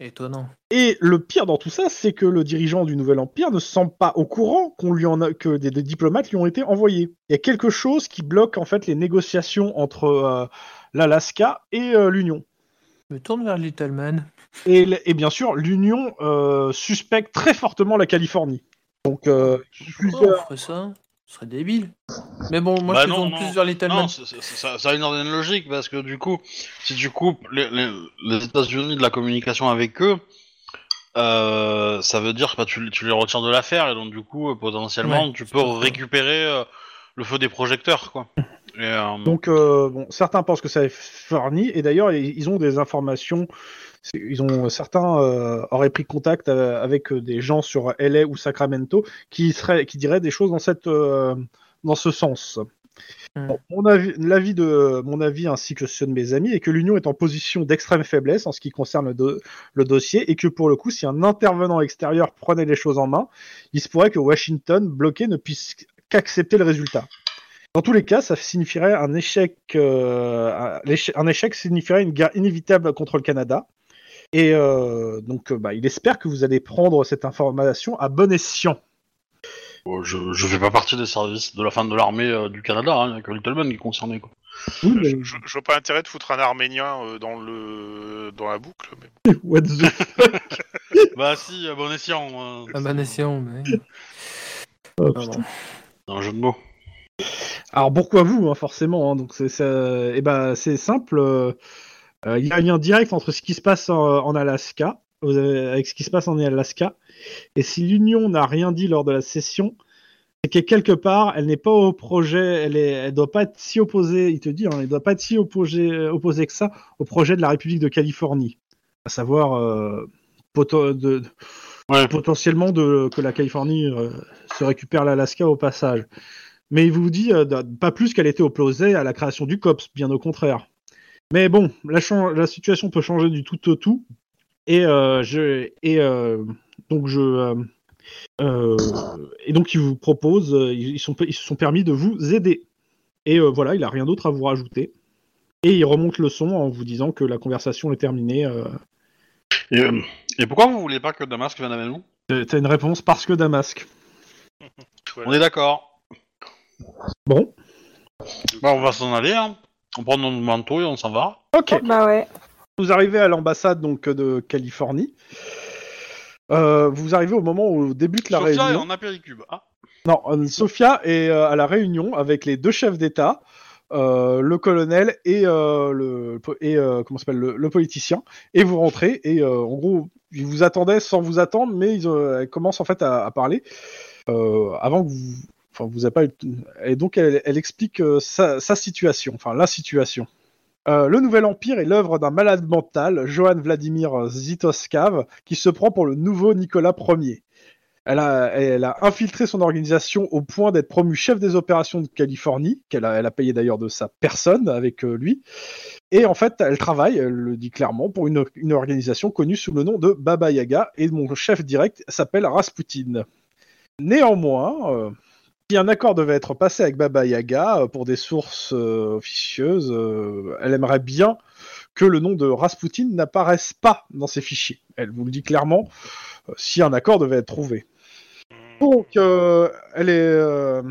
A: Étonnant.
B: Et le pire dans tout ça, c'est que le dirigeant du nouvel empire ne semble pas au courant qu'on lui en a- que des, des diplomates lui ont été envoyés. Il y a quelque chose qui bloque en fait les négociations entre euh, l'Alaska et euh, l'Union.
A: Je me tourne vers Little Man.
B: Et, l- et bien sûr, l'Union euh, suspecte très fortement la Californie. Donc, euh,
A: Pourquoi
B: plusieurs-
A: Oh, on ferait ça Ce serait débile. Mais bon, moi
C: Bah
A: je me
C: non,
A: tourne
C: non.
A: plus vers Little Man.
C: Non, c'est- c'est- ça, ça a une ordine logique parce que du coup, si tu coupes les, les- les États-Unis de la communication avec eux, euh, ça veut dire que bah, tu, tu les retires de l'affaire et donc du coup, euh, potentiellement, tu peux récupérer euh, le feu des projecteurs, quoi. Et, euh,
B: donc euh, bon, certains pensent que ça est fourni, et d'ailleurs, ils ils ont des informations. c'est- Ils ont certains euh, auraient pris contact euh, avec euh, des gens sur LA ou Sacramento qui seraient, qui diraient des choses dans cette, euh, dans ce sens.
A: Hmm.
B: Bon, mon avis, l'avis de mon avis ainsi que ceux de mes amis est que l'Union est en position d'extrême faiblesse en ce qui concerne le, do- le dossier et que pour le coup, si un intervenant extérieur prenait les choses en main, il se pourrait que Washington bloqué ne puisse qu'accepter le résultat. Dans tous les cas, ça signifierait un échec. euh, un éche- un échec signifierait une guerre inévitable contre le Canada. Et euh, donc, euh, bah, il espère que vous allez prendre cette information à bon escient.
C: bon, je, je fais pas partie des services de la fin de l'armée euh, du Canada, hein, il y a que Littleman qui est concerné, quoi.
B: Oui,
E: Je, je- je vois pas intérêt de foutre un Arménien euh, dans le dans la boucle. Mais... bon.
B: what the-
C: bah si, à bon escient. euh,
A: Ah bah, nation, mais.
B: Oh,
A: Ah,
B: putain.
A: bon.
C: c'est un jeu de mots.
B: Alors pourquoi vous, hein, forcément hein, Donc c'est ça- eh ben, c'est simple. euh, euh, il y a un lien direct entre ce qui se passe en, en Alaska, vous avez- avec ce qui se passe en Alaska, et si l'Union n'a rien dit lors de la session, c'est que quelque part, elle n'est pas au projet, elle est, elle doit pas être si opposée. Il te dit, hein, elle doit pas être si opposée, euh, opposée que ça au projet de la République de Californie, à savoir euh, poto- de-
C: Ouais.
B: potentiellement de, que la Californie euh, se récupère l'Alaska au passage. Mais il vous dit euh, d- pas plus qu'elle était opposée à la création du COPS, bien au contraire. Mais bon, la, chan- la situation peut changer du tout au tout. Et, euh, je, et euh, donc je euh, euh, et donc ils vous proposent, euh, ils, ils sont, ils se sont permis de vous aider. Et euh, voilà, il a rien d'autre à vous rajouter. Et il remonte le son en vous disant que la conversation est terminée. euh.
C: Et, euh, et pourquoi vous voulez pas que Damasque vienne avec nous
B: Euh, T'as une réponse parce que Damasque.
C: On est d'accord.
B: Bon,
C: Bah on va s'en aller, hein. on prend nos manteaux et on s'en va.
B: ok.
D: Bah ouais.
B: Vous arrivez à l'ambassade donc de Californie. Euh, vous arrivez au moment où débute la
C: Sophia est
B: réunion.
C: en apéricube. Ah.
B: Non, euh, Sofia est euh, à la réunion avec les deux chefs d'État, euh, le colonel et euh, le et euh, comment s'appelle le, le politicien. Et vous rentrez et euh, en gros ils vous attendaient sans vous attendre, mais ils euh, elle commence en fait à, à parler euh, avant que vous. Enfin, vous avez pas eu... Et donc, elle, elle explique euh, sa, sa situation, enfin, la situation. Euh, le Nouvel Empire est l'œuvre d'un malade mental, Johann Vladimir Zitoskav, qui se prend pour le nouveau Nicolas Ier. Elle a, elle a infiltré son organisation au point d'être promue chef des opérations de Californie, qu'elle a, elle a payé d'ailleurs de sa personne avec euh, lui. Et en fait, elle travaille, elle le dit clairement, pour une, une organisation connue sous le nom de Baba Yaga, et mon chef direct s'appelle Rasputin. Néanmoins, euh, si un accord devait être passé avec Baba Yaga, euh, pour des sources euh, officieuses, euh, elle aimerait bien que le nom de Rasputin n'apparaisse pas dans ses fichiers. Elle vous le dit clairement, euh, si un accord devait être trouvé. Donc, euh, elle est... euh,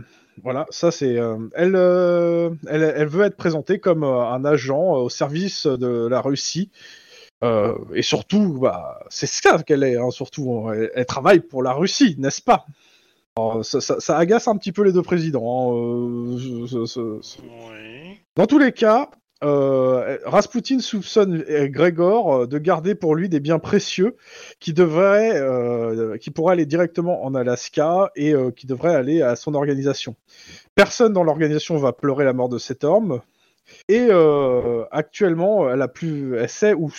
B: voilà, ça c'est... euh, elle, euh, elle, elle veut être présentée comme euh, un agent euh, au service de la Russie. Euh, et surtout, bah, c'est ça qu'elle est, hein, surtout. hein, Elle, elle travaille pour la Russie, n'est-ce pas Alors, ça, ça- ça agace un petit peu les deux présidents. hein, euh, ce- ce- ce-
E: Oui.
B: dans tous les cas, euh, Rasputin soupçonne euh, Grégor euh, de garder pour lui des biens précieux qui devraient, euh, qui pourraient aller directement en Alaska et euh, qui devraient aller à son organisation. Personne dans l'organisation va pleurer la mort de cet homme. Et euh, actuellement, elle a plus, elle sait où,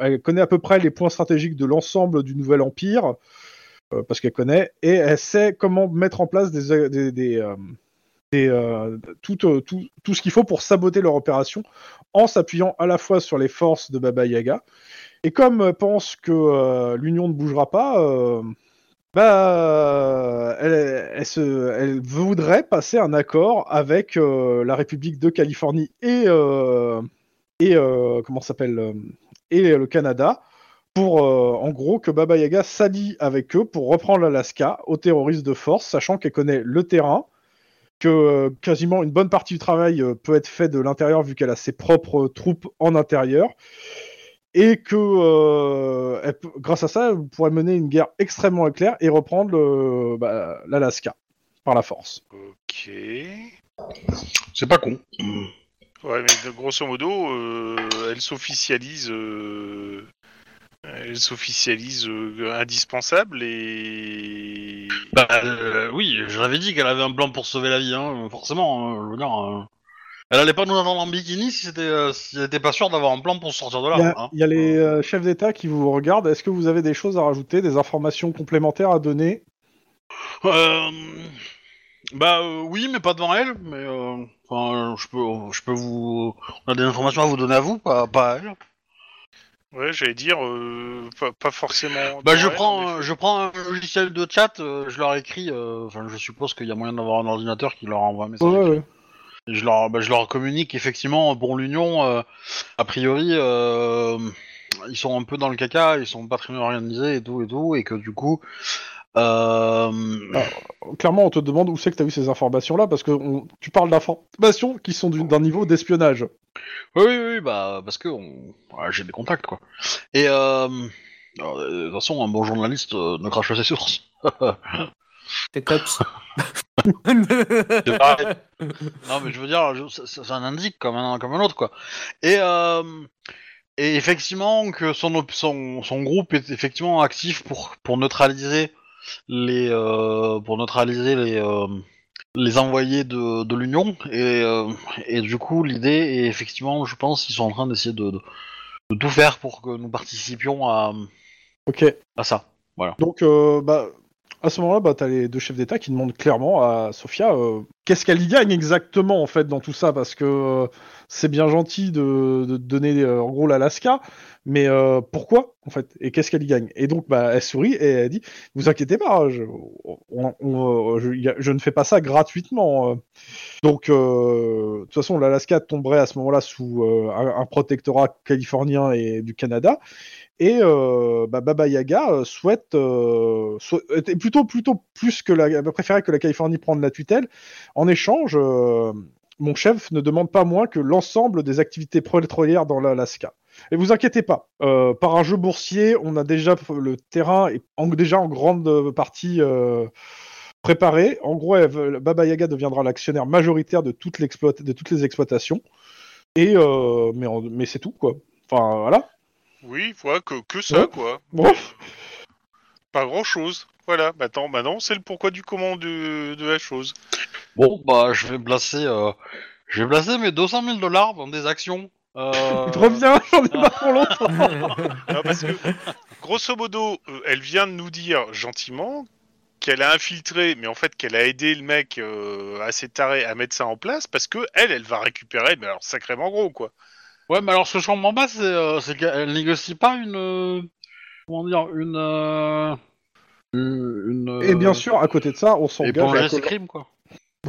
B: elle connaît à peu près les points stratégiques de l'ensemble du nouvel empire euh, parce qu'elle connaît et elle sait comment mettre en place des, des, des, euh, des, euh, tout, euh, tout, tout ce qu'il faut pour saboter leur opération en s'appuyant à la fois sur les forces de Baba Yaga. Et comme elle pense que euh, l'Union ne bougera pas, euh, bah, elle, elle se, elle voudrait passer un accord avec euh, la République de Californie et, euh, et euh, comment ça s'appelle euh, et le Canada pour euh, en gros que Baba Yaga s'allie avec eux pour reprendre l'Alaska aux terroristes de force, sachant qu'elle connaît le terrain que euh, quasiment une bonne partie du travail euh, peut être fait de l'intérieur vu qu'elle a ses propres euh, troupes en intérieur et que euh, elle peut- grâce à ça elle pourrait mener une guerre extrêmement éclair et reprendre euh, bah, l'Alaska par la force.
E: Ok.
C: C'est pas con.
E: Ouais, mais de- grosso modo, euh, elle s'officialise. euh, elle s'officialise euh, indispensable et.
C: Bah euh, oui, je l'avais dit qu'elle avait un plan pour sauver la vie, hein, forcément. hein, je veux dire, euh, elle allait pas nous attendre en bikini si c'était euh, si elle était pas sûre d'avoir un plan pour sortir de là.
B: Il y a,
C: hein.
B: il y a les euh, chefs d'État qui vous regardent. Est-ce que vous avez des choses à rajouter, des informations complémentaires à donner
C: Euh, bah euh, oui, mais pas devant elle. Mais euh, enfin, euh, je peux, je peux vous, on a des informations à vous donner à vous, pas, pas à elle.
E: Ouais, j'allais dire, euh, pas, pas forcément.
C: Bah
E: dans
C: je
E: elle, en
C: prends,
E: effet.
C: euh, je prends un logiciel de chat, euh, je leur écris. euh, Enfin, je suppose qu'il y a moyen d'avoir un ordinateur qui leur envoie un message.
B: Euh,
C: Et je leur, bah, je leur communique effectivement pour l'Union. euh, a priori, euh, ils sont un peu dans le caca, ils sont pas très bien organisés et tout et tout, et que du coup, euh,
B: Clairement, on te demande où c'est que tu as eu ces informations-là parce que on- tu parles d'informations qui sont d'une- d'un niveau d'espionnage.
C: oui, oui, oui, bah parce que on- ouais, j'ai des contacts quoi. Et euh, alors, euh, de toute façon, un bon journaliste euh, ne crache pas ses sources.
A: C'est cops.
C: C'est pareil. Non, mais je veux dire, je- ça, ça- ça en indique comme un, comme un autre, quoi. Et, euh, et effectivement, que son, op- son, son groupe est effectivement actif pour, pour neutraliser les, euh, pour neutraliser les, euh, les envoyés de, de l'Union. Et, euh, et du coup, l'idée est effectivement, je pense, qu'ils sont en train d'essayer de, de, de tout faire pour que nous participions à,
B: Ok.
C: à ça.
B: Donc, euh, bah, à ce moment-là, bah, t'as les deux chefs d'État qui demandent clairement à Sofia euh, qu'est-ce qu'elle y gagne exactement en fait dans tout ça, parce que euh, c'est bien gentil de, de donner euh, en gros l'Alaska, mais euh, pourquoi en fait et qu'est-ce qu'elle y gagne Et donc, bah, elle sourit et elle dit vous inquiétez pas, je, on- on- euh, je, y a- je ne fais pas ça gratuitement. euh. Donc, euh, de toute façon, l'Alaska tomberait à ce moment-là sous euh, un- un protectorat californien et du Canada. Et euh, bah, Baba Yaga euh, souhaite, euh, sou- était plutôt, plutôt plus que la, elle préférait que la Californie prenne la tutelle. En échange, euh, mon chef ne demande pas moins que l'ensemble des activités pétrolières dans l'Alaska. Et vous inquiétez pas, euh, par un jeu boursier, on a déjà le terrain est en- déjà en grande partie euh, préparé. En gros, elle veut- Baba Yaga deviendra l'actionnaire majoritaire de, toute l'exploit- de toutes les exploitations. Et euh, mais, en- mais c'est tout quoi. Enfin voilà.
E: Oui, voilà, que, que ça,
B: Ouais.
E: quoi.
B: Bon.
E: Pas grand chose. Voilà, maintenant, maintenant, c'est le pourquoi du comment de, de la chose.
C: Bon, bah, je vais placer, euh, je vais placer mes 200 000 dollars dans des actions Euh,
B: Reviens, j'en ai marre pour longtemps.
A: Ah
E: Non, parce que, grosso modo, euh, elle vient de nous dire gentiment qu'elle a infiltré, mais en fait qu'elle a aidé le mec euh, assez taré à mettre ça en place parce que elle, elle va récupérer, mais alors sacrément gros quoi.
C: Ouais, mais alors ce que je comprends pas, c'est euh, c'est qu'elle négocie pas une. euh, comment dire Une. euh, une. une,
B: Et Eh bien
C: euh,
B: sûr, à côté de ça, on s'engage.
C: éponger
B: à
C: ses
B: colla-
C: crimes, quoi.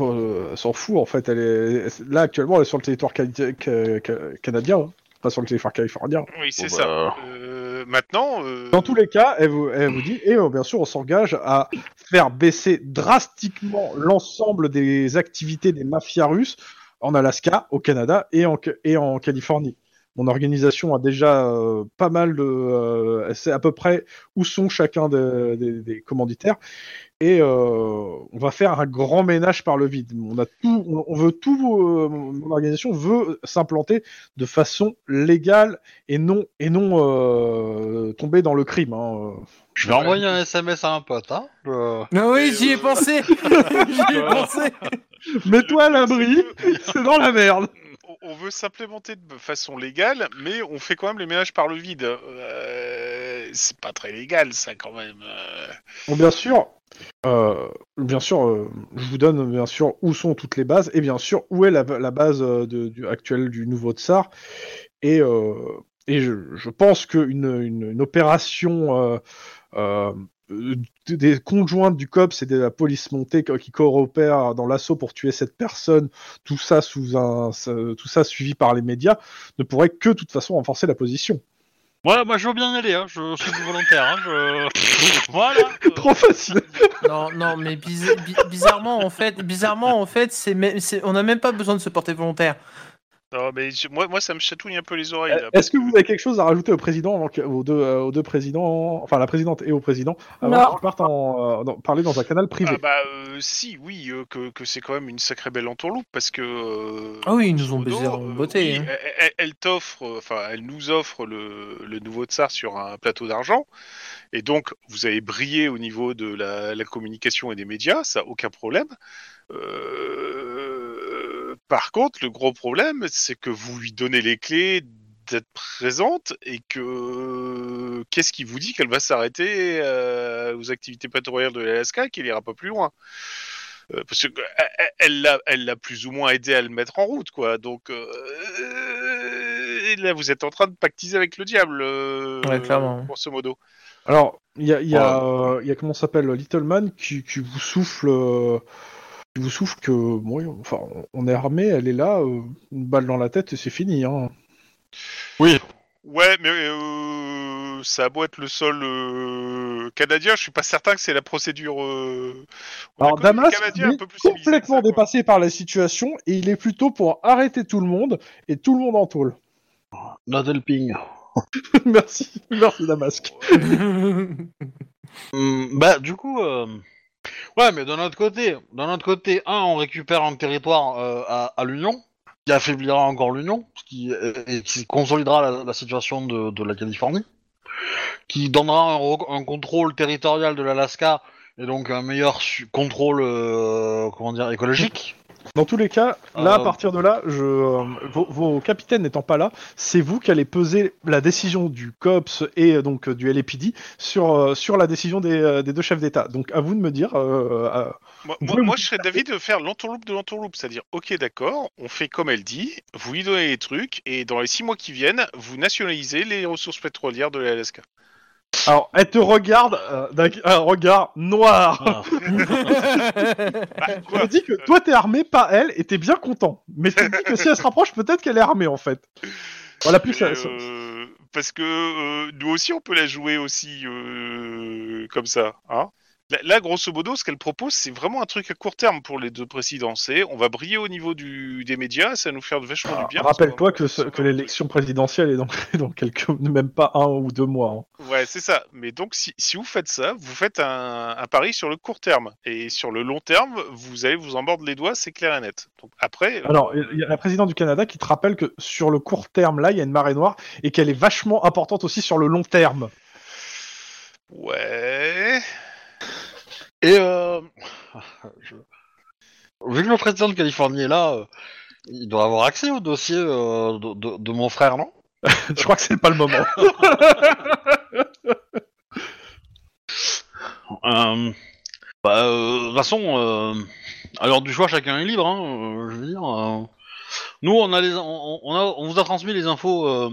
B: Euh, elle s'en fout en fait. Elle est là actuellement, elle est sur le territoire cali- ca- ca- canadien, hein. pas sur le territoire californien.
E: Oui, c'est
C: Bon,
E: ça.
C: bah,
E: Euh, maintenant, euh,
B: Dans tous les cas, elle vous, elle vous dit, et euh, bien sûr, on s'engage à faire baisser drastiquement l'ensemble des activités des mafias russes en Alaska, au Canada et en, et en Californie. Mon organisation a déjà euh, pas mal de... euh, elle sait à peu près où sont chacun de- des- des commanditaires. Et euh, on va faire un grand ménage par le vide. On, a tout, on, on veut tout... euh, mon organisation veut s'implanter de façon légale et non, et non euh, tomber dans le crime. hein.
C: Je vais envoyer un SMS à un pote, hein. euh,
A: Ah
E: Et,
A: oui, j'y ai
E: euh,
A: pensé J'y ai pensé
B: euh. Mets-toi à l'abri, c'est dans la merde.
E: on- on veut s'implémenter de façon légale, mais on fait quand même les ménages par le vide. Euh, c'est pas très légal ça quand même. Euh,
B: Bon, bien sûr, euh, bien sûr, euh, je vous donne bien sûr où sont toutes les bases et bien sûr où est la, la base euh, de- du, actuelle du nouveau tsar. Et, euh, et je, je pense qu'une une, une opération euh, euh, euh, des conjointes du COPS et de la police montée co- qui coopèrent dans l'assaut pour tuer cette personne, tout ça, sous un, ce- tout ça suivi par les médias, ne pourrait que de toute façon renforcer la position.
C: Ouais, moi je veux bien y aller, hein. Je, je suis volontaire, hein. Je... voilà. euh,
B: Trop facile
A: Non, non, mais biz- bi- bizarrement, en fait, bizarrement, en fait, c'est même- c'est- on n'a même pas besoin de se porter volontaire.
E: Non, mais je- moi, moi, ça me chatouille un peu les oreilles. là, parce
B: Euh, Est-ce que vous avez quelque chose à rajouter au président, avant que- aux deux, euh, aux deux présidents, enfin la présidente et au président, euh, avant
D: Non.
B: qu'ils partent en, euh, dans- parler dans un canal privé
E: Ah bah euh, si, oui, euh, que, que c'est quand même une sacrée belle entourloupe parce que. euh,
A: Ah oui, ils nous ont
E: grosso
A: baisés
E: modo,
A: en
E: euh,
A: beauté,
E: oui,
A: hein.
E: elle- elle elle t'offre, euh, enfin, elle nous offre le, le nouveau tsar sur un plateau d'argent. Et donc, vous avez brillé au niveau de la, la communication et des médias, ça, aucun problème. Euh, par contre, le gros problème, c'est que vous lui donnez les clés d'être présente et que qu'est-ce qui vous dit qu'elle va s'arrêter euh, aux activités patrouillères de l'Alaska et qu'elle ira pas plus loin Euh, parce que euh, elle- elle l'a elle l'a plus ou moins aidé à le mettre en route quoi donc euh, et là vous êtes en train de pactiser avec le diable euh,
A: Ouais, clairement.
E: grosso modo
B: Alors, il y a, il y
E: Ah.
B: a, euh, il y a comment ça s'appelle Little Man qui, qui vous souffle, euh, qui vous souffle que bon, enfin, on est armé, elle est là, euh, une balle dans la tête et c'est fini. Hein.
C: Oui.
E: ouais mais euh, ça a beau être le sol euh, canadien je suis pas certain que c'est la procédure euh, on a
B: Alors
E: connu les
B: Damas
E: Canadiens
B: est
E: un peu plus civilisés que ça,
B: complètement
E: quoi.
B: dépassé par la situation et il est plutôt pour arrêter tout le monde et tout le monde en tôle.
C: Not helping.
B: merci, merci Damasque.
A: hein.
C: Hum, bah, du coup, euh, ouais, mais d'un autre côté, d'un autre côté, un, on récupère un territoire euh, à, à l'Union, qui affaiblira encore l'Union, ce qui, et, et qui consolidera la, la situation de, de la Californie, qui donnera un, rec- un contrôle territorial de l'Alaska et donc un meilleur su- contrôle, euh, comment dire, écologique.
B: Dans tous les cas, là,
C: Euh,
B: à partir de là, je, euh, vos, vos capitaines n'étant pas là, c'est vous qui allez peser la décision du COPS et euh, donc euh, du LAPD sur, euh, sur la décision des, euh, des deux chefs d'État. Donc à vous de me dire. euh, euh,
E: Moi,
B: Vous
E: moi-
B: pouvez
E: moi,
B: me-
E: je serais d'avis de faire l'entourloupe de l'entourloupe, c'est-à-dire, ok, d'accord, on fait comme elle dit, vous lui donnez les trucs, et dans les six mois qui viennent, vous nationalisez les ressources pétrolières de l'Alaska.
B: Alors, elle te regarde euh, d'un un regard noir.
C: Ah.
E: Bah,
B: Je
E: quoi
B: te dis que toi, t'es armé, pas elle, et t'es bien content. Mais je te dis que si elle se rapproche, peut-être qu'elle est armée en fait. Voilà, plus ça.
E: Euh,
B: ça-
E: Parce que euh, nous aussi, on peut la jouer aussi euh, comme ça. Hein là, là, grosso modo, ce qu'elle propose, c'est vraiment un truc à court terme pour les deux présidents. C'est on va briller au niveau du, des médias, ça va nous faire vachement du bien. parce qu'on va-
B: Ah, Rappelle-toi que, ce- que l'élection présidentielle est dans, dans quelques, même pas un ou deux mois. hein.
E: Ouais, c'est ça. Mais donc, si, si vous faites ça, vous faites un, un pari sur le court terme. Et sur le long terme, vous allez vous en mordre les doigts, c'est clair et net. Donc, après, euh,
B: Alors, il y a la présidente du Canada qui te rappelle que sur le court terme, là, il y a une marée noire et qu'elle est vachement importante aussi sur le long terme.
E: ouais.
C: Et euh, je- vu que le président de Californie est là, euh, il doit avoir accès au dossier euh, de, de- de mon frère, non
B: Je crois que c'est pas le moment.
C: Euh, bah, euh, De toute façon, euh, à l'heure du choix, chacun est libre. hein, euh, je veux dire, euh, nous, on a les, on, on a, on vous a transmis les infos. euh,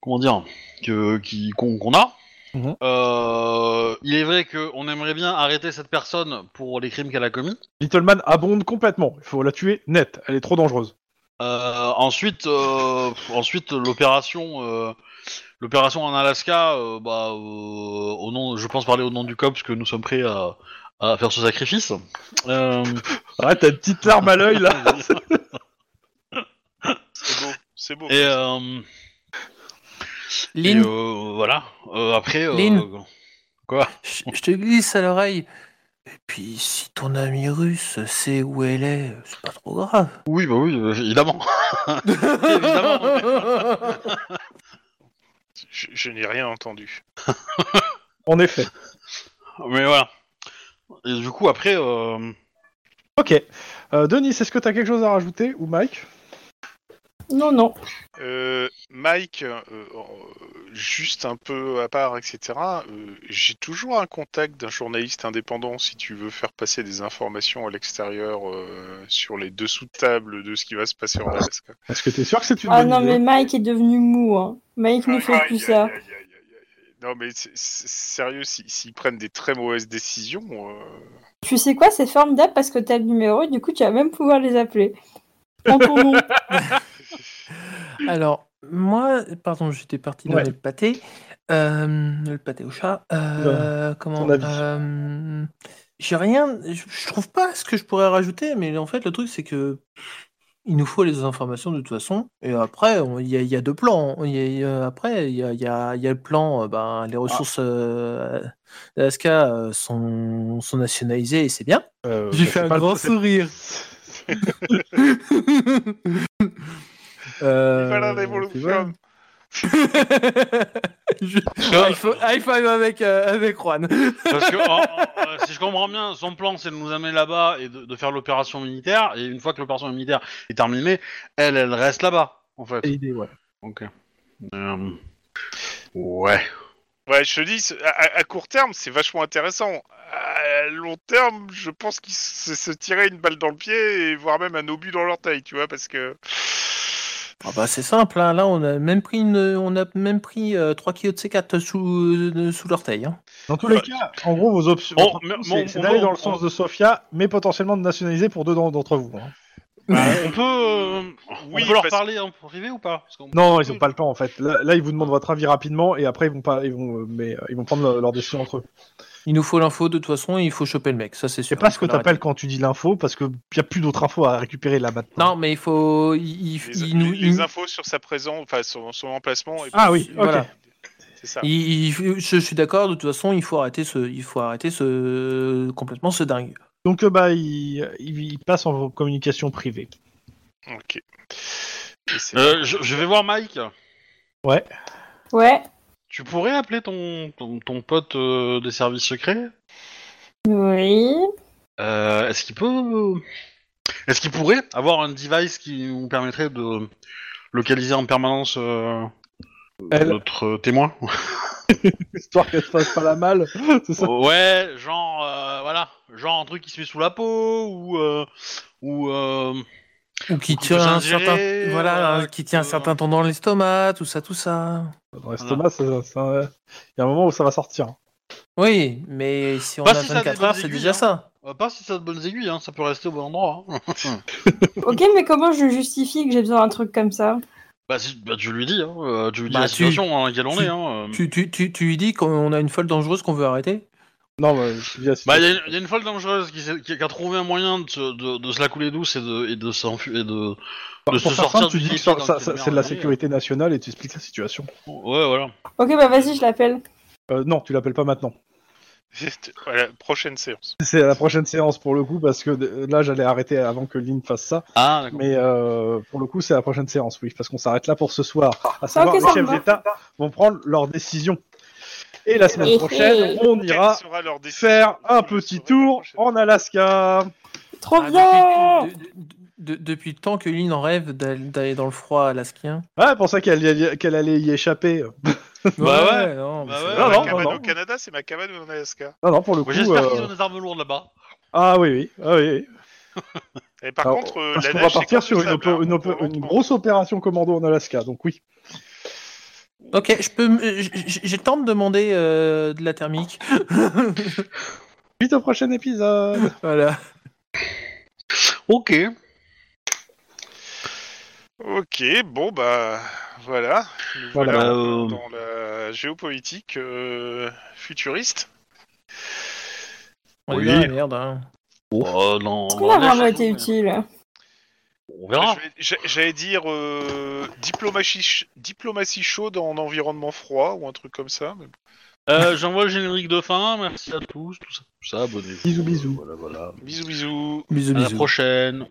C: comment dire que qui qu'on qu'on a.
B: Mhm.
C: Euh, il est vrai qu'on aimerait bien arrêter cette personne pour les crimes qu'elle a commis.
B: Little Man abonde complètement. Il faut la tuer net. Elle est trop dangereuse.
C: Euh, ensuite, euh, pff, ensuite l'opération, euh, l'opération en Alaska, euh, bah, euh, au nom, je pense parler au nom du COPS que nous sommes prêts à, à faire ce sacrifice. Euh,
B: Ouais, Ah, t'as une petite larme à l'œil là.
E: C'est beau, c'est beau.
C: et euh, et,
A: Lynn,
C: euh, voilà. Euh, après, euh,
A: Lynn.
C: quoi
A: je je te glisse à l'oreille. Et puis, si ton ami russe sait où elle est, c'est pas trop grave.
C: Oui, bah oui, euh, évidemment. Évidemment.
E: Je, je n'ai rien entendu.
B: En effet.
C: Mais voilà. Et du coup, après, euh,
B: Ok. Euh, Denis, est-ce que t'as quelque chose à rajouter ou Mike
D: Non, non.
E: Euh, Mike, euh, euh, juste un peu à part, etc. euh, J'ai toujours un contact d'un journaliste indépendant si tu veux faire passer des informations à l'extérieur euh, sur les dessous de table de ce qui va se passer en Alaska.
B: Est-ce que t'es sûr que c'est une
D: Ah
B: bonne
D: non,
B: idée
D: mais Mike est devenu mou. Hein. Mike ne fait plus ça.
E: Aïe, aïe, aïe, aïe, aïe. Non mais c'est- c'est- sérieux, si- s'ils prennent des très mauvaises décisions, euh,
D: Tu sais quoi, c'est formidable parce que t'as le numéro et du coup tu vas même pouvoir les appeler. Prends ton nom.
A: Alors, moi, pardon, j'étais parti dans
B: Ouais.
A: le pâté. Euh, le pâté au chat. Euh, comment
B: ton avis.
A: euh, J'ai rien. Je, je trouve pas ce que je pourrais rajouter, mais en fait, le truc, c'est que. Il nous faut les informations de toute façon. Et après, on- il y, a- il y a deux plans. Il y a- il y a- après, il y a, il y a- il y a le plan, euh, ben,
B: Ah.
A: les ressources euh, d'Alaska euh, sont, sont nationalisées et c'est bien.
B: Euh,
A: J'ai fait
B: bah, c'est
A: un
B: pas le-
A: grand
B: c'est-
A: sourire. Euh,
E: Viva la
A: tu
E: révolution.
A: vois. Je- high, five, high five avec, euh, avec Juan.
C: parce que en- en- euh, si je comprends bien, son plan, c'est de nous amener là-bas et de, de faire l'opération militaire. Et une fois que l'opération militaire est terminée, elle, elle reste là-bas, en fait.
B: Idée, ouais.
C: Ok. Euh, Ouais.
E: ouais, je te dis, c'est- à- à, à court terme, c'est vachement intéressant. À long terme, je pense qu'ils se, se tiraient une balle dans le pied et voire même un obus dans l'orteil, tu vois, parce que.
A: Ah bah, c'est simple, hein. là on a même pris, une, on a même pris 3 kg de C4 sous, euh, sous l'orteil. hein.
B: Dans tous les cas, en gros, vos options,
C: Bon,
B: votre
C: mais-
B: option,
C: bon,
B: c'est c'est
C: on-
B: d'aller dans
C: on-
B: le sens de Sofia, mais potentiellement de nationaliser pour deux d'en- d'entre vous. hein.
C: on peut, euh,
E: Oui,
C: on peut leur
E: parce-
C: parler en privé ou pas Parce qu'on-
B: Non, non, ils ont pas le temps en fait. Là, là, ils vous demandent votre avis rapidement et après ils vont pas, ils vont, euh, mais euh, ils vont prendre le- leur décision entre eux.
A: Il nous faut l'info de toute façon et il faut choper le mec, ça c'est sûr.
B: C'est pas
A: il
B: ce
A: faut
B: que t'appelles
A: l'arrêter.
B: quand tu dis l'info parce que y a plus d'autres infos à récupérer là maintenant.
A: Non mais il faut... Il, il-
E: Les,
A: il nous-
E: les-
A: il-
E: les infos sur sa présence, enfin son, son emplacement. Et
B: Ah oui, ok.
A: Voilà.
E: C'est ça.
A: il- il- je, je suis d'accord, de toute façon il faut arrêter ce... Il faut arrêter ce... Complètement ce dingue.
B: Donc euh, bah ils, ils, ils passent en communication privée.
E: Ok. Et c'est-
C: Euh, je, je vais voir Mike.
D: Ouais.
C: Tu pourrais appeler ton, ton, ton pote euh, des services secrets
D: Oui.
C: Euh, Est-ce qu'il peut. Est-ce qu'il pourrait avoir un device qui nous permettrait de localiser en permanence euh,
B: Elle.
C: notre témoin
B: Histoire qu'elle se fasse pas la malle. C'est ça.
C: Ouais, genre, euh, voilà, genre un truc qui se met sous la peau ou. euh, ou euh,
A: Ou qui
C: Qu'on
A: tient
C: peut
A: un
C: s'ingérer,
A: certain, voilà,
C: voilà, hein.
A: un- qui tient un
C: que-
A: certain temps dans l'estomac, tout ça, tout ça.
B: Dans l'estomac, ça- ça- il y a un moment où ça va sortir. hein.
A: Oui, mais si on
C: Bah,
A: a
C: si ça a des
A: 24
C: bonnes
A: heures, c'est
C: aiguilles,
A: déjà
C: hein.
A: ça.
C: euh, pas si ça a de bonnes aiguilles, hein, ça peut rester au bon endroit. hein.
D: Ok, mais comment je justifie que j'ai besoin d'un truc comme ça
C: Bah, si- bah, tu lui dis, hein, euh, tu lui dis
A: Bah,
C: la
A: tu-
C: situation dans laquelle on
A: tu-
C: est. Hein, euh.
A: Tu, tu, tu, tu lui dis qu'on a une folle dangereuse qu'on veut arrêter
B: Non, bah, je dis à-
C: Bah, il y, a une- il y a une folle dangereuse qui, s'est- qui- qui a trouvé un moyen de se, de, de se la couler douce et de, et de s'enfu- et de,
B: Pour
C: de se
B: certains,
C: sortir
B: tu
C: du
B: dis que
C: lycée dans
B: ça-
C: lequel
B: ça-
C: merde
B: c'est de la
C: on est.
B: sécurité nationale et tu expliques la situation.
C: Ouais, voilà.
D: Ok, bah vas-y, je l'appelle.
B: Euh, non, tu l'appelles pas maintenant.
E: Voilà, prochaine séance.
B: C'est à la prochaine séance pour le coup parce que euh, là j'allais arrêter avant que Lynn fasse ça.
C: Ah, d'accord.
B: Mais euh, pour le coup, c'est la prochaine séance, oui, parce qu'on s'arrête là pour ce soir. À savoir,
D: ok, ça
B: les
D: me
B: chefs
D: va.
B: d'État vont prendre leurs décisions. Et la semaine
D: Et-
B: prochaine, on ira
E: Quelle sera leur décision
B: faire un
E: Vous le
B: petit
E: saurez la
B: tour
E: prochaine
B: en Alaska.
D: Trop
A: Ah,
D: bien
A: depuis, que- de- de- de- depuis le temps que Lynn en rêve d'all- d'aller dans le froid alaskien.
B: Ouais, pour ça qu'elle y- qu'elle allait y échapper.
C: Bah ouais,
A: non, mais
C: bah
A: c'est-
C: ouais,
B: Non,
E: ma
B: non,
E: cabane
B: non, non.
E: au Canada, c'est ma cabane en Alaska.
B: Non, non, pour le coup.
C: J'espère
B: euh,
C: qu'ils ont des armes lourdes là-bas.
B: Ah oui, oui. Ah, oui, oui.
E: Et par
B: Alors,
E: contre, euh,
B: Parce
E: la
B: qu'on
E: neige,
B: va
E: c'est
B: partir
E: comme
B: sur
E: du
B: une,
E: sable,
B: opé-
E: hein,
B: une
E: donc,
B: opé-
E: on
B: une
E: rentre.
B: grosse opération commando en Alaska, donc oui.
A: Ok, je peux. me- j- j- J'ai le temps de demander euh, de la thermique.
B: Vite au prochain épisode
A: Voilà.
C: Ok.
E: Ok, bon bah voilà. Nous
B: Voilà.
E: voilà
C: Euh,
E: dans la géopolitique euh, futuriste.
A: On est
C: Oui.
A: dans la merde. hein.
C: Bon, euh, non,
D: Est-ce
C: non,
D: qu'on a
C: non,
D: vraiment
C: je-
D: été utile
C: On verra.
E: Je vais- j'a- J'allais dire euh, diplomatie, ch- diplomatie chaude en environnement froid ou un truc comme ça. mais-
C: Euh, J'envoie le générique de fin. Merci à tous. Tout ça, tout ça abonnez-vous.
B: Bisous, bisous.
C: Voilà, voilà.
E: Bisous bisous.
A: Bisous,
C: À la
A: bisous.
C: prochaine.